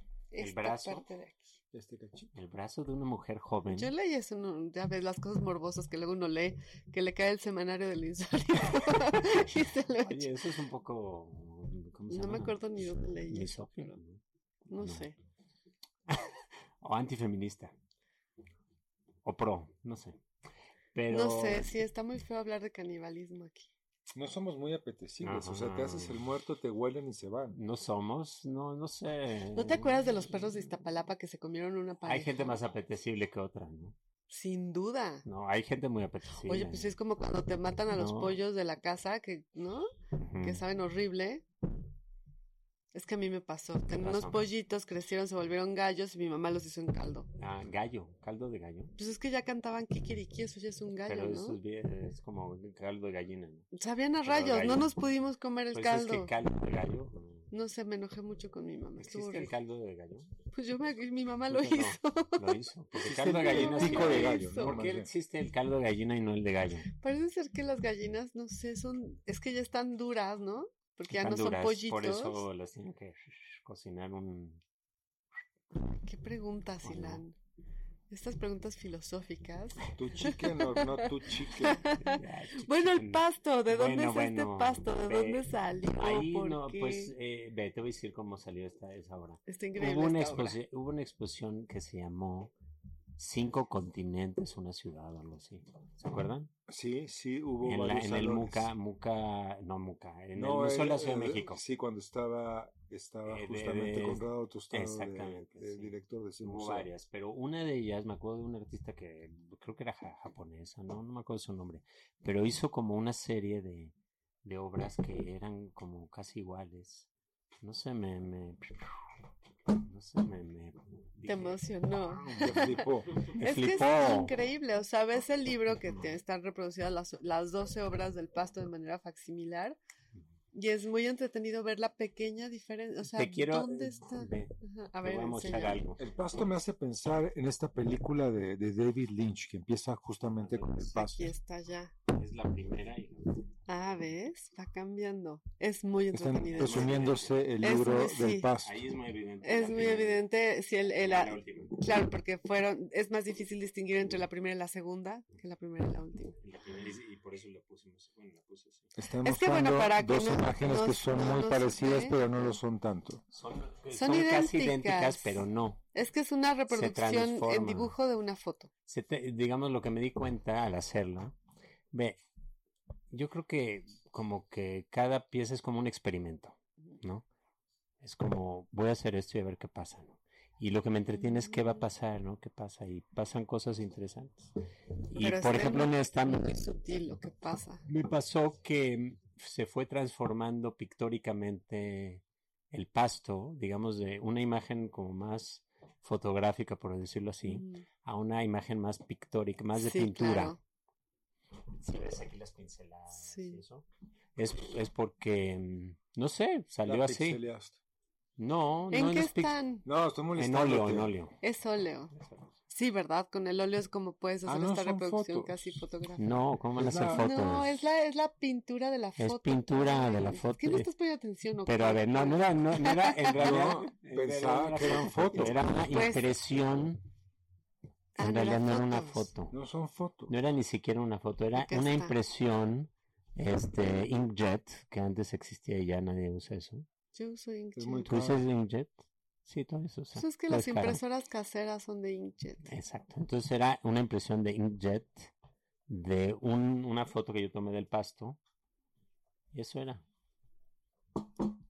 F: brazo?
E: parte de aquí.
D: este cachito.
F: El brazo de una mujer joven.
E: Yo leí eso, no, ya ves las cosas morbosas que luego uno lee, que le cae el semanario del insólito y se lo echa.
F: Oye, eso es un poco. ¿cómo se
E: No me
F: llama?
E: acuerdo ni dónde leí eso,
F: Misógino,
E: pero
F: ¿no?
E: no,
F: No.
E: sé.
F: O antifeminista. O pro, no sé. Pero.
E: No sé, sí, está muy feo hablar de canibalismo aquí.
D: No somos muy apetecibles, o sea, te
F: Ajá.
D: haces el muerto, te huelen y se van.
F: No somos, no, no sé.
E: ¿No te acuerdas de los perros de Iztapalapa que se comieron una pareja?
F: Hay gente más apetecible que otra, ¿no?
E: Sin duda.
F: No, hay gente muy apetecible.
E: Oye, pues es como cuando te matan a los
F: No.
E: pollos de la casa, que, ¿no?
F: Ujú.
E: Que saben horrible. Es que a mí me pasó. Tenía unos
F: pasó?
E: pollitos, crecieron, se volvieron gallos y mi mamá los hizo en caldo.
F: Ah, gallo, caldo de gallo.
E: Pues es que ya cantaban kikiriki, eso ya es un gallo,
F: Pero
E: ¿no?
F: eso es, bien- es como caldo de gallina, ¿no?
E: Sabían a
F: pero
E: rayos, no
F: gallo.
E: nos pudimos comer el
F: Pues
E: caldo.
F: es que caldo de gallo. mm,
E: No sé, me enojé mucho con mi mamá. estuvo
F: ¿Existe el
E: horrible.
F: caldo de gallo?
E: Pues yo me... mi mamá lo
F: Creo que no.
E: hizo.
F: Lo hizo. Porque
D: Existe
F: caldo de
D: el
F: gallina sí
D: pico
F: hay.
D: de gallo, ¿no?
F: ¿Por
D: Más
F: qué
D: bien.
F: existe el caldo de gallina y no el de gallo?
E: Parece ser que las gallinas, no sé, son... Es que ya están duras, ¿no? Porque ya
F: Están
E: no son
F: duras,
E: pollitos.
F: Por eso las tienen que cocinar un.
E: ¿Qué preguntas,
F: ¿O no?
E: Ilan? Estas preguntas filosóficas.
D: Tu chicken or not tu chicken.
E: Bueno, el
F: paso
E: pasto, ¿de dónde es
F: Mm, Bueno, bueno,
E: este pasto? ¿De
F: ve-
E: dónde salió?
F: Ahí
E: ¿Por
F: no,
E: qué?
F: pues eh, ve, te voy a decir cómo salió esta, esa obra.
E: Está increíble.
F: Hubo una,
E: esta obra.
F: exposi- hubo una exposición que se llamó Cinco continentes, una ciudad o algo así. ¿Se acuerdan?
D: Sí, sí, hubo
F: En, la-
D: varios
F: en el
D: salones.
F: Muca, Muca, no Muca, en
D: No,
F: el Museo de la
D: eh,
F: Ciudad de
D: eh,
F: México.
D: Sí, cuando estaba, estaba
F: Eh, de-
D: justamente
F: de-
D: Conrado Tostado de-
F: exactamente,
D: de
F: sí.
D: director de ese
F: Hubo
D: museo.
F: varias, pero una de ellas, me acuerdo de una artista que creo que era ja- japonesa, no, no me acuerdo su nombre, pero hizo como una serie de, de obras que eran como casi iguales. No sé, me... me no sé, me... me "Ah,
E: Te emocionó.
D: Me flipó.
F: Me
E: Es que es
F: flipó.
E: increíble, o sea, ves el libro que te- están reproducidas las, las 12 obras del pasto de manera facsimilar y es muy entretenido ver la pequeña diferencia, o sea,
F: Te quiero... eh,
E: ¿dónde está?
F: ve,
E: Ajá, A
F: te
E: ver,
F: voy a mostrar
E: enséñame.
F: algo.
D: El pasto me hace pensar en esta película de, de David Lynch, que empieza justamente con el
F: Pues
D: pasto.
E: Aquí está ya.
F: Es la primera y la
E: Ah, ¿ves? Va cambiando. Es muy
D: Están
E: entretenido. ¿no?
D: presumiéndose el
E: Es
D: libro
E: muy-
D: del
E: sí.
D: pasto.
F: Ahí es muy evidente.
E: Es
F: la
E: muy
F: primera
E: evidente si el,
F: y
E: el-
F: la última.
E: claro, porque fueron, es más difícil distinguir entre la primera y la segunda que la primera y la última.
F: Y la primera es- y por eso la pusimos. Bueno, la puse así.
D: Están
E: Es que, bueno,
D: mostrando
E: para que
D: dos
E: no-
D: imágenes
E: no-
D: que son
E: no
D: muy
E: nos
D: parecidas,
E: ve.
D: pero no lo son tanto.
F: Son, eh, son,
E: Son
F: casi
E: idénticas.
F: idénticas, pero no.
E: Es que es una reproducción en
F: transforma.
E: dibujo de una foto.
F: se te- digamos lo que me di cuenta al hacerlo, ve, yo creo que como que cada pieza es como un experimento, ¿no? Es como voy a hacer esto y a ver qué pasa, ¿no? Y lo que me entretiene es qué
E: Mm.
F: va a pasar, ¿no? ¿Qué pasa? Y pasan cosas interesantes. Y
E: Pero
F: por
E: es
F: ejemplo, en esta me,
E: muy sutil lo que pasa.
F: me pasó que se fue transformando pictóricamente el pasto, digamos, de una imagen como más fotográfica, por decirlo así,
E: Mm.
F: a una imagen más pictórica, más de
E: Sí,
F: pintura.
E: claro.
F: Si ves aquí las pinceladas
E: Sí.
F: y eso. Es, es porque, mm, no sé, salió
D: La
F: así.
D: pixeleaste.
F: No,
E: ¿En
F: no
E: qué
F: los pic-
E: están?
D: No, estoy
F: En
D: molestando.
F: óleo, en óleo.
E: Es óleo. Sí, ¿verdad? Con el óleo es como puedes
D: Ah,
E: hacer
D: no,
E: esta
D: son
E: reproducción
D: fotos.
E: casi fotográfica.
F: No, ¿cómo van a
D: Es
F: hacer
D: la-
F: fotos?
E: No, es la, es la pintura de la
F: Es
E: foto.
F: pintura de la
E: Ay,
F: foto.
E: ¿Qué no estás poniendo atención? o
F: Pero a
E: qué?
F: ver, no, no era, no, no era en realidad.
D: No,
F: en
D: pensaba
F: realidad no
D: que eran fotos.
F: Era una
E: Pues-
F: impresión.
E: Ah,
F: en
E: no era
F: realidad no era una
E: fotos.
F: foto.
D: No son fotos.
F: No era ni siquiera una foto, era
E: Acá
F: una
E: está.
F: impresión este inkjet, que antes existía y ya nadie usa eso.
E: Yo uso Inkjet.
D: muy
F: ¿Tú usas inkjet? Sí, todo eso usa.
E: Pues es que
F: todo
E: las
F: es caro.
E: impresoras caseras son de Inkjet.
F: Exacto. Entonces era una impresión de inkjet de un- una foto que yo tomé del pasto. Y eso era.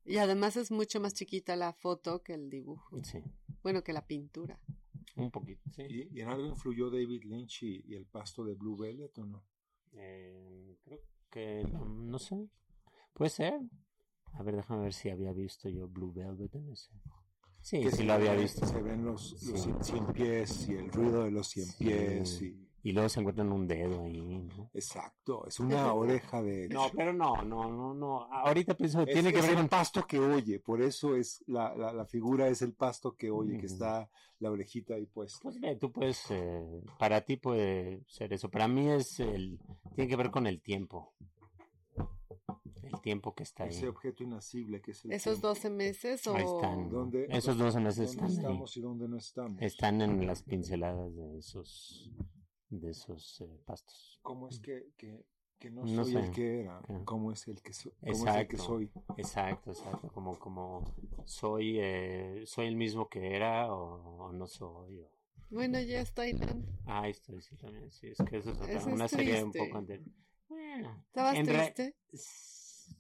E: Y además es mucho más chiquita la foto que el dibujo.
F: Sí,
E: Bueno, que la pintura.
F: un poquito. Sí.
D: ¿Y, y en algo influyó David Lynch y, y el pasto de Blue Velvet o no?
F: Eh, creo que no, no sé. Puede ser. A ver, déjame ver si había visto yo Blue Velvet en ese. Sí,
D: Que
F: sí
D: se
F: lo había
D: ve-
F: visto.
D: Se ven los, los
F: Sí.
D: cien, cien pies y el ruido de los cien
F: Sí.
D: pies. Y,
F: Y luego se encuentran un dedo ahí, ¿no?
D: exacto, es una oreja de...
F: No, pero no, no, no, no. Ahorita pienso,
D: Es-
F: tiene que
D: es
F: ver
D: el
F: con...
D: pasto que oye, por eso es la, la, la figura es el pasto que oye, que
F: Ujú.
D: está la orejita ahí puesta.
F: Pues ve, tú puedes, eh, para ti puede ser eso. Para mí es el, tiene que ver con el tiempo. El tiempo que está ahí.
D: Ese objeto inacible que es el
E: ¿Esos
D: tiempo.
E: 12 meses o...?
F: Ahí están.
D: ¿Dónde-
F: Esos dos meses
D: ¿Dónde
F: están ahí.
D: estamos y dónde no estamos?
F: Están en las pinceladas de esos, de esos eh, pastos.
D: ¿Cómo es que, que, que no soy
F: No sé.
D: el que era?
F: Ajá.
D: ¿Cómo es el que, so- cómo es el que
F: Exacto.
D: soy?
F: Exacto, exacto. Como, como soy, eh, soy el mismo que era o, o no soy. o-
E: Bueno, ya está, Ilan.
F: Ah, estoy sí también. Sí, es que eso es otra-
E: Eso es
F: una serie un
E: triste.
F: poco anterior. Bueno,
E: ¿Estabas
F: en re-
E: triste?
F: s-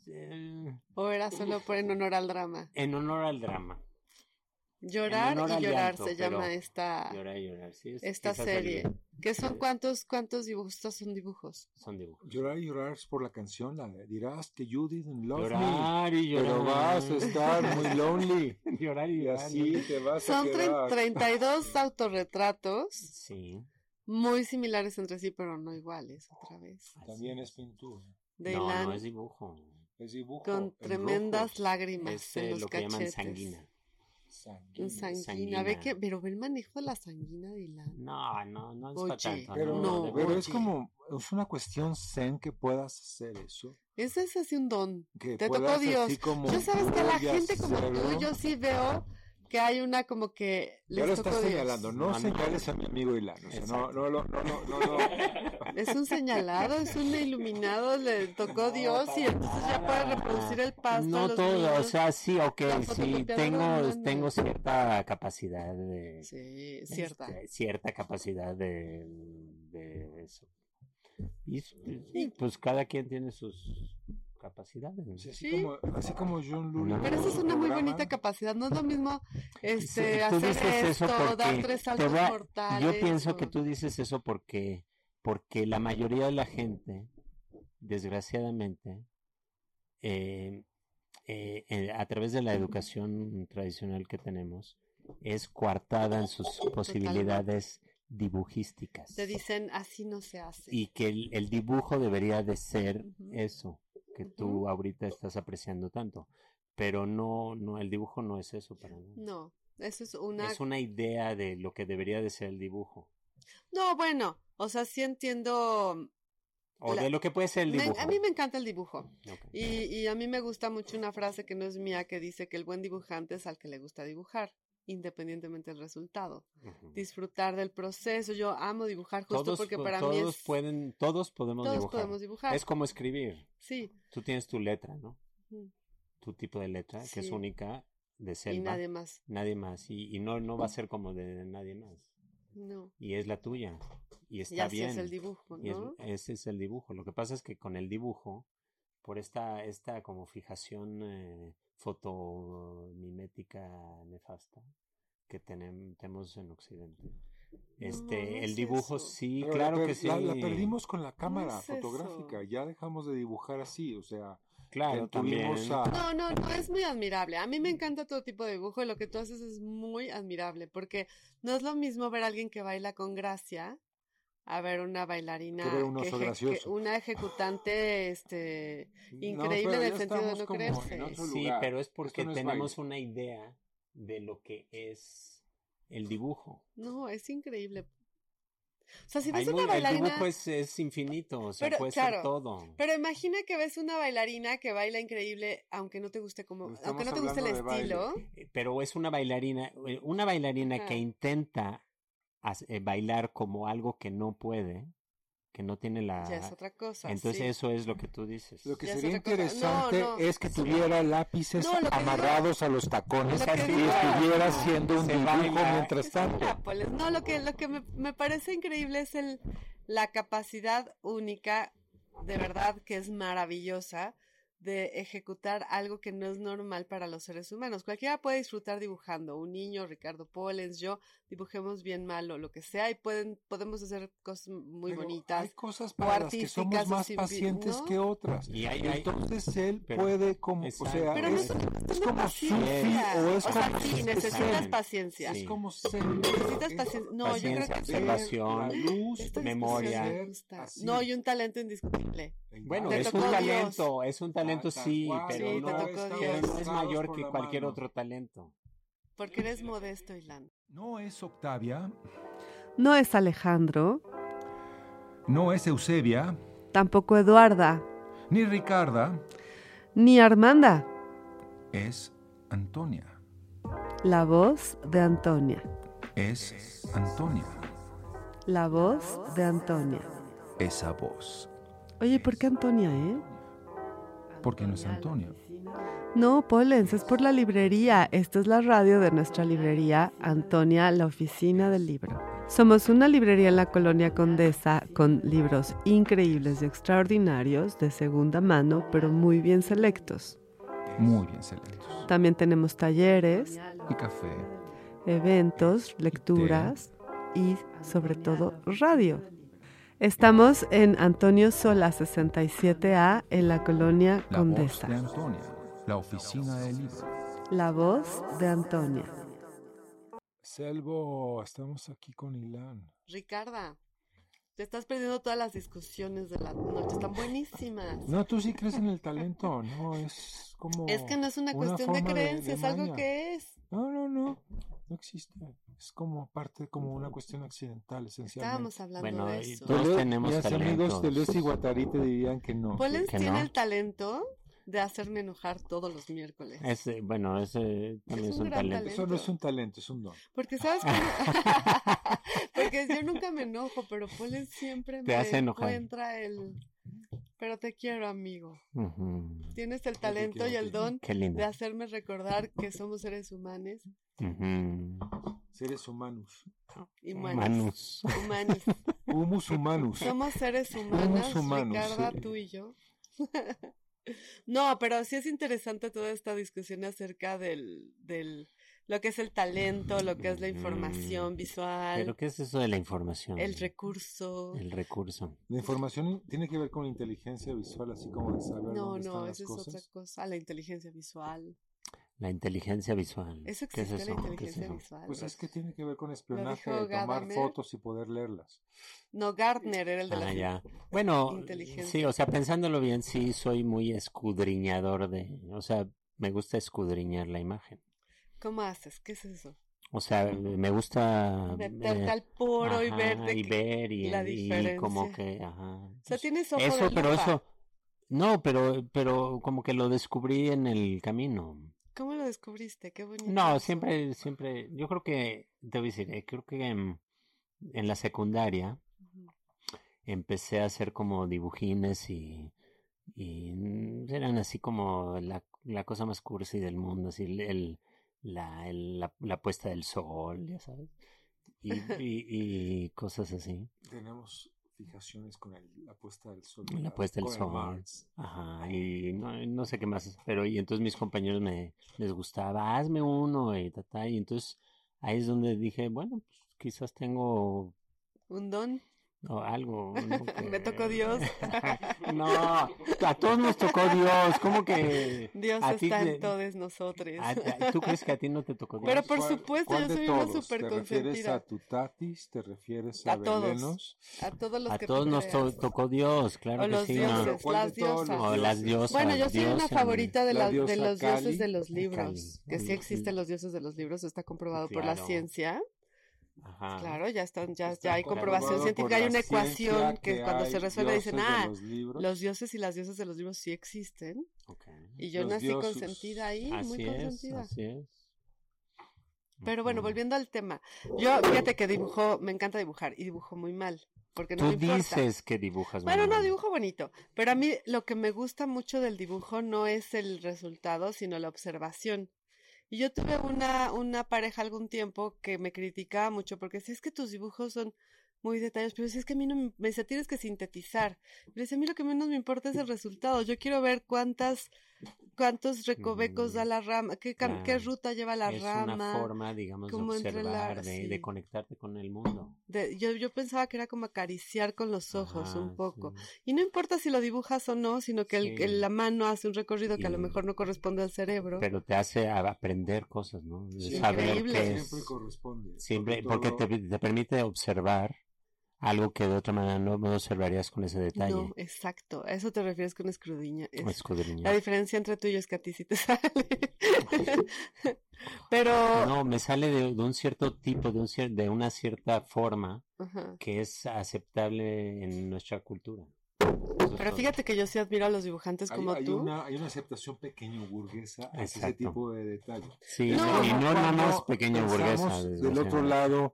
F: el-
E: ¿O era solo por, en honor al drama?
F: en honor al drama.
E: Llorar
F: honor
E: y
F: al
E: llorar
F: llanto,
E: se
F: pero
E: llama esta,
F: Llorar y llorar, sí. es-
E: Ah, esta
F: esa
E: serie.
F: serie
E: ¿Qué son cuántos, cuántos dibujos? Estos son dibujos.
F: Son dibujos.
D: Llorar y llorar es por la canción, la de dirás que you didn't love me,
F: Llorar y llorar.
D: pero vas a estar muy lonely
F: llorar y
D: y
F: llorar.
D: así te vas
E: Son
D: a
E: tre-
D: quedar.
E: 32 autorretratos
F: Sí.
E: muy similares entre sí, pero no iguales, otra vez.
F: así
D: También es pintura,
E: De
F: no,
E: Ilan,
F: no es dibujo.
D: es dibujo en
E: con tremendas
D: rojos,
E: lágrimas
F: Es
E: en
F: eh,
E: los
F: lo que llaman
E: cachetes.
F: sanguina.
E: Un
D: sanguíneo.
E: Sanguina.
F: sanguina.
E: Ve que, pero ve el manejo de la sanguina de Ilan.
F: No, no, no es
E: Oye,
F: para tanto.
D: Pero,
E: No,
F: de
D: pero
F: verdad.
D: es como, es una cuestión zen que puedas hacer eso.
E: Ese es así un don.
D: Que
E: Te tocó
D: puedas
E: Dios.
D: Así como
E: Yo sabes que a la
D: voy a
E: gente como tú,
D: hacerlo.
E: yo sí veo que hay una como que
D: Ya
E: les
D: lo
E: tocó
D: estás
E: Dios.
D: señalando. No,
F: No, no.
D: señales a mi amigo Hilano. O sea, no, no, no, no, no, no, no.
E: Es un señalado, es un iluminado, le tocó Dios y entonces ya puede reproducir el pasto. a
F: No
E: los
F: todo, o
E: niños.
F: sea, sí, ok,
E: La
F: sí,
E: fotocopiadora
F: tengo,
E: grande.
F: tengo cierta capacidad de...
E: Sí, cierta.
F: este, cierta capacidad de, de eso. Y es- sí, pues cada quien tiene sus capacidades. ¿no?
D: Sí, así,
E: Sí.
D: Como, así como John Lula.
E: Pero esa es una muy bonita
D: capacidad.
E: capacidad, no es lo mismo este,
F: Sí, pues, tú
E: hacer
F: dices eso
E: esto, dar
F: porque
E: tres
F: te
E: saltos
F: va-
E: mortales.
F: Yo pienso que
E: o-
F: tú dices eso porque, porque la mayoría de la gente, desgraciadamente, eh, eh, eh, a través de la educación tradicional que tenemos, es coartada en sus posibilidades dibujísticas.
E: Te dicen, así no se hace.
F: y que el, el dibujo debería de ser
E: Ujú.
F: eso que tú ahorita estás apreciando tanto pero no no el dibujo no es eso para mí
E: No, eso es una...
F: es una idea de lo que debería de ser el dibujo
E: No, bueno, o sea, sí entiendo...
F: o
E: La-
F: de lo que puede ser el
E: Me-
F: dibujo
E: a mí me encanta el dibujo.
F: Ok.
E: Y, y a mí me gusta mucho una frase que no es mía que dice que el buen dibujante es al que le gusta dibujar, independientemente del resultado.
F: Ujú.
E: Disfrutar del proceso. Yo amo dibujar justo
F: todos
E: porque
F: po-
E: para mí
F: todos
E: es...
F: pueden todos podemos
E: todos
F: dibujar
E: podemos dibujar.
F: es como escribir
E: Sí,
F: tú tienes tu letra no
E: Ujú.
F: tu tipo de letra que es
E: Sí.
F: única de
E: y
F: selva
E: nadie
F: nadie,
E: más.
F: más y, y no no va a ser como de nadie más
E: No.
F: y es la tuya y está
E: Y así
F: bien
E: es el dibujo,
F: Y es-
E: ¿no?
F: ese es el dibujo. Lo que pasa es que con el dibujo, por esta, esta como fijación eh, fotomimética nefasta que tenem- tenemos en Occidente, este,
E: no
F: el
E: es
F: dibujo
E: eso.
F: sí,
D: Pero
F: claro
D: la per-
F: que sí.
D: La, la perdimos con la cámara
E: es eso.
D: fotográfica. Ya dejamos de dibujar así. O sea,
F: Claro, también.
D: tuvimos a.
E: No, no, no, es muy admirable. A mí
F: Mm.
E: me encanta todo tipo de dibujo y lo que tú haces es muy admirable porque no es lo mismo ver a alguien que baila con gracia a ver una bailarina,
D: Que ver un oso
E: eje-
D: gracioso.
E: una ejecutante, este, increíble
D: pero
E: en el
D: ya
E: sentido de
D: estamos
E: no
D: como
E: creerse.
D: en otro
F: Sí,
D: lugar.
F: pero es
D: Esto
F: porque
D: no es
F: tenemos
D: baile.
F: una idea de lo que es el dibujo.
E: No, es increíble. O sea, si
F: Hay
E: ves una
F: muy- el pues
E: bailarina,
F: dibujo es, es infinito, o sea,
E: Pero,
F: puede
E: claro,
F: ser todo.
E: pero imagina que ves una bailarina que baila increíble, aunque no te guste como,
D: Estamos
E: aunque no te guste el
D: hablando de baile.
E: estilo.
F: eh, pero es una bailarina, eh, una bailarina
E: Ajá.
F: que intenta as- eh, bailar como algo que no puede, que no tiene la...
E: Ya es otra cosa.
F: Ah, Entonces
E: sí.
F: eso es lo que tú dices.
D: Lo que
E: Ya es
D: sería
E: otra cosa. No,
D: interesante
E: no.
D: es que tuviera lápices
E: No, lo que
D: amarrados a los tacones
E: Lo que
D: y
E: digo-
D: estuviera haciendo un
F: Se
D: dibujo
F: baila.
D: mientras tanto.
E: Nápoles. No, lo que, lo que me, me parece increíble es el, la capacidad única, de verdad que es maravillosa, de ejecutar algo que no es normal para los seres humanos. Cualquiera puede disfrutar dibujando, un niño, Ricardo Pollens, yo, dibujemos bien mal o lo que sea, y pueden, podemos hacer cosas muy
D: Pero Hay
E: bonitas.
D: cosas para las que
E: artísticas
D: somos
E: o
D: más
E: sin-
D: pacientes
E: ¿no?
D: que otras.
F: Y hay- hay-
D: Entonces él
F: Pero-
D: puede como, o sea,
F: Exacto.
E: Pero no
D: es,
E: es una
D: es
E: cuestión de
D: como sufi
E: paciencia.
D: o es
E: O sea,
D: como
E: sí, necesitas
F: Exactamente.
E: paciencia.
D: es
F: Sí.
D: como ser.
E: Necesitas
D: Es
E: paciencia. No, yo
F: Paciencia,
E: creo que
D: ver la
F: observación.
D: luz,
E: Esta discusión
F: memoria.
E: me
D: ser
E: gusta.
D: así.
E: No, y un talento indiscutible.
F: Bueno,
E: Te
F: es
E: tocó
F: un
E: Dios.
F: talento, es un talento
D: Ah, Tal
F: sí,
D: cual,
F: pero
E: Sí, te
F: no,
E: tocó
F: pero
E: Dios.
F: no es mayor
D: Por
F: que
D: la
F: cualquier
D: mano.
F: otro talento.
E: Porque eres modesto, Ilan.
A: No es Octavia,
B: No es Alejandro,
A: no es Eusebia,
B: tampoco Eduarda,
A: ni Ricarda,
B: ni Armanda.
A: es Antonia.
B: La voz de Antonia.
A: Es Antonia.
B: La voz de Antonia.
A: Esa voz.
B: Oye, ¿por qué Antonia, eh?
A: Porque no es Antonio.
B: No, Polens, es por la librería. Esta es la radio de nuestra librería, Antonia, la oficina del libro. Somos una librería en la colonia Condesa con libros increíbles y extraordinarios de segunda mano, pero muy bien selectos.
A: Muy bien selectos.
B: También tenemos talleres,
A: Y café.
B: eventos, lecturas y sobre todo radio. Estamos en Antonio Sola 67A en la colonia
A: La voz
B: Condesa.
A: de Antonia. La oficina del libro.
B: La voz de Antonia.
D: Selvo, estamos aquí con Ilan.
E: Ricarda, te estás perdiendo todas las discusiones de la noche. Están buenísimas.
D: No, tú sí crees en el talento, no, es como...
E: es que no es una,
D: una
E: cuestión de
D: forma de- de
E: creencia, es algo
D: maña.
E: que es.
D: No, no, no, no existe. Es como parte, como una cuestión accidental, esencialmente.
E: Estábamos hablando
F: Bueno,
E: de
F: y
E: eso.
F: tú- Todos tenemos
D: mis amigos
F: talentos.
D: de Luis y Guatari te dirían que no.
E: Pollens
F: que
E: tiene
F: no.
E: el talento de hacerme enojar todos los miércoles.
F: Ese, eh, bueno, ese también es
E: un
F: un
E: gran
F: talento.
E: talento.
D: Eso no es un talento, es un don.
E: Porque sabes cómo? Porque yo nunca me enojo, pero Polen siempre
F: Te
E: me
F: hace enojar.
E: encuentra el pero te quiero, amigo.
F: Ujú.
E: Tienes el
D: te
E: talento y
D: quiero,
E: el
D: Poli.
E: don
F: Qué lindo.
E: de hacerme recordar que somos seres humanos
F: Ujú.
D: Seres humanos.
E: y humanos.
F: Manus.
E: Humanos.
D: Humus humanus.
E: Somos seres humanos,
D: humanos,
E: Ricarda,
D: sí.
E: tú y yo. no, pero sí es interesante toda esta discusión acerca del, del lo que es el talento, lo que es la información
F: Mm.
E: visual,
F: Pero ¿qué es eso de la información?
E: el recurso.
F: El recurso.
D: La información tiene que ver con la inteligencia visual, así como de saber
E: No,
D: dónde están
E: no,
D: las
E: eso es otra
D: cosas.
E: cosa. La inteligencia visual.
F: La inteligencia visual.
E: Eso
F: ¿Qué es
E: existe,
F: eso?
E: la
F: ¿Qué es
E: inteligencia
F: eso?
E: visual.
D: Pues es que tiene que ver con
E: dijo
D: espionaje, el tomar
E: Gadamer.
D: fotos y poder leerlas.
E: No, Gardner era el de
F: Ah,
E: la...
F: ya. Bueno,
E: Inteligencia.
F: sí, o sea, pensándolo bien, sí, soy muy escudriñador de, o sea, me gusta escudriñar la imagen.
E: ¿Cómo haces? ¿Qué es eso?
F: O sea, me gusta...
E: Meterte
F: eh,
E: al poro y
F: ajá,
E: ver de
F: y
E: qué-
F: ver y,
E: la
F: y
E: diferencia.
F: como que, ajá.
E: O sea, tienes ojo
F: eso,
E: de
F: pero
E: lupa.
F: eso... No, pero, pero como que lo descubrí en el camino.
E: ¿Cómo lo descubriste? Qué bonito.
F: No,
E: eso.
F: siempre, siempre, yo creo que, te voy a decir, eh, creo que em, en, la secundaria
E: Ujú.
F: empecé a hacer como dibujines y, y mm, eran así como la, la cosa más cursi del mundo, así el, el- la, el- la, la puesta del sol, ya sabes, y, y- y cosas así.
D: Tenemos fijaciones con el- la puesta del sol.
F: La puesta del
D: con el
F: sol.
D: Mars.
F: Ajá, y no, y no sé qué más, pero y entonces mis compañeros me les gustaba, hazme uno y ta, ta, y entonces ahí es donde dije, bueno, pues quizás tengo
E: Un don.
F: o algo. ¿no?
E: Me tocó Dios.
F: no, a todos nos tocó Dios, ¿cómo que?
E: Dios
F: a ti
E: está
F: te-
E: en todos nosotros.
F: a- a- ¿Tú crees que a ti no te tocó Dios?
E: Pero por
D: ¿Cuál-
E: supuesto,
D: cuál
E: yo
D: de
E: soy una
D: todos?
E: súper
D: ¿Te refieres
E: consentida.
D: a tu tatis? ¿Te refieres a,
E: A todos.
D: Belenos?
E: A todos pues, los
F: a
E: que tú
F: todos nos to-
E: creas.
F: tocó Dios, claro
E: O
F: que
E: los
F: sí.
D: Pero
F: ¿no?
E: dioses,
D: ¿cuál de
E: las
D: todos los
E: diosas.
F: O las diosas.
E: Bueno, yo soy una
F: diosas.
E: favorita de,
D: La
E: la- de
D: diosa
E: los
D: Kali.
E: dioses de los
F: Kali.
E: libros. Que sí
F: Ujú.
E: existen los dioses de los libros, está comprobado por la
F: Claro.
E: ciencia.
F: Ajá.
E: Claro, ya están, ya,
D: Está
E: ya hay comprobación
D: comprobado por
E: científica, hay
D: la
E: una
D: ciencia
E: ecuación que, cuando
D: hay
E: se resuelve dicen,
D: dioses de
E: ah,
D: los libros.
E: los dioses y las diosas de los libros sí existen.
F: Ok.
E: Y yo
D: Los
E: nací
D: diosus.
E: consentida ahí, muy
F: Así es,
E: consentida.
F: así es.
E: Pero bueno,
F: Ujú.
E: volviendo al tema. Yo, fíjate que dibujo, me encanta dibujar y dibujo muy mal, porque no me
F: Tú
E: importa.
F: dices que dibujas
E: Bueno,
F: muy
E: no,
F: mal.
E: dibujo bonito, pero a mí lo que me gusta mucho del dibujo no es el resultado, sino la observación. Y yo tuve una, una pareja algún tiempo que me criticaba mucho porque si es que tus dibujos son muy detallados, pero si es que a mí no me, me decía, tienes que sintetizar. Le decía, a mí lo que menos me importa es el resultado. Yo quiero ver cuántas, cuántos recovecos da
F: Mm,
E: la rama, qué, cam- qué
F: claro.
E: ruta lleva la
F: es
E: rama.
F: una forma, digamos, de
E: como entre la-
F: observar, de, de
E: sí.
F: conectarte con el mundo.
E: de- yo, yo pensaba que era como acariciar con los ojos
F: Ajá,
E: un poco.
F: sí.
E: Y no importa si lo dibujas o no, sino que el, que
F: Sí.
E: la mano hace un recorrido que a lo
F: Y-
E: mejor no corresponde al cerebro.
F: Pero te hace a- aprender cosas, ¿no? De
D: Siempre-
F: saber
E: Increíble.
F: qué Pues, es.
D: Siempre corresponde.
F: Siempre,
D: sobre
F: porque
D: todo-
F: te, te permite observar algo que de otra manera no, no observarías con ese detalle.
E: No, exacto. A eso te refieres con escrudiña. es-
F: o escudriñar.
E: La diferencia entre tú y yo es que a ti sí te sale.
F: Ah,
E: Pero...
F: No, me sale de, de un cierto tipo, de, un cier- de una cierta forma
E: ajá.
F: que es aceptable en nuestra cultura. Eso es
E: Pero
F: todo.
E: fíjate que yo sí admiro a los dibujantes
D: Hay,
E: como
D: hay
E: tú.
D: una, hay una aceptación pequeño burguesa hacia ese
F: Exacto.
D: tipo de detalle.
F: Sí,
E: No,
F: y no nada más
D: Cuando
F: pequeña hamburguesa.
D: pensamos Del otro lado,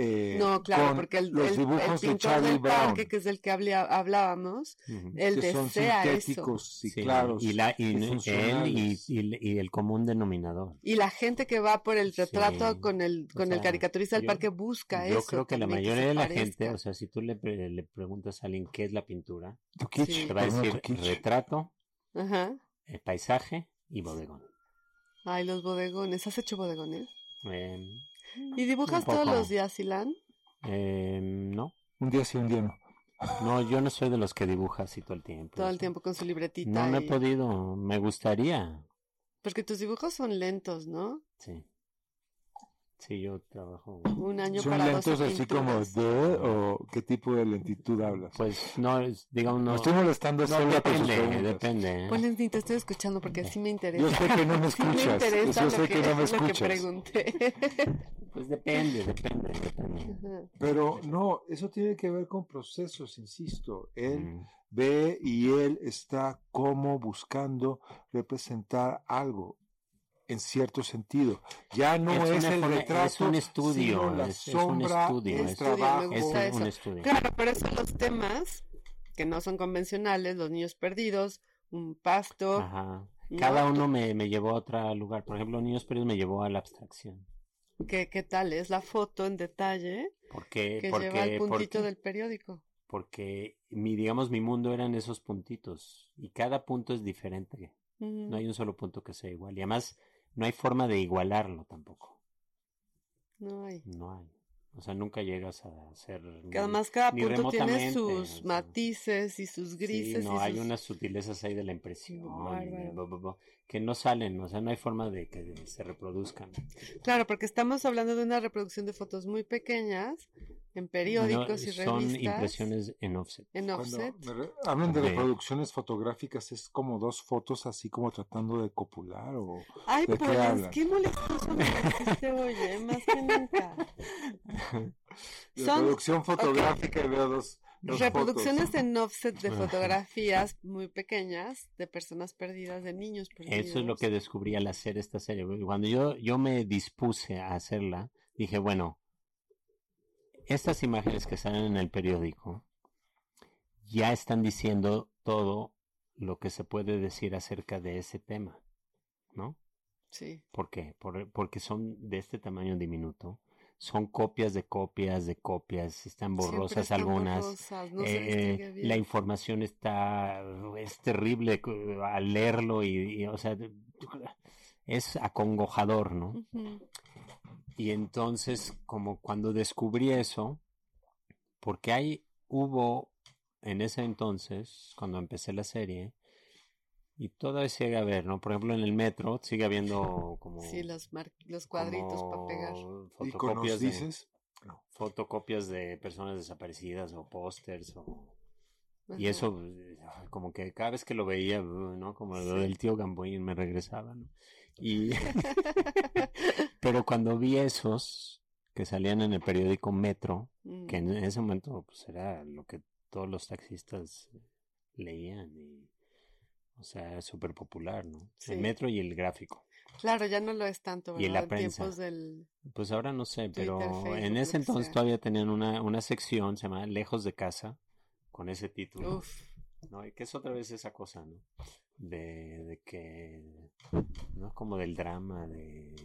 D: eh,
E: No, claro,
D: con
E: porque el,
D: los
E: el- el
D: dibujos de
E: pintor
D: Charlie
E: del
D: Brown,
E: parque, que es del que habla- hablábamos,
F: Ujú.
E: él
D: que son
E: desea eso.
D: sintéticos y claros.
F: Y, la, y,
D: y
F: él y,
D: funcionales.
F: y- y el común denominador.
E: Y la gente que va por el
F: Sí.
E: retrato con el
F: O
E: con el
F: sea,
E: caricaturista del
F: yo-
E: parque busca eso.
F: Yo creo que la
E: también,
F: mayoría
E: se
F: de la
E: parezca.
F: gente, o sea, si tú le, pre- le preguntas a alguien qué es la pintura,
D: Tukich,
E: Sí.
F: te va a
D: perdón,
F: decir
D: Tukich.
F: retrato,
E: Ajá.
F: eh, paisaje y bodegón.
E: Ay, los bodegones. ¿Has hecho bodegones?
F: Eh,
E: ¿Y dibujas
F: Un poco.
E: todos los días, Ilan?
D: Pues
F: eh, no,
D: Un día sí, un día no.
F: no, yo no soy de los que dibuja así todo el tiempo.
E: Todo
F: o
E: el
F: sea.
E: tiempo con su libretita.
F: No, no he
E: y-
F: podido, me gustaría.
E: Porque tus dibujos son lentos, ¿no?
F: Sí. Sí, yo trabajo.
E: Un año
D: ¿Son
E: para
D: lentos
E: 12
D: así como
E: pinturas.
D: de o qué tipo de lentitud hablas?
F: Pues no, es- digamos, no.
D: no estoy molestando
F: no,
D: solo con sus
F: depende,
D: preguntas.
F: depende. ¿eh?
E: Pues ni te estoy escuchando porque sí me interesa.
D: Yo sé que no me
E: Sí me
D: escuchas.
E: interesa
D: yo
E: lo
D: sé que, no me
E: lo que
D: escuchas.
E: pregunté.
F: Pues depende, depende, depende.
E: Ajá.
D: Pero no, eso tiene que ver con procesos, insisto. Él
F: Mm.
D: ve y él está como buscando representar algo en cierto sentido. Ya no
F: Es
D: es,
F: una
D: el
F: forma-
D: retrato,
F: es un estudio,
D: sino la
F: es- es un
D: sombra,
F: estudio,
D: el
F: es-
D: trabajo.
E: Me
F: Este Es
E: gusta
F: un
E: eso.
F: estudio.
E: Claro, pero esos los temas que no son convencionales, los niños perdidos, un pasto.
F: Ajá.
E: ¿no?
F: Cada uno me, me llevó a otro lugar. Por ejemplo, Niños Perdidos me llevó a la abstracción.
E: ¿Qué, qué tal? Es la foto en detalle
F: ¿Por
D: Eh,
F: qué?
E: que
F: Porque,
E: lleva al puntito
F: porque,
E: del periódico.
F: porque mi, digamos, mi mundo eran esos puntitos. Y cada punto es diferente.
E: Ujú.
F: No hay un solo punto que sea igual. Y además, no hay forma de igualarlo tampoco.
E: No hay.
F: No hay. O sea, nunca llegas a hacer. ni-
E: Que además cada
F: ni
E: punto tiene
F: remotamente,
E: sus
F: o sea.
E: matices y sus
F: Sí,
E: grises.
F: no,
E: y
F: hay
E: sus-
F: unas sutilezas ahí de la impresión. y de
E: Bárbaro.
F: bo- bo- bo, que no salen. O sea, no hay forma de que se reproduzcan.
E: Claro, porque estamos hablando de una reproducción de fotos muy pequeñas en periódicos
F: No,
E: y revistas.
F: son impresiones en offset.
E: En
D: Cuando
E: offset.
D: me re- hablan de
F: Ok.
D: reproducciones fotográficas, es como dos fotos así como tratando de copular o...
E: Ay,
D: ¿De qué
E: pues,
D: hablan?
E: qué molestoso me hiciste hoy, ¿eh? más que nunca. Son
D: Reproducción fotográfica y veo dos, dos
E: reproducciones
D: fotos.
E: en offset de
F: Ajá.
E: fotografías muy pequeñas de personas perdidas, de niños perdidos.
F: Eso es lo que descubrí al hacer esta serie. Y Cuando yo, yo me dispuse a hacerla, dije, bueno, estas imágenes que salen en el periódico ya están diciendo todo lo que se puede decir acerca de ese tema, ¿no?
E: Sí,
F: ¿Por qué? Por- porque son de este tamaño diminuto, son copias de copias de copias, están
E: siempre
F: borrosas
E: están
F: algunas.
E: borrosas, no se
F: Eh,
E: distingue bien.
F: la información está es terrible cu- al leerlo y, y, o sea de- es acongojador no
E: Ujú.
F: y entonces como cuando descubrí eso porque hay hubo en ese entonces cuando empecé la serie y todavía sigue a ver no por ejemplo en el metro sigue habiendo como
E: Sí, los, mar- los cuadritos para pegar.
D: ¿Y con
F: como
D: los
F: fotocopias de-
D: dices?
F: fotocopias de personas desaparecidas o pósters o y eso, pues, ay, como que cada vez que lo veía, uh, ¿no? Como lo
E: Sí.
F: del tío Gamboín me regresaba, ¿no? Y...
E: Ajá.
F: Pero cuando vi esos que salían en el periódico Metro,
E: Mm.
F: que en ese momento pues era lo que todos los taxistas leían y... O sea, era súper popular, ¿no?
E: Sí.
F: El Metro y el gráfico.
E: Claro, ya no lo es tanto,
F: Y
E: ¿verdad?
F: en la
E: En tiempos
F: prensa.
E: del...
F: Pues ahora no sé,
E: Twitter,
F: pero
E: Facebook,
F: en
E: lo que
F: ese entonces
E: sea.
F: todavía tenían una, una sección, se llamaba Lejos de Casa, con ese título.
E: Uf.
F: ¿no? Y que es otra vez esa cosa, ¿no? De, de que, ¿no? Como del drama, de,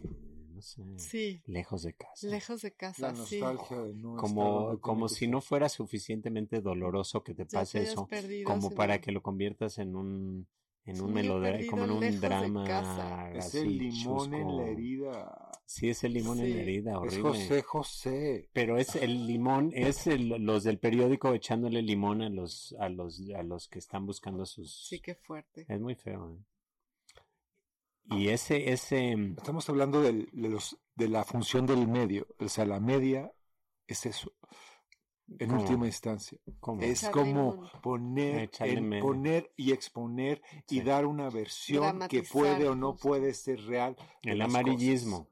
F: no sé,
E: Sí,
F: lejos de casa.
E: lejos de
D: La
E: casa, sí.
D: nostalgia de no estar donde
F: como
D: tiene
F: como
D: que
F: si
D: estar.
F: no fuera suficientemente doloroso que te
E: Ya
F: pase
E: te hayas
F: eso,
E: perdido,
F: como
E: sí,
F: para
E: ¿no?
F: que lo conviertas en un en
E: Sí,
F: un
E: me he
F: melodrama,
E: perdido
F: como en un
E: lejos de
F: drama
E: casa.
D: Es
F: así
D: el limón en la
F: chusco.
D: herida.
F: Sí, es el limón en
E: Sí.
F: la herida,
D: Es
F: horrible.
D: José José.
F: Pero es el limón, es el- los del periódico echándole limón a los a los a los que están buscando sus
E: Sí, qué fuerte.
F: Es muy feo. ¿eh? Y
D: Ah.
F: ese, ese, mm,
D: Estamos hablando del- de, los, de la función del medio. O sea, la media es eso. En
F: ¿Cómo?
D: última instancia.
F: ¿cómo?
D: Es
E: Echarle
D: como
E: limón.
D: poner,
F: Echarle
D: en-
F: media.
D: poner y exponer y
F: Sí.
D: dar una versión que
E: Dramatizar,
D: puede o no
E: justo.
D: puede ser real. de
F: el
D: las
F: amarillismo.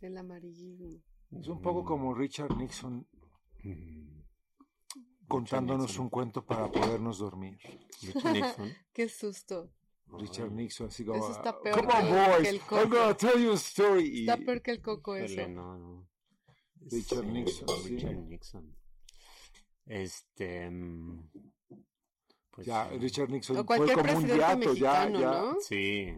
E: El amarillismo.
D: cosas. Es un poco como Richard Nixon
F: Mm.
D: contándonos
F: Nixon.
D: un cuento para podernos dormir.
F: Richard Nixon.
E: Qué susto.
D: Richard
F: Ay,
D: Nixon así como,
E: está
D: "Ah,
E: peor
D: come on
E: que- que
D: boys,
E: el
D: I'm gonna tell you a story. Y-
E: Está peor que el coco
F: híjole,
E: eso.
F: no, no.
D: Richard Nixon, sí.
F: Eh, Richard Nixon. Este. mm, Pues,
D: ya,
F: sí.
D: Richard Nixon
E: O
D: fue
E: cualquier
D: como un
E: presidente
D: gato, ya,
E: mexicano,
D: ya.
E: ¿no?
F: Sí.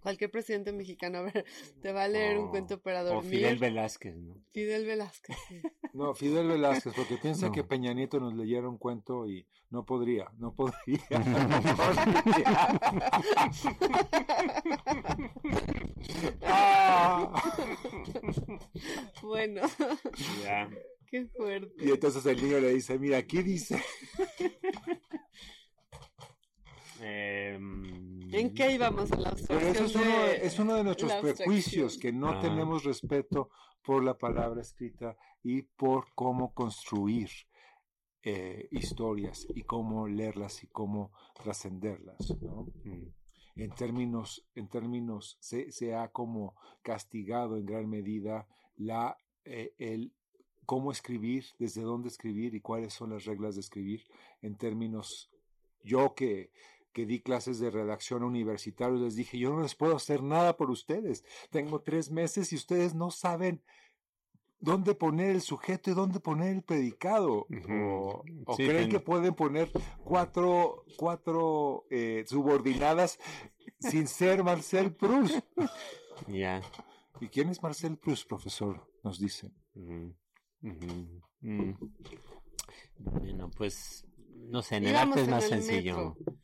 E: Cualquier presidente mexicano, a ver, te va a leer un
F: O-
E: cuento para
F: O
E: dormir.
F: Fidel Velázquez, ¿no?
E: Fidel Velázquez. sí.
D: No, Fidel Velázquez, porque piensa
F: No.
D: que Peña Nieto nos leyera un cuento y no podría, no podría. no podría. Ah.
E: bueno,
F: Ya.
E: qué fuerte.
D: Y entonces el niño le dice, mira, aquí dice.
F: Eh, mm,
E: ¿En qué íbamos? En la
D: Pero eso
E: abstracción
D: es uno,
E: de-
D: es uno de nuestros
E: la abstracción.
D: prejuicios, que no
F: Ajá.
D: tenemos respeto por la palabra escrita y por cómo construir eh, historias y cómo leerlas y cómo trascenderlas. ¿no? En términos, en términos se, se ha como castigado en gran medida la, eh, el cómo escribir, desde dónde escribir y cuáles son las reglas de escribir en términos yo que que di clases de redacción a universitarios, les dije, yo no les puedo hacer nada por ustedes. Tengo tres meses y ustedes no saben dónde poner el sujeto y dónde poner el predicado. O,
F: Ujú.
D: o
F: Sí,
D: creen
F: ten-
D: que pueden poner cuatro, cuatro eh, subordinadas sin ser Marcel Proust.
F: Ya.
D: ¿Y quién es Marcel Proust, profesor? Nos dicen.
F: Ujú. Ujú. Mm. Bueno, pues no sé, en el
E: Íbamos
F: arte es
E: en
F: más
E: el
F: sencillo.
E: metro.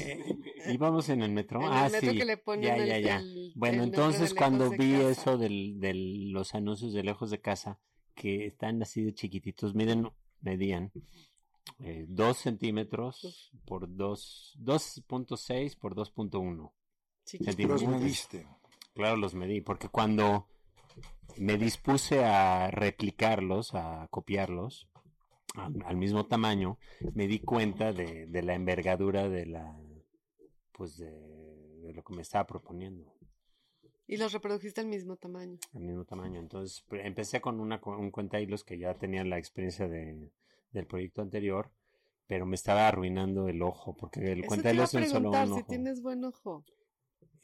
F: Eh, íbamos en el metro.
E: En el
F: ah,
E: metro
F: sí.
E: que le ponen
F: ya,
E: el-
F: ya, ya.
E: el- el
F: Bueno,
E: nombre de
F: entonces cuando
E: lejos de
F: vi
E: casa.
F: eso del- de los anuncios de lejos de casa, que están así de chiquititos, miden, medían eh, 2 centímetros por dos- 2.6 por 2.1.
E: Chiquito.
F: Digo,
D: Los
F: ¿cómo
D: me
F: que-
D: diste.
F: Claro, los medí, porque cuando me dispuse a replicarlos, a copiarlos, al, al mismo tamaño, me di cuenta de, de la envergadura de la, pues de, de lo que me estaba proponiendo,
E: Y los reprodujiste al mismo tamaño.
F: al mismo tamaño. Entonces pre- empecé con una, cu- un cuenta hilos que ya tenía la experiencia de, del proyecto anterior, pero me estaba arruinando el ojo, porque el
E: Eso
F: cuenta
E: te iba a
F: hilos es solo
E: preguntar
F: un
E: si
F: ojo.
E: tienes buen ojo.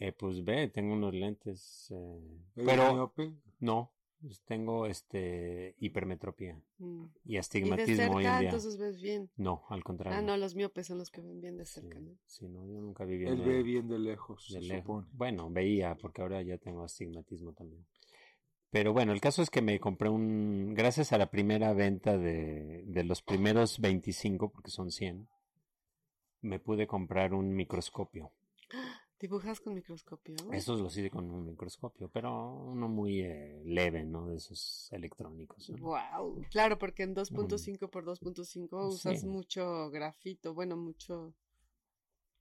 F: Eh, pues ve, tengo unos lentes, eh,
D: ¿Eres
F: pero...
D: miope?
F: No, pues, tengo este hipermetropía
E: Mm.
F: y
E: Y de
F: astigmatismo hoy en
E: cerca,
F: día.
E: entonces ves bien.
F: No, al contrario.
E: Ah, no, los miopes son los que ven bien de
F: Sí,
E: cerca, ¿no?
F: sí, no, yo nunca viví
D: Él
F: de-
D: ve bien de lejos,
F: de
D: se
F: lejos.
D: supone.
F: Bueno, veía, porque ahora ya tengo astigmatismo también. Pero bueno, el caso es que me compré un. Gracias a la primera venta de, de los primeros 25, porque son 100, me pude comprar un microscopio.
E: ¿Dibujas con microscopio?
F: Esos los hice con un microscopio, pero uno muy eh, leve, ¿no? De esos electrónicos. ¿no?
E: Wow. Claro, porque en 2.5 por 2.5
F: Sí.
E: usas mucho grafito, bueno, mucho...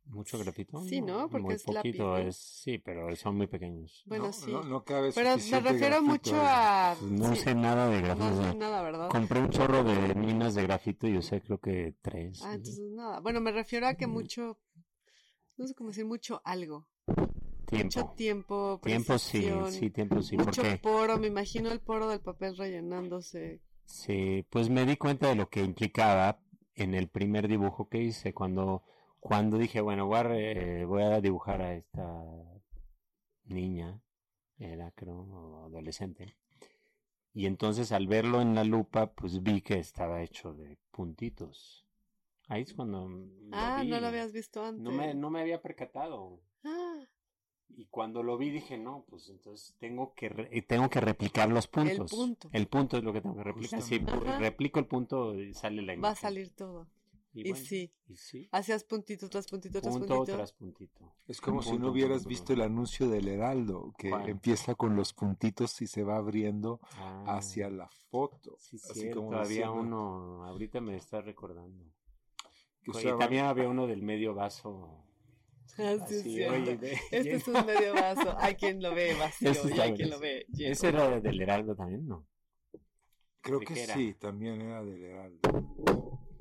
F: ¿Mucho grafito?
E: Sí, ¿no, porque
F: muy
E: es lápiz,
F: poquito,
E: ¿no?
F: es, sí, pero son muy pequeños.
E: Bueno,
D: no,
E: sí.
D: no- no cabe
E: Pero me
D: suficiente
E: refiero
D: grafito
E: mucho
D: ahí.
E: a...
F: eh. Pues No
E: sí,
F: sé nada de grafito.
E: No
F: o sea,
E: sé nada, ¿verdad?
F: Compré un chorro de minas de grafito y usé creo que tres.
E: Ah,
F: ¿no?
E: entonces nada. Bueno, me refiero a que
F: Mm.
E: mucho... No sé cómo decir, mucho algo. Mucho
F: tiempo.
E: tiempo,
F: Tiempo sí,
E: precisión,
F: sí, tiempo sí.
E: mucho
F: Porque,
E: poro, me imagino el poro del papel rellenándose.
F: sí, pues me di cuenta de lo que implicaba en el primer dibujo que hice. Cuando, cuando dije, bueno, voy a, re- eh, voy a dibujar a esta niña, era creo o adolescente. Y entonces al verlo en la lupa, pues vi que estaba hecho de puntitos. Ahí es cuando... lo
E: ah, no
F: vi.
E: lo habías visto antes.
F: No me, no me había percatado.
E: Ah,
F: Y cuando lo vi dije, no, pues entonces tengo que, re- eh, tengo que replicar los puntos.
E: punto.
F: El punto es lo que tengo que replicar. Si
E: Justamente. Ajá.
F: replico el punto, eh, sale la imagen.
E: va a salir todo. Y,
F: bueno,
E: sí, Ah,
F: y sí.
E: hacías puntito tras puntito tras
F: punto
E: puntito.
F: tras puntito.
D: Es como si
F: Punto,
D: no hubieras
F: punto,
D: visto
F: punto.
D: el anuncio del Heraldo, que
F: ¿Cuál?
D: empieza con los puntitos y se va abriendo
F: Ah,
D: hacia la foto.
F: Sí,
D: así
F: cierto,
D: como
F: había
D: diciendo
F: uno, ahorita me está recordando.
D: que
F: Y
D: usaban-
F: también había uno del medio vaso.
E: Ah, sí, es
F: Así,
E: cierto.
F: oye, de-
E: Este es un medio vaso. Hay quien lo ve vacío
F: Eso
E: y
F: está
E: hay quien lo ve
F: buenísimo.
E: lleno.
F: Ese era del Heraldo también, ¿no?
D: Creo
F: ¿de
D: que
F: qué era?
D: sí, también era del Heraldo.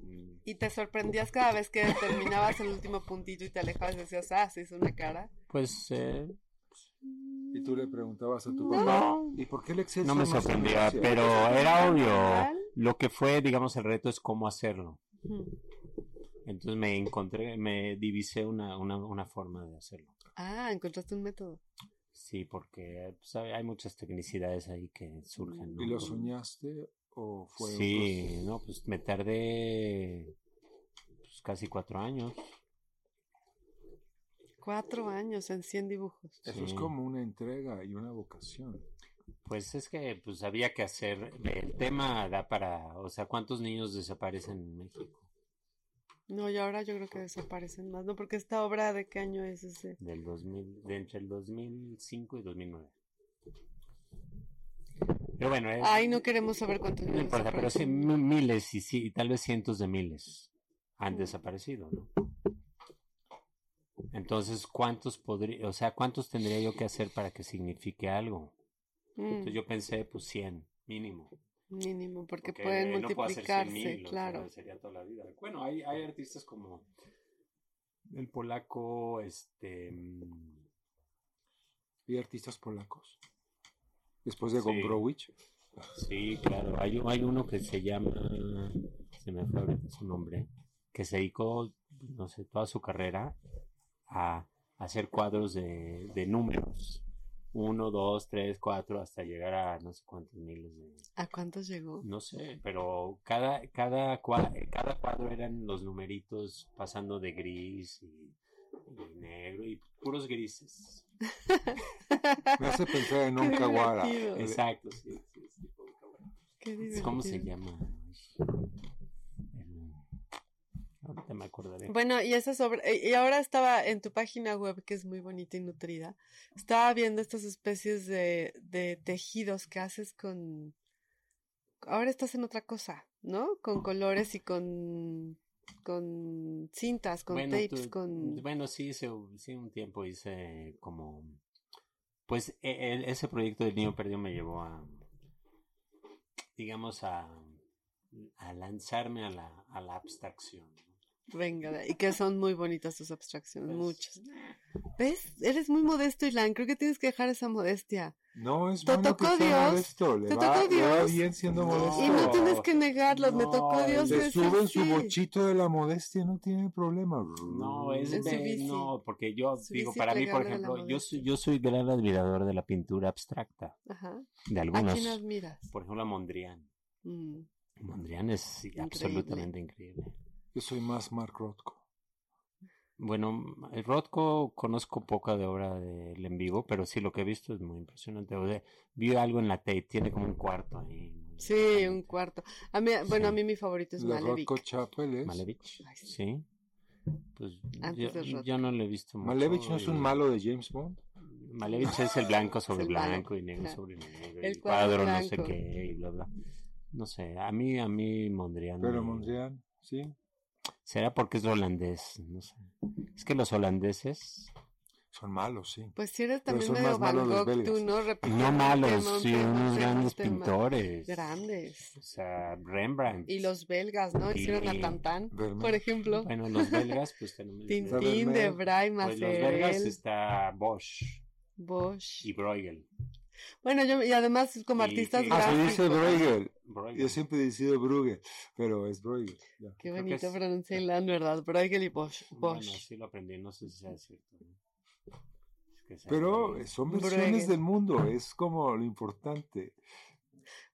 F: Mm,
E: Y te sorprendías cada vez que terminabas el último puntito y te alejabas y decías, ah, se hizo una cara.
F: Pues eh,
D: Y tú le preguntabas a tu
E: No.
D: papá, ¿y por qué el exceso?
F: no me
D: no se
F: sorprendía,
D: anuncia?"
F: pero
E: Entonces,
F: era
E: ¿no?
F: obvio.
E: Normal.
F: Lo que fue, digamos, el reto es cómo hacerlo.
E: Ujú.
F: Entonces me encontré, me divisé una, una, una forma de hacerlo.
E: Ah, encontraste un método.
F: Sí, porque eh, pues, hay hay muchas tecnicidades ahí que surgen. ¿no?
D: ¿Y lo
F: Por-
D: soñaste o fue un
F: Sí,
D: proceso?
F: no, pues me tardé pues, casi cuatro años.
E: Cuatro años en 100 dibujos.
D: Eso es
F: Sí.
D: como una entrega y una vocación.
F: Pues es que pues había que hacer, el tema da para, o sea, ¿cuántos niños desaparecen en México?
E: No, y ahora yo creo que desaparecen más, ¿no? Porque esta obra de qué año es ese.
F: Del 2000, de entre el 2005 y 2009. Pero bueno, eh,
E: Ay, no queremos saber cuántos
F: no
E: niños
F: importa, pero sí
E: desaparecen.
F: mi- miles y sí, y tal vez cientos de miles han desaparecido, ¿no? Entonces, ¿cuántos podría, o sea, cuántos tendría yo que hacer para que signifique algo?
E: Mm,
F: Entonces yo pensé, pues 100 mínimo.
E: mínimo, porque
F: Porque
E: pueden
F: no puedo hacer
E: multiplicarse,
F: 100,000, o sea,
E: claro.
F: sería toda la vida. Bueno, hay, hay artistas como el polaco, este... mm,
D: Y artistas polacos. Después de
F: Sí.
D: Gombrowicz.
F: Sí, claro. Hay, un- hay uno que se llama, se me fue ahorita su nombre, que se dedicó, no sé, toda su carrera a hacer cuadros de, de números. Uno, dos, tres, cuatro, hasta llegar a no sé cuántos miles de...
E: ¿A cuántos llegó?
F: No sé, pero cada, cada, cua- cada cuadro eran los numeritos pasando de gris y, y negro y puros grises.
D: Me hace pensar en
E: Qué
D: un Eh, kawara.
E: divertido.
D: El-
F: Exacto, sí, sí, sí.
E: Qué
F: ¿Cómo se
E: divertido.
F: llama? El- Ahorita me acordaré.
E: Bueno, y esa sobre y y ahora estaba en tu página web, que es muy bonita y nutrida, estaba viendo estas especies de, de tejidos que haces con... Ahora estás en otra cosa, ¿no? Con colores y con, con cintas, con
F: Bueno,
E: tapes,
F: tú-
E: con...
F: Bueno, sí, hice, sí, un tiempo hice como... Pues e- e- ese proyecto del niño perdido me llevó a, digamos, a, a lanzarme a la, a la abstracción. ¿no?
E: Venga, y que son muy bonitas tus abstracciones,
F: Pues,
E: muchas. ¿Ves? Eres muy modesto, Ilan, creo que tienes que dejar esa modestia.
D: No, es
E: Te
D: bueno que
E: tocó
D: sea
E: Dios,
D: modesto. Le
E: te
D: va,
E: tocó
D: le va
E: Dios.
D: bien siendo
F: No,
D: modesto.
E: Y no tienes que negarlo, me
F: No,
E: tocó Dios.
D: Se
E: es
D: sube en su
E: así.
D: bochito de la modestia, no tiene problema.
F: No, es
E: En su
F: de-
E: bici.
F: no, porque yo
E: Su
F: digo,
E: bici
F: para mí, por
E: plegable de la
F: ejemplo, yo
E: modestia.
F: soy, yo soy gran admirador de la pintura abstracta,
E: Ajá.
F: de
E: ¿A
F: algunos,
E: Ah, quién admiras?
F: por ejemplo, a Mondrian.
E: Mm.
F: Mondrian es absolutamente increíble.
D: Yo soy más Mark Rothko.
F: Bueno, el Rothko conozco poca de obra de él en vivo, pero sí lo que he visto es muy impresionante. O sea, vi algo en la Tate, tiene como un cuarto ahí.
E: Sí, un cuarto. A mí, bueno, a
F: Sí.
E: mí mi favorito es
D: De
E: Malevich.
D: Rothko Chapel es. Malevich.
F: Malevich,
E: Ay, sí.
F: sí. Pues yo,
E: Antes del Rothko.
F: yo no lo he visto mucho.
D: no es un
F: y-
D: malo de James Bond.
F: Malevich es el blanco sobre
E: el
F: blanco
E: malo,
F: y negro
E: claro.
F: sobre negro.
E: El cuadro
F: y cuadro no sé
E: blanco.
F: qué y bla bla. No sé, a mí, a mí Mondrian.
D: Pero
F: me-
D: Mondrian, sí.
F: Será porque es holandés, no sé. Es que los holandeses
D: Son malos, sí.
E: Pues si eres
D: Pero
E: también
D: son
E: medio
D: más
E: Van
D: malos los
E: Gogh, tú
D: belgas.
E: no repitiendo
F: No
E: un
F: malos,
E: tema, un
F: sí,
E: tema, un
F: unos
E: tema, un
F: grandes
E: este tema.
F: pintores.
E: Grandes.
F: O sea, Rembrandt.
E: Y los belgas, ¿no? Hicieron
F: Sí.
E: la Tantán,
D: Vermeer.
E: por ejemplo.
F: Bueno, los belgas, pues tenemos.
D: Sabe-
E: Tintín,
D: Vermeer.
E: de Bray,
F: Pues los belgas
E: Maserel,
F: está Bosch
E: Bosch.
F: y Bruegel.
E: Bueno, yo, y además como
F: Y-
E: artistas
F: y-
D: Ah, se
E: gráficos.
D: dice Bruegel.
F: Bruegel.
D: Yo siempre he decidido Bruegel, pero es Bruegel. ya.
E: Qué
F: creo que
E: bonito
F: es-
E: pronunciar la ¿verdad? Bruegel y Bosch.
F: Bueno,
E: Bosch.
F: sí lo aprendí, no sé si sea cierto. ¿no? Es que sea
D: Pero eh,
F: Bruegel.
D: son
E: Bruegel.
D: versiones del mundo, es como lo importante.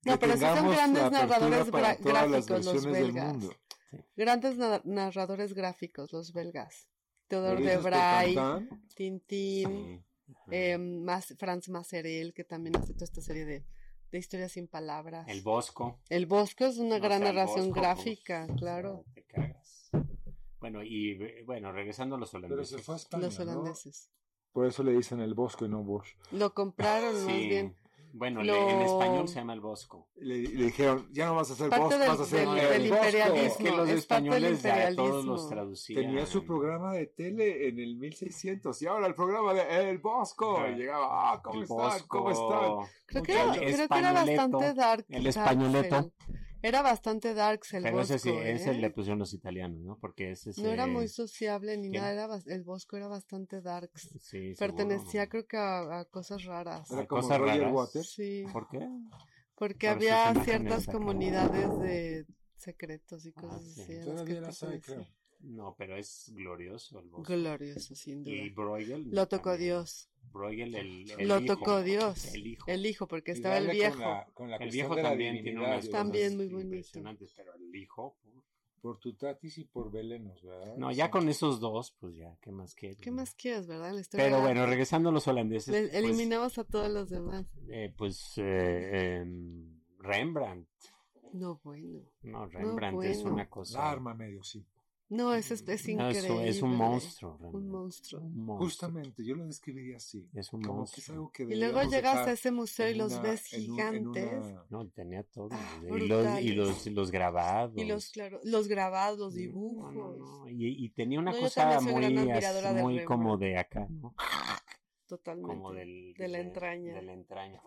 E: No,
D: Que
E: pero sí son
D: tengamos la
E: grandes
D: apertura
E: narradores
D: para
E: bra-
D: todas las
E: gráficos, los
D: versiones del
E: belgas.
D: mundo.
E: Grandes na- narradores gráficos, los belgas. Theodor
D: Lo
E: de
D: dices por
E: Bray,
D: Tantan,
E: Tintín.
F: Sí. Ajá.
E: eh, Mas- Franz Maserel, que también hace toda esta serie de, de historias sin palabras.
F: El
E: El,
F: Bosco.
E: Bosco es una
F: No,
E: gran
F: o sea, el
E: narración
F: Bosco,
E: gráfica,
F: pues, o sea,
E: claro.
F: te cagas. Bueno, y eh, bueno, regresando a los
D: Pero
F: holandeses.
D: se fue a España,
E: los
D: ¿no?
E: holandeses.
D: Por eso le dicen el bosco y no Bosch.
E: Lo compraron más
F: Sí.
E: bien.
F: Bueno, le- en
E: Lo-
F: español se llama el Bosco.
D: Le, le dijeron, ya no vas a hacer
E: Parte
D: Bosch,
E: del-
D: vas a
E: del-
D: hacer el
E: del
D: Bosco.
F: Es
E: imperialismo.
F: que los
E: es parte del
F: españoles a todos
E: imperialismo.
F: los traducían.
D: Tenía su programa de tele en el 1600 y ahora el programa de El Bosco.
F: Ajá.
D: Y llegaba, ah, ¿cómo
F: El
D: están? ¿Cómo están?
F: Bosco,
E: Creo que,
F: mucho
E: era,
F: el
E: creo que era
F: españoleto,
E: bastante dark.
F: el
E: darks
F: españoleto.
E: el- era bastante darks el
F: Pero
E: Bosco.
F: ese sí, ese
E: ¿eh?
F: le pusieron los italianos, ¿no? Porque ese
E: No era
F: se-
E: muy sociable ni
F: ¿Quién?
E: nada. era bas- el Bosco era bastante darks.
F: sí, seguro.
E: Pertenecía, creo que, a, a cosas raras.
D: Era
F: Hay
D: como
F: cosas
D: Roger
F: raras.
D: Waters.
E: Sí.
F: ¿Por qué?
E: Porque
F: Por sus
E: había
F: imágenes
E: ciertas
F: acá.
E: comunidades de secretos y cosas
F: Ah, sí.
E: así. a las
D: Todavía
E: que
D: las hay, creo.
E: pertenecía.
F: No, pero es glorioso el Bosco.
E: Glorioso, sin duda.
F: y Bruegel.
E: Lo tocó
F: también.
E: Dios.
F: Bruegel, el, el
E: Lo
F: hijo,
E: tocó Dios.
F: El hijo.
E: El hijo, porque
D: Y
E: estaba el
D: dale
E: viejo.
D: con la- con la
F: El
D: cuestión
F: viejo
D: de la
F: también tiene
D: divinidad,
F: unas
D: yo
F: cosas
D: creo.
E: También muy bonito.
F: impresionantes, pero el hijo. uf.
D: Por Tutatis y por Belenos, ¿verdad?
F: No, ya
D: Ah, Sí.
F: con esos dos, pues ya, ¿qué más quieres?
E: ¿Qué
F: no?
E: más quieres, verdad? La historia
F: Pero
E: era-
F: bueno, regresando a los holandeses.
E: le-
F: pues,
E: eliminamos a todos los demás.
F: eh, pues eh, em, Rembrandt.
E: No, bueno.
F: No, Rembrandt es
E: bueno.
F: una cosa.
D: La arma medio, sí.
E: No, es, es, es
F: No, es,
E: increíble. ¿eh?
F: un- es un monstruo,
E: Un
F: realmente.
E: monstruo.
F: Un monstruo.
D: Justamente, yo lo describiría así.
F: Es un
D: Como que es
F: monstruo.
D: algo que
E: Y luego
D: deberíamos
E: llegas
D: dejar
E: a ese museo y
D: en
E: los
D: una-
E: ves
D: en un- en
E: gigantes.
D: una-
F: No, tenía todo.
E: Ah,
F: y los, y
E: brutales.
F: los, los grabados.
E: Y los, claro, los grabados, los
F: No,
E: dibujos.
F: no, no, Y, y tenía una
E: No, yo
F: cosa
E: también soy
F: muy,
E: gran
F: así,
E: admiradora de
F: muy
E: Rembrandt.
F: como de acá, ¿no?
E: Totalmente.
F: Como del,
E: de la entraña.
F: De la entraña.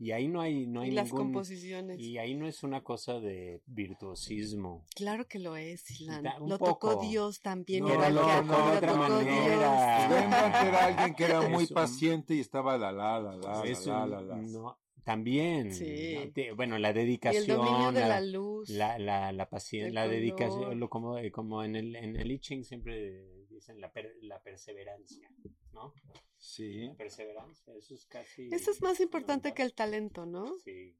F: Y ahí no hay, no hay
E: y las
F: ningún-
E: composiciones.
F: Y ahí no es una cosa de virtuosismo.
E: Claro que lo es, Ilan.
F: Da- un
E: Lo
F: poco.
E: tocó Dios también.
D: No,
E: igual
D: no,
E: que a
D: no,
E: Juan,
D: de
E: lo
D: otra
E: tocó
F: manera.
D: pues,
E: Dios.
D: Rembrandt era alguien que era muy
F: Es un-
D: paciente y estaba la la la la
F: Es
D: la
F: un-
D: la la. la.
F: no, también.
E: Sí.
F: ¿no? Te- bueno, la
E: Y el
F: dedicación.
E: dominio de
F: la-
E: la luz.
F: La, la, la paciencia,
E: El
F: la
E: color.
F: dedicación, lo como, eh, como en el, en el I Ching siempre dicen la, per- la perseverancia, ¿no?
D: Sí,
F: La perseverancia, eso es casi...
E: Eso es más importante que el talento, ¿no?
F: Sí.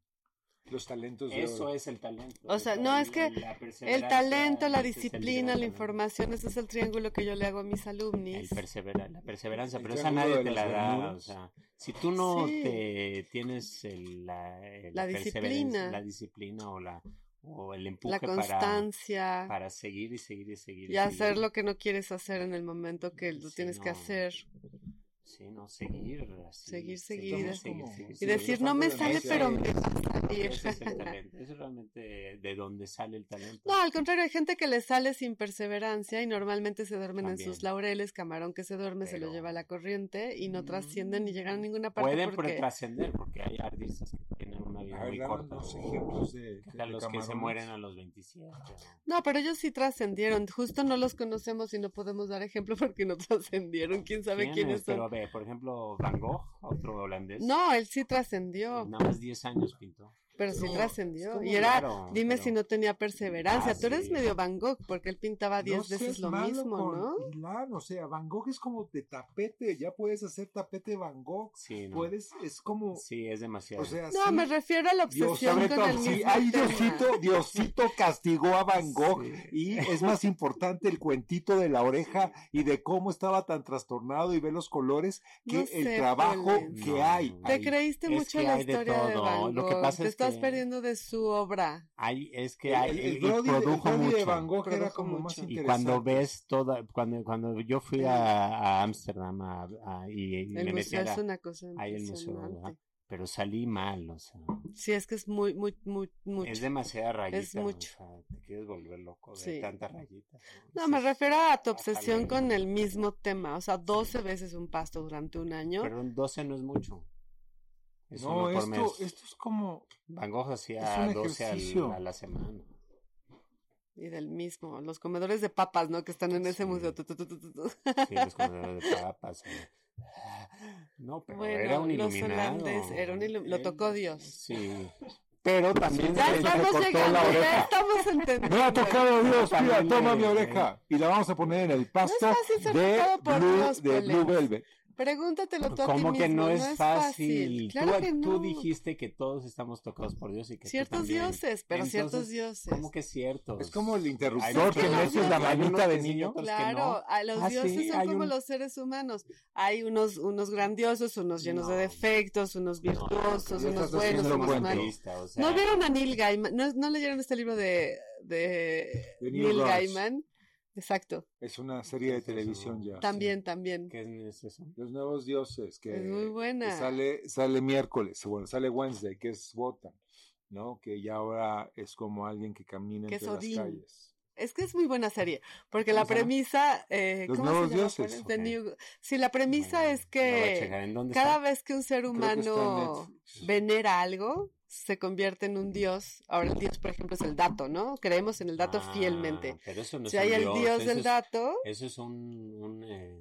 D: los talentos de
F: Eso
D: oro.
F: es el talento.
E: O sea,
F: el-
E: no, es que
F: la
E: El
F: perseverancia,
E: talento, la
F: ese es el
E: disciplina,
F: gran
E: la
F: talento.
E: información, ese es el triángulo que yo le hago a mis
F: El
E: alumnos.
F: persevera- la perseverancia,
D: El
F: pero esa
D: triángulo
F: nadie
D: de
F: te
D: las
F: la da.
D: Bermudas.
F: O sea, si tú no
E: Sí.
F: te tienes el- la, eh,
E: La
F: perseverancia,
E: disciplina.
F: la disciplina o, la, o el empuje
E: La
F: para,
E: constancia
F: para seguir y seguir y seguir.
E: y hacer lo que no quieres hacer en el momento que lo
F: Sí,
E: tienes que
F: no.
E: hacer.
F: Sí, no, seguir. así,
E: Seguir, seguir,
F: seguir,
D: como-
F: seguir,
D: y
E: Y
F: seguir.
E: decir, no me
D: Ese
E: sale, pero me va a
F: Ese es el
E: salir.
F: talento. Eso es realmente de dónde sale el talento.
E: No, al contrario, hay gente que le sale sin perseverancia y normalmente se duermen en sus
F: También.
E: laureles. Camarón que se duerme se lo
F: Pero-
E: lleva a la corriente y no
F: Mm.
E: trascienden ni llegan a ninguna parte
F: Pueden
E: porque
F: trascender porque hay artistas que tienen una vida
D: A ver,
F: muy
D: danos
F: corta.
D: los ejemplos de, de
F: A los que se
D: camarones.
F: mueren a los 27.
E: No, pero ellos sí trascendieron. Justo no los conocemos y no podemos dar ejemplo porque no trascendieron. ¿Quién sabe
F: ¿Quiénes?
E: quiénes son?
F: Pero a ver, por ejemplo, Van Gogh, otro holandés.
E: No, él sí trascendió,
D: Mm,
F: Nada más 10 años pintó.
E: pero sí
F: No,
E: trascendió.
F: Estuvo
E: y era,
F: raro,
E: dime
F: pero-
E: si no tenía perseverancia.
F: Ah,
E: Tú eres
F: sí.
E: medio Van Gogh porque él pintaba
D: No
E: 10
D: seas
E: veces lo
D: malo
E: mismo,
D: con
E: ¿no?
D: Ilan, o sea, Van Gogh es como de tapete, ya puedes hacer tapete Van Gogh.
F: Sí, no.
D: Puedes, es como,
F: Sí, es demasiado.
D: o sea,
E: No,
D: sí,
E: me refiero a la
D: Dios,
E: obsesión
D: sobre
E: con
D: todo,
E: el mismo
D: sí, ay,
E: tema.
D: Diosito, Diosito castigó a Van Gogh
F: Sí.
D: y es más importante el cuentito de la oreja y de cómo estaba tan trastornado y ve los colores que
E: No
D: el
E: sé,
D: trabajo
E: Paulens.
D: que
F: No,
D: hay.
F: no,
E: Te
F: Ay,
E: creíste
F: es
E: mucho
F: que
E: la
F: hay de
E: historia de,
F: todo.
E: Van Gogh.
F: Lo que pasa
E: Te
F: es
E: estás
F: que-
E: perdiendo de su obra.
F: Hay- es que hay,
D: El, el,
F: y
D: Brody, el
F: produjo
D: Brody de
F: mucho.
D: Van Gogh era
E: Produjo
D: como más
E: mucho.
F: Y
D: interesante.
F: cuando ves toda, cuando, cuando yo fui a a Ámsterdam a, a- y, y
E: El
F: me metí
E: museo
F: a
E: es
F: la-
E: una cosa
F: ahí el museo,
E: impresionante.
F: ¿verdad? pero salí mal, o sea,
E: Sí, es que es muy, muy, muy, mucho.
F: es demasiada rayita,
E: Es mucho.
F: o sea, te quieres volver loco de
E: Sí.
F: tantas rayitas.
E: No, me refiero a tu obsesión
F: Bájale.
E: con el mismo tema, o sea, 12 veces un pasto durante un año.
F: Pero un 12 no es mucho. Es
D: No,
F: uno por
D: esto,
F: mes.
D: esto es como,
F: Van Gogh
D: es
F: hacía
D: un
F: 12 al-
D: ejercicio.
F: a la semana.
E: Y del mismo, los comedores de papas, ¿no? Que están en ese
F: Sí.
E: museo. tu, tu, tu, tu, tu, tu.
F: Sí, los comedores de papas. o- No, pero
E: Bueno,
F: era un
E: los
F: iluminado.
E: holandeses, era un ilu- lo tocó
F: Él-
E: Dios.
F: Sí. Pero también
E: Ya
F: se
E: estamos
F: recortó
E: llegando,
F: la
E: ya
F: oreja.
E: estamos entendiendo.
D: me ha tocado Dios, mira,
F: También
D: toma
F: le-
D: mi oreja y la vamos a poner en el pasto
E: fácil ser
D: de,
E: tocado por
D: Blue,
E: Dios,
D: de Blue
E: Paulens.
D: Velvet.
E: Pregúntatelo tú a ti
F: Como que
E: mismo,
F: no es fácil.
E: fácil. Claro
F: tú,
E: que
F: tú
E: no.
F: dijiste que todos estamos tocados por Dios y que tú
E: Ciertos
F: también.
E: dioses, pero ciertos
F: Entonces,
E: dioses.
F: ¿Cómo que ciertos?
D: Es como el
F: Hay
D: interruptor
F: unos
D: que
E: que no
D: metes la
E: tienen,
F: hay unos
D: manita de
F: que sí,
D: niño.
F: otros que
E: Claro,
F: no.
E: a los
F: Ah, sí,
E: dioses son
F: hay
E: como
F: un-
E: los seres humanos. Hay unos, unos grandiosos, unos llenos de
F: No.
E: defectos, unos
F: No,
E: virtuosos,
D: ya
E: unos
D: estás
E: buenos,
D: haciendo
E: unos
D: cuento.
E: malos.
F: o sea,
E: ¿No vieron a Neil Gaiman? ¿No, no leyeron este libro de, de
D: De Neil
E: Neil
D: Gaiman.
E: Gaiman? Exacto,
D: Es una serie de
F: Entonces,
D: televisión
F: eso-
D: ya.
E: también, también.
F: ¿Qué es eso?
D: Los nuevos dioses que
E: Es muy buena.
D: que sale sale miércoles, bueno, sale Wednesday, que es Wotan, ¿no? Que ya ahora es como alguien que camina
E: Que es
D: entre las
E: Odín.
D: calles.
E: Es que es muy buena serie, porque
F: ¿Cómo
E: la
F: se llama?
E: premisa... eh,
D: Los
E: ¿cómo se
D: nuevos
E: llama?
D: dioses.
E: De
F: Ok.
E: New- Sí, la premisa
F: Bueno,
E: es
F: la voy a
E: que
F: checar. ¿En dónde
E: cada
F: está?
E: vez que un ser
D: Creo que está en
E: humano...
D: Netflix.
E: venera algo, se convierte en un dios. Ahora el dios, por ejemplo, es el dato, ¿no? Creemos en el dato
F: Ah,
E: fielmente.
F: Pero eso no es
E: si hay
F: un
E: el
F: dios,
E: dios
F: eso
E: del
F: es-
E: dato,
F: Eso es un, un, eh,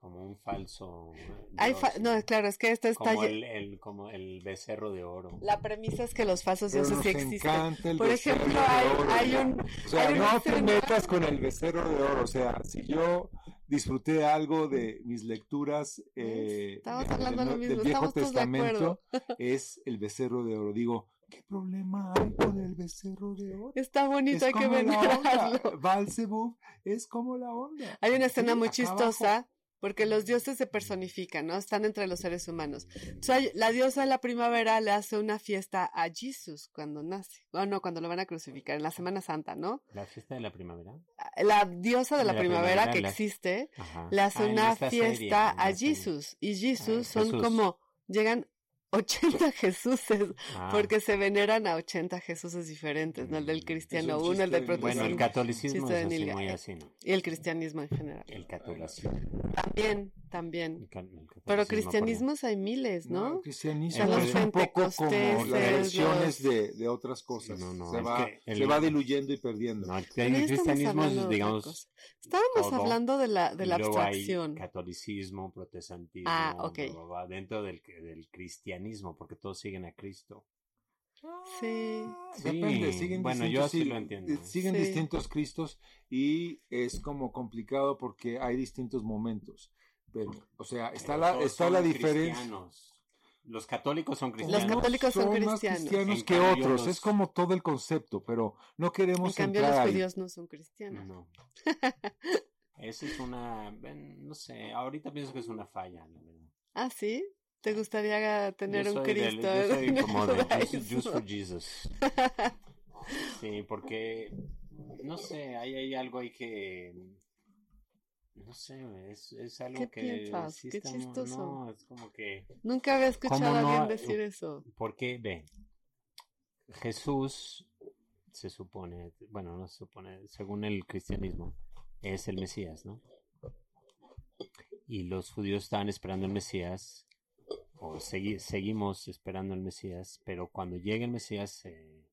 F: como un falso. eh,
E: hay
F: dios,
E: fa- no, claro, es que esto está
F: como
E: lle-
F: el, el- como el becerro de oro.
E: la premisa es que los falsos
D: Pero
E: dioses
D: nos
E: sí existen.
D: encanta el
E: Por
D: becerro
E: ejemplo,
D: de
E: hay,
D: oro,
E: hay
D: ya.
E: un
D: O sea,
E: hay un
D: no te
E: becerro-
D: metas con el becerro de oro. O sea, si yo disfruté algo de mis lecturas eh,
E: Estamos
D: de-
E: hablando
D: del,
E: lo
D: del
E: mismo,
D: Viejo
E: estamos todos de
D: Testamento,
E: acuerdo.
D: es el becerro de oro. Digo, ¿qué problema hay con el becerro de oro?
E: está bonito,
D: Es
E: hay que
D: como la onda.
E: venerarlo.
D: Beelzebub es como la onda.
E: Hay una escena
D: Sí,
E: muy
D: acá abajo.
E: chistosa porque los dioses se personifican, ¿no? Están entre los seres humanos. O sea, la diosa de la primavera le hace una fiesta a Jesús cuando nace. Bueno, no, cuando lo van a crucificar, en la Semana Santa, ¿no?
F: ¿La fiesta de la primavera?
E: La diosa de la,
F: La
E: primavera,
F: primavera
E: que
F: la-
E: existe
F: Ajá.
E: le hace
F: Ah, en
E: una
F: esta
E: fiesta
F: serie, en
E: a
F: esta serie.
E: Jesús. Y Jesús
F: Ah,
E: son
F: Jesús.
E: como, llegan 80 Jesuses,
F: Ah,
E: porque se veneran a 80 Jesuses diferentes, ¿no? El del
F: Mm,
E: cristiano
D: es un
E: uno, el
D: chiste
E: del
D: de-
F: Bueno, el
E: protestante
F: catolicismo
E: Chiste de
F: es así,
E: Nilga.
F: muy así, ¿no?
E: y el cristianismo en general.
F: El catolicismo.
E: También, también.
F: el ca- el catolicismo,
E: Pero
F: perdón.
E: cristianismos hay miles,
D: No,
E: ¿no?
D: el cristianismo
F: sea, los
D: es un poco como
E: pentecosteses,
D: las versiones
E: los-
D: de, de otras cosas.
F: No, no,
D: se
F: es
D: va,
F: que el-
D: se va diluyendo y perdiendo.
F: No, el
E: Pero ya estamos
F: cristianismo
E: hablando de
F: es,
E: otra
F: digamos,
E: cosa. Estábamos
F: todo,
E: hablando de la, de la
F: y luego hay
E: abstracción.
F: catolicismo, protestantismo,
E: Ah, ok.
F: bla, bla, bla, dentro del, del cristianismo, porque todos siguen a Cristo.
E: Sí.
F: Sí,
D: Depende, siguen
F: bueno,
D: distintos,
F: yo así
D: sí,
F: lo entiendo.
D: di- Siguen
E: Sí.
D: distintos Cristos y es como complicado porque hay distintos momentos. Pero, o sea, está
F: Pero
D: la,
F: Eh, todos
D: está
F: son
D: la diferencia.
F: cristianos. Los católicos son
E: Los
F: cristianos.
E: católicos son
D: más
E: cristianos.
D: cristianos
F: En
D: que
F: cambio,
D: otros.
F: los-
D: Es como todo el concepto, pero no
E: En
D: queremos
E: cambio,
D: entrar
E: los
D: ahí.
E: judíos no son cristianos.
F: No. Esa es una, ven, no sé, ahorita pienso que es una falla, la verdad.
E: Ah, sí. ¿Te gustaría tener
F: Yo
E: un
F: soy del-
E: Cristo?
F: yo soy
E: en el
F: como de Just,
E: judaísmo?
F: Just for Jesus. Sí, porque, no sé, hay, hay algo ahí que, no sé, es, es algo
E: ¿Qué
F: que...
E: piensas? Qué
F: estamos-
E: chistoso.
F: No, es como que...
E: Nunca había escuchado a
F: no?
E: alguien decir eso.
F: Porque, ve, Jesús se supone, bueno, no se supone, según el cristianismo, es el Mesías, ¿no? Y los judíos estaban esperando el Mesías, o segui- seguimos esperando el Mesías, pero cuando llega el Mesías se,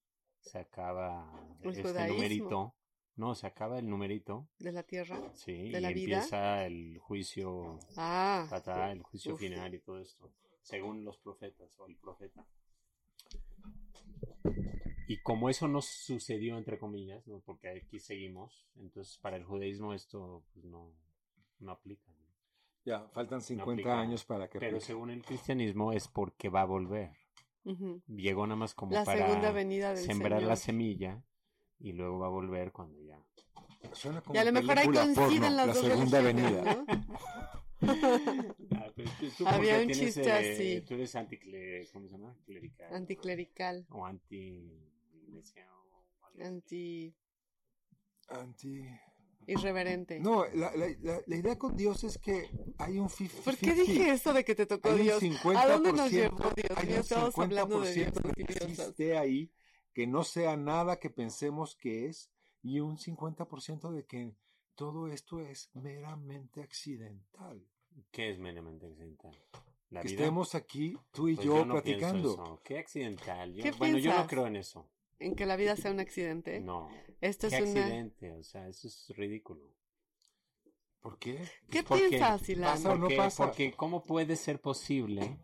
F: se acaba
E: El
F: este
E: judaísmo.
F: numerito, no, se acaba el numerito,
E: ¿De la tierra?
F: sí,
E: ¿De
F: y
E: la vida?
F: empieza el juicio
E: Ah,
F: fatal, el juicio
E: Uf.
F: final y todo esto, según los profetas o el profeta. Y como eso no sucedió, entre comillas, ¿no? porque aquí seguimos, entonces para el judaísmo esto pues, no, no aplica. ¿no?
D: Ya, faltan 50
F: aplica.
D: años para que... pues,
F: Pero según el cristianismo es porque va a volver.
E: ujú.
F: Llegó nada más como
E: la
F: para
E: segunda venida del
F: sembrar
E: Señor.
F: la semilla y luego va a volver cuando ya.
D: Suena como
E: y a lo mejor ahí
D: película
E: coinciden
D: porno,
E: las
D: la
E: dos
D: segunda
E: religiones,
D: avenida.
E: ¿no?
F: Ah, pero tú- tú
E: Había
F: porque
E: un
F: tienes, eh,
E: chiste así.
F: Tú eres anticle- ¿cómo se llama? Clerical.
E: Anticlerical,
F: o anti iglesia o algo así.
E: anti
D: Anti-
E: irreverente.
D: No, la, la- la- la idea con Dios es que hay un 50
E: ¿Por qué dije eso de que te tocó
D: Hay un
E: Dios?
D: 50%,
E: ¿A dónde nos llevó Dios?
D: hay
E: mío?
D: un
E: Estamos hablando de
D: 50%
E: Dios
D: que existe ahí que no sea nada que pensemos que es y un 50% de que todo esto es meramente accidental.
F: ¿Qué es meramente accidental? ¿La
D: Que
F: vida?
D: estemos aquí tú y
F: Pues
D: yo,
F: no pienso
D: platicando.
F: eso. ¿Qué accidental? Yo-
E: ¿Qué
F: bueno, yo
E: piensas?
F: no creo en eso.
E: En que la vida sea un accidente.
F: No.
E: Esto
F: ¿Qué
E: es una...
F: accidente? O sea, eso es ridículo. Pues,
D: ¿Por qué?
E: ¿Qué
F: ¿Por qué?
E: piensas, Ilan?
D: Pasa- No, no
F: Porque,
D: pasa.
F: porque ¿cómo puede ser posible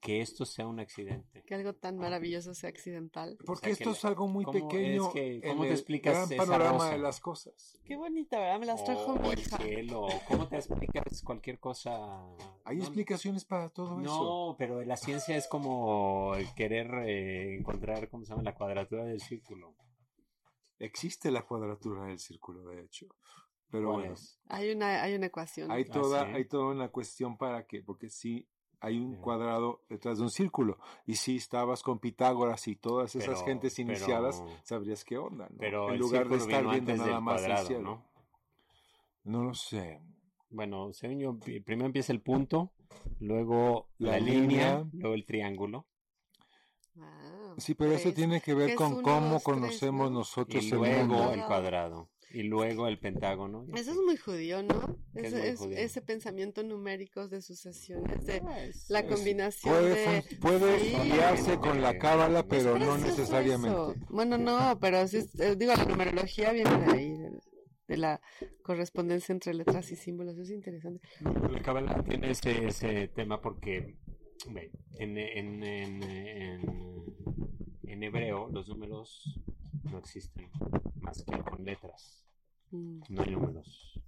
F: que esto sea un accidente?
E: Que algo tan maravilloso sea accidental.
D: Porque
F: que
D: esto
F: la-
D: es algo muy
F: ¿cómo es
D: pequeño
F: que-
D: en
F: cómo te
D: el
F: explicas
D: gran
F: esa
D: panorama
F: rosa?
D: de las cosas.
E: Qué bonita, ¿verdad? Me las trajo
D: Oh,
F: o
E: mi
D: pues
F: el
E: hija.
F: cielo. ¿Cómo te explicas cualquier cosa?
D: Hay
F: No,
D: explicaciones para todo eso.
F: No, pero la ciencia es como el querer eh, encontrar, ¿cómo se llama? La cuadratura del círculo.
D: Existe la cuadratura del círculo, de hecho. Pero
F: ¿Cuál
D: bueno,
F: es?
E: Hay una, hay una ecuación.
D: Hay
F: Ah,
D: toda,
F: sí.
D: hay toda una cuestión para que, porque sí hay un
F: Ya.
D: cuadrado detrás de un círculo. Y si estabas con Pitágoras y todas esas
F: Pero-
D: gentes
F: pero-
D: iniciadas, sabrías qué onda, ¿no?
F: Pero
D: en
F: el
D: lugar de
F: círculo
D: estar
F: vino
D: viendo
F: antes
D: nada
F: del
D: más el
F: cuadrado,
D: cielo. ¿no?
F: ¿no?
D: lo sé.
F: Bueno, según yo, pi- primero empieza el punto, luego la,
D: La
F: línea,
D: línea.
F: luego el triángulo,
E: Wow.
D: Sí, pero eso
E: Tres.
D: tiene que ver
E: Es
D: con
E: uno,
D: cómo
E: dos, tres,
D: conocemos
E: ¿no?
D: nosotros
F: y
D: el mundo.
F: luego
E: el
F: el cuadrado, y luego el pentágono. y
E: Eso es
F: así.
E: muy judío, ¿no?
F: Que es
E: Ese-
F: muy
E: es-
F: judío.
E: Ese pensamiento numérico de sucesiones, de
F: Ah, es-
E: la
F: es-
E: combinación
D: Puede,
E: de...
D: fun- puede
E: Sí.
D: guiarse con
F: eh,
D: la cábala,
F: pues,
D: pero no
E: Precioso
D: necesariamente.
E: eso. Bueno, no, pero sí es- eh, digo, la numerología viene de ahí, de, de la correspondencia entre letras y símbolos. Es interesante.
F: La Kabbalah tiene ese, ese tema porque ve, en, en- en- en- en hebreo los números no existen más que con letras.
E: Mm,
F: No hay números.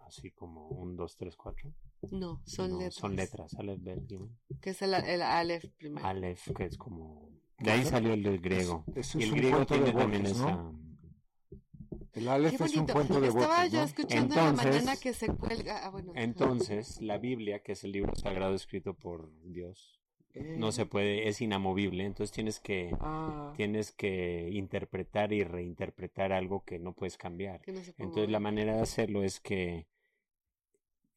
F: Así como un, dos, tres, cuatro.
E: No, son
F: No,
E: letras.
F: Son letras. Aleph, bet, gimel.
E: Que es el, el Aleph primero.
F: Aleph, que es como... De ahí salió el del griego.
D: Eso
F: y
D: es
F: el
D: un
F: griego
D: cuento de
F: tiene también
D: Borges,
F: esa...
D: ¿no? El Aleph
E: Qué
D: es un
E: bonito.
D: cuento de
E: Estaba
D: votos,
E: yo
D: ¿no?
E: escuchando en la
F: Entonces-
E: mañana que se cuelga. Ah, bueno. ajá.
F: Entonces, la Biblia, que es el libro sagrado escrito por Dios,
D: Eh,
F: no se puede, es inamovible, entonces tienes que,
E: Ah,
F: tienes que interpretar y reinterpretar algo que no puedes cambiar.
E: que no se puede
F: Entonces, la
E: mover.
F: manera de hacerlo es que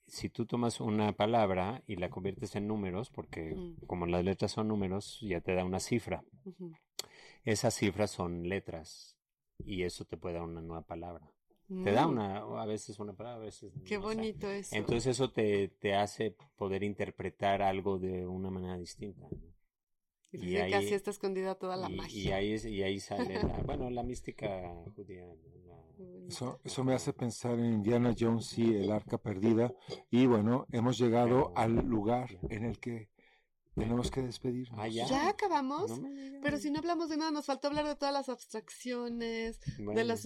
F: si tú tomas una palabra y la conviertes en números, porque
E: Mm.
F: como las letras son números, ya te da una cifra.
E: Ujú.
F: Esas cifras son letras y eso te puede dar una nueva palabra. Te da
E: Mm,
F: una, a veces una palabra, a veces
E: Qué
F: no sé.
E: bonito eso.
F: Entonces eso te, te hace poder interpretar algo de una manera distinta. ¿no?
E: y
F: y ahí-
E: casi está escondida toda la
F: y, y
E: magia.
F: ahí es- y ahí sale la, bueno, la mística judía. ¿no?
E: Qué
F: La-
E: bonito.
D: Eso, eso me hace pensar en Indiana Jones y el arca perdida. Y bueno, hemos llegado al lugar en el que tenemos que despedirnos.
F: Ah, ya.
E: ¿Ya acabamos?
F: No me digas.
E: Pero si no hablamos de nada, nos faltó hablar de todas las abstracciones, de
F: Bueno,
E: los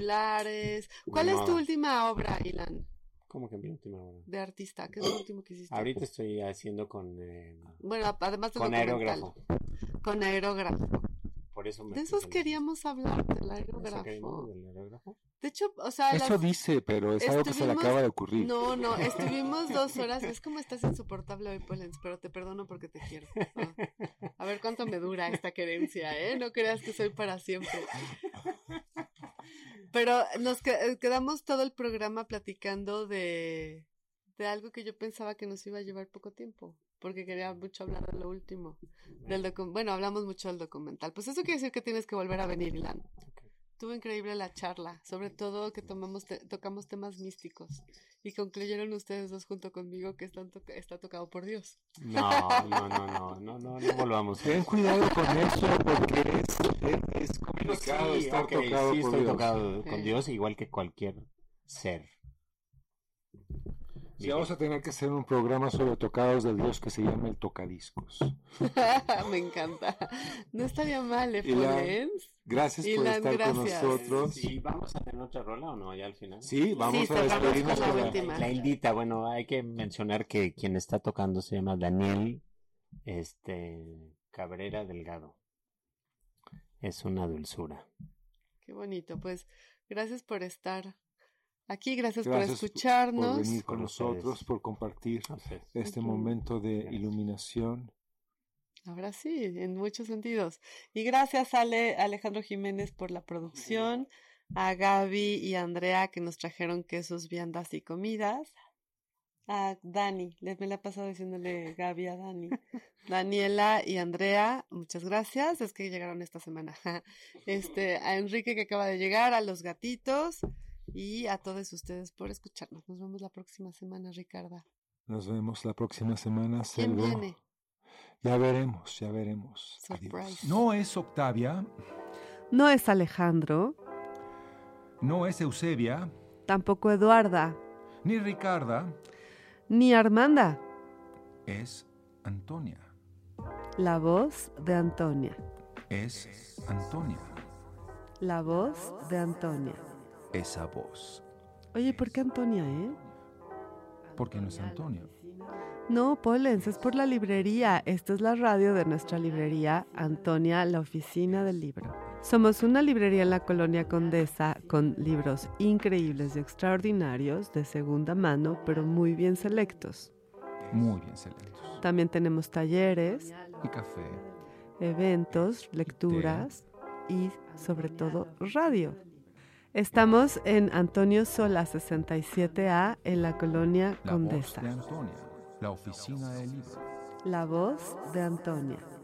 E: espectaculares. ¿Cuál es tu
F: modo.
E: última obra, Ilan,
F: ¿Cómo que mi última hora?
E: de artista? ¿Qué es lo último que hiciste?
F: Ahorita estoy haciendo con, eh,
E: Bueno, a- además del
F: con
E: documental.
F: aerógrafo. este
E: Con aerógrafo.
F: Por eso me
E: De
F: puse
E: esos
F: la-
E: queríamos hablar, del
F: ¿Eso queríamos
E: aerógrafo.
F: del aerógrafo?
E: De hecho, o sea,
D: Eso
E: las-
D: dice, pero es algo que se le
E: estuvimos-
D: acaba de ocurrir.
E: No, no, estuvimos dos horas. Es como estás insoportable hoy, Polens, pero te perdono porque te quiero. Ah. A ver cuánto me dura esta querencia, ¿eh? No creas que soy para siempre. Pero nos que- eh, quedamos todo el programa platicando de, de algo que yo pensaba que nos iba a llevar poco tiempo, porque quería mucho hablar de lo último. Del docu- bueno, hablamos mucho del documental. Pues eso quiere decir que tienes que volver a venir, Ilan. Estuvo increíble la charla, sobre todo que tomamos te- tocamos temas místicos y concluyeron ustedes dos junto conmigo que están to- está tocado por Dios.
F: No, no, no, no, no, no, no volvamos.
D: Ten cuidado con eso porque es, es, es complicado
F: Sí,
D: estar
F: ok,
D: tocado
F: sí,
D: por
F: estoy
D: Dios.
F: tocado
E: Eh.
F: con Dios, igual que cualquier ser.
D: Sí, vamos a tener que hacer un programa sobre tocados de Dios que se llama el tocadiscos.
E: Me encanta. No estaría mal, ¿eh,
D: Ilan,
E: Polens?
D: Gracias por
E: Ilan,
D: estar con
E: gracias.
D: nosotros.
F: ¿Y vamos a tener otra rola o no? Ya al final.
D: Sí, vamos
E: Sí,
D: a
E: cerramos
D: despedirnos
E: con la
D: con la-
E: última.
F: La Hildita, bueno, hay que mencionar que quien está tocando se llama Daniel este, Cabrera Delgado. Es una dulzura.
E: Qué bonito. Pues gracias por estar aquí, gracias, por
D: Gracias por- por
E: escucharnos.
D: por venir con
F: Con ustedes.
D: nosotros, por compartir
F: No sé.
D: este
E: Ujú.
D: momento de
F: Gracias.
D: iluminación.
E: Ahora sí, en muchos sentidos. Y gracias a Ale- Alejandro Jiménez por la producción, a Gaby y a Andrea que nos trajeron quesos, viandas y comidas, a Dani, le- me la he pasado diciéndole Gaby a Dani, Daniela y Andrea, muchas gracias, es que llegaron esta semana. Este, a Enrique que acaba de llegar, a los gatitos y a todos ustedes por escucharnos. Nos vemos la próxima semana, Ricarda.
D: Nos vemos la próxima semana.
E: ¿Quién
D: Selvo.
E: viene?
D: Ya veremos, ya veremos.
E: Surprise.
D: Adiós.
A: No es Octavia,
B: No es Alejandro,
A: no es Eusebia,
B: tampoco Eduarda,
A: ni Ricarda,
B: ni Armanda.
A: es Antonia.
B: La voz de Antonia.
A: Es Antonia.
B: La voz de Antonia.
A: Esa voz.
B: Oye, ¿por qué Antonia, eh?
A: Porque no es Antonia.
B: No, Polens, es por la librería. Esta es la radio de nuestra librería, Antonia, la oficina del libro. Somos una librería en la colonia Condesa con libros increíbles y extraordinarios de segunda mano, pero muy bien selectos.
A: Muy bien selectos.
B: También tenemos talleres,
A: Y café.
B: eventos, lecturas y sobre todo radio. Estamos en Antonio Sola 67A en la colonia
A: La voz
B: Condesa.
A: de Antonia. La oficina del libro.
B: La voz de Antonia.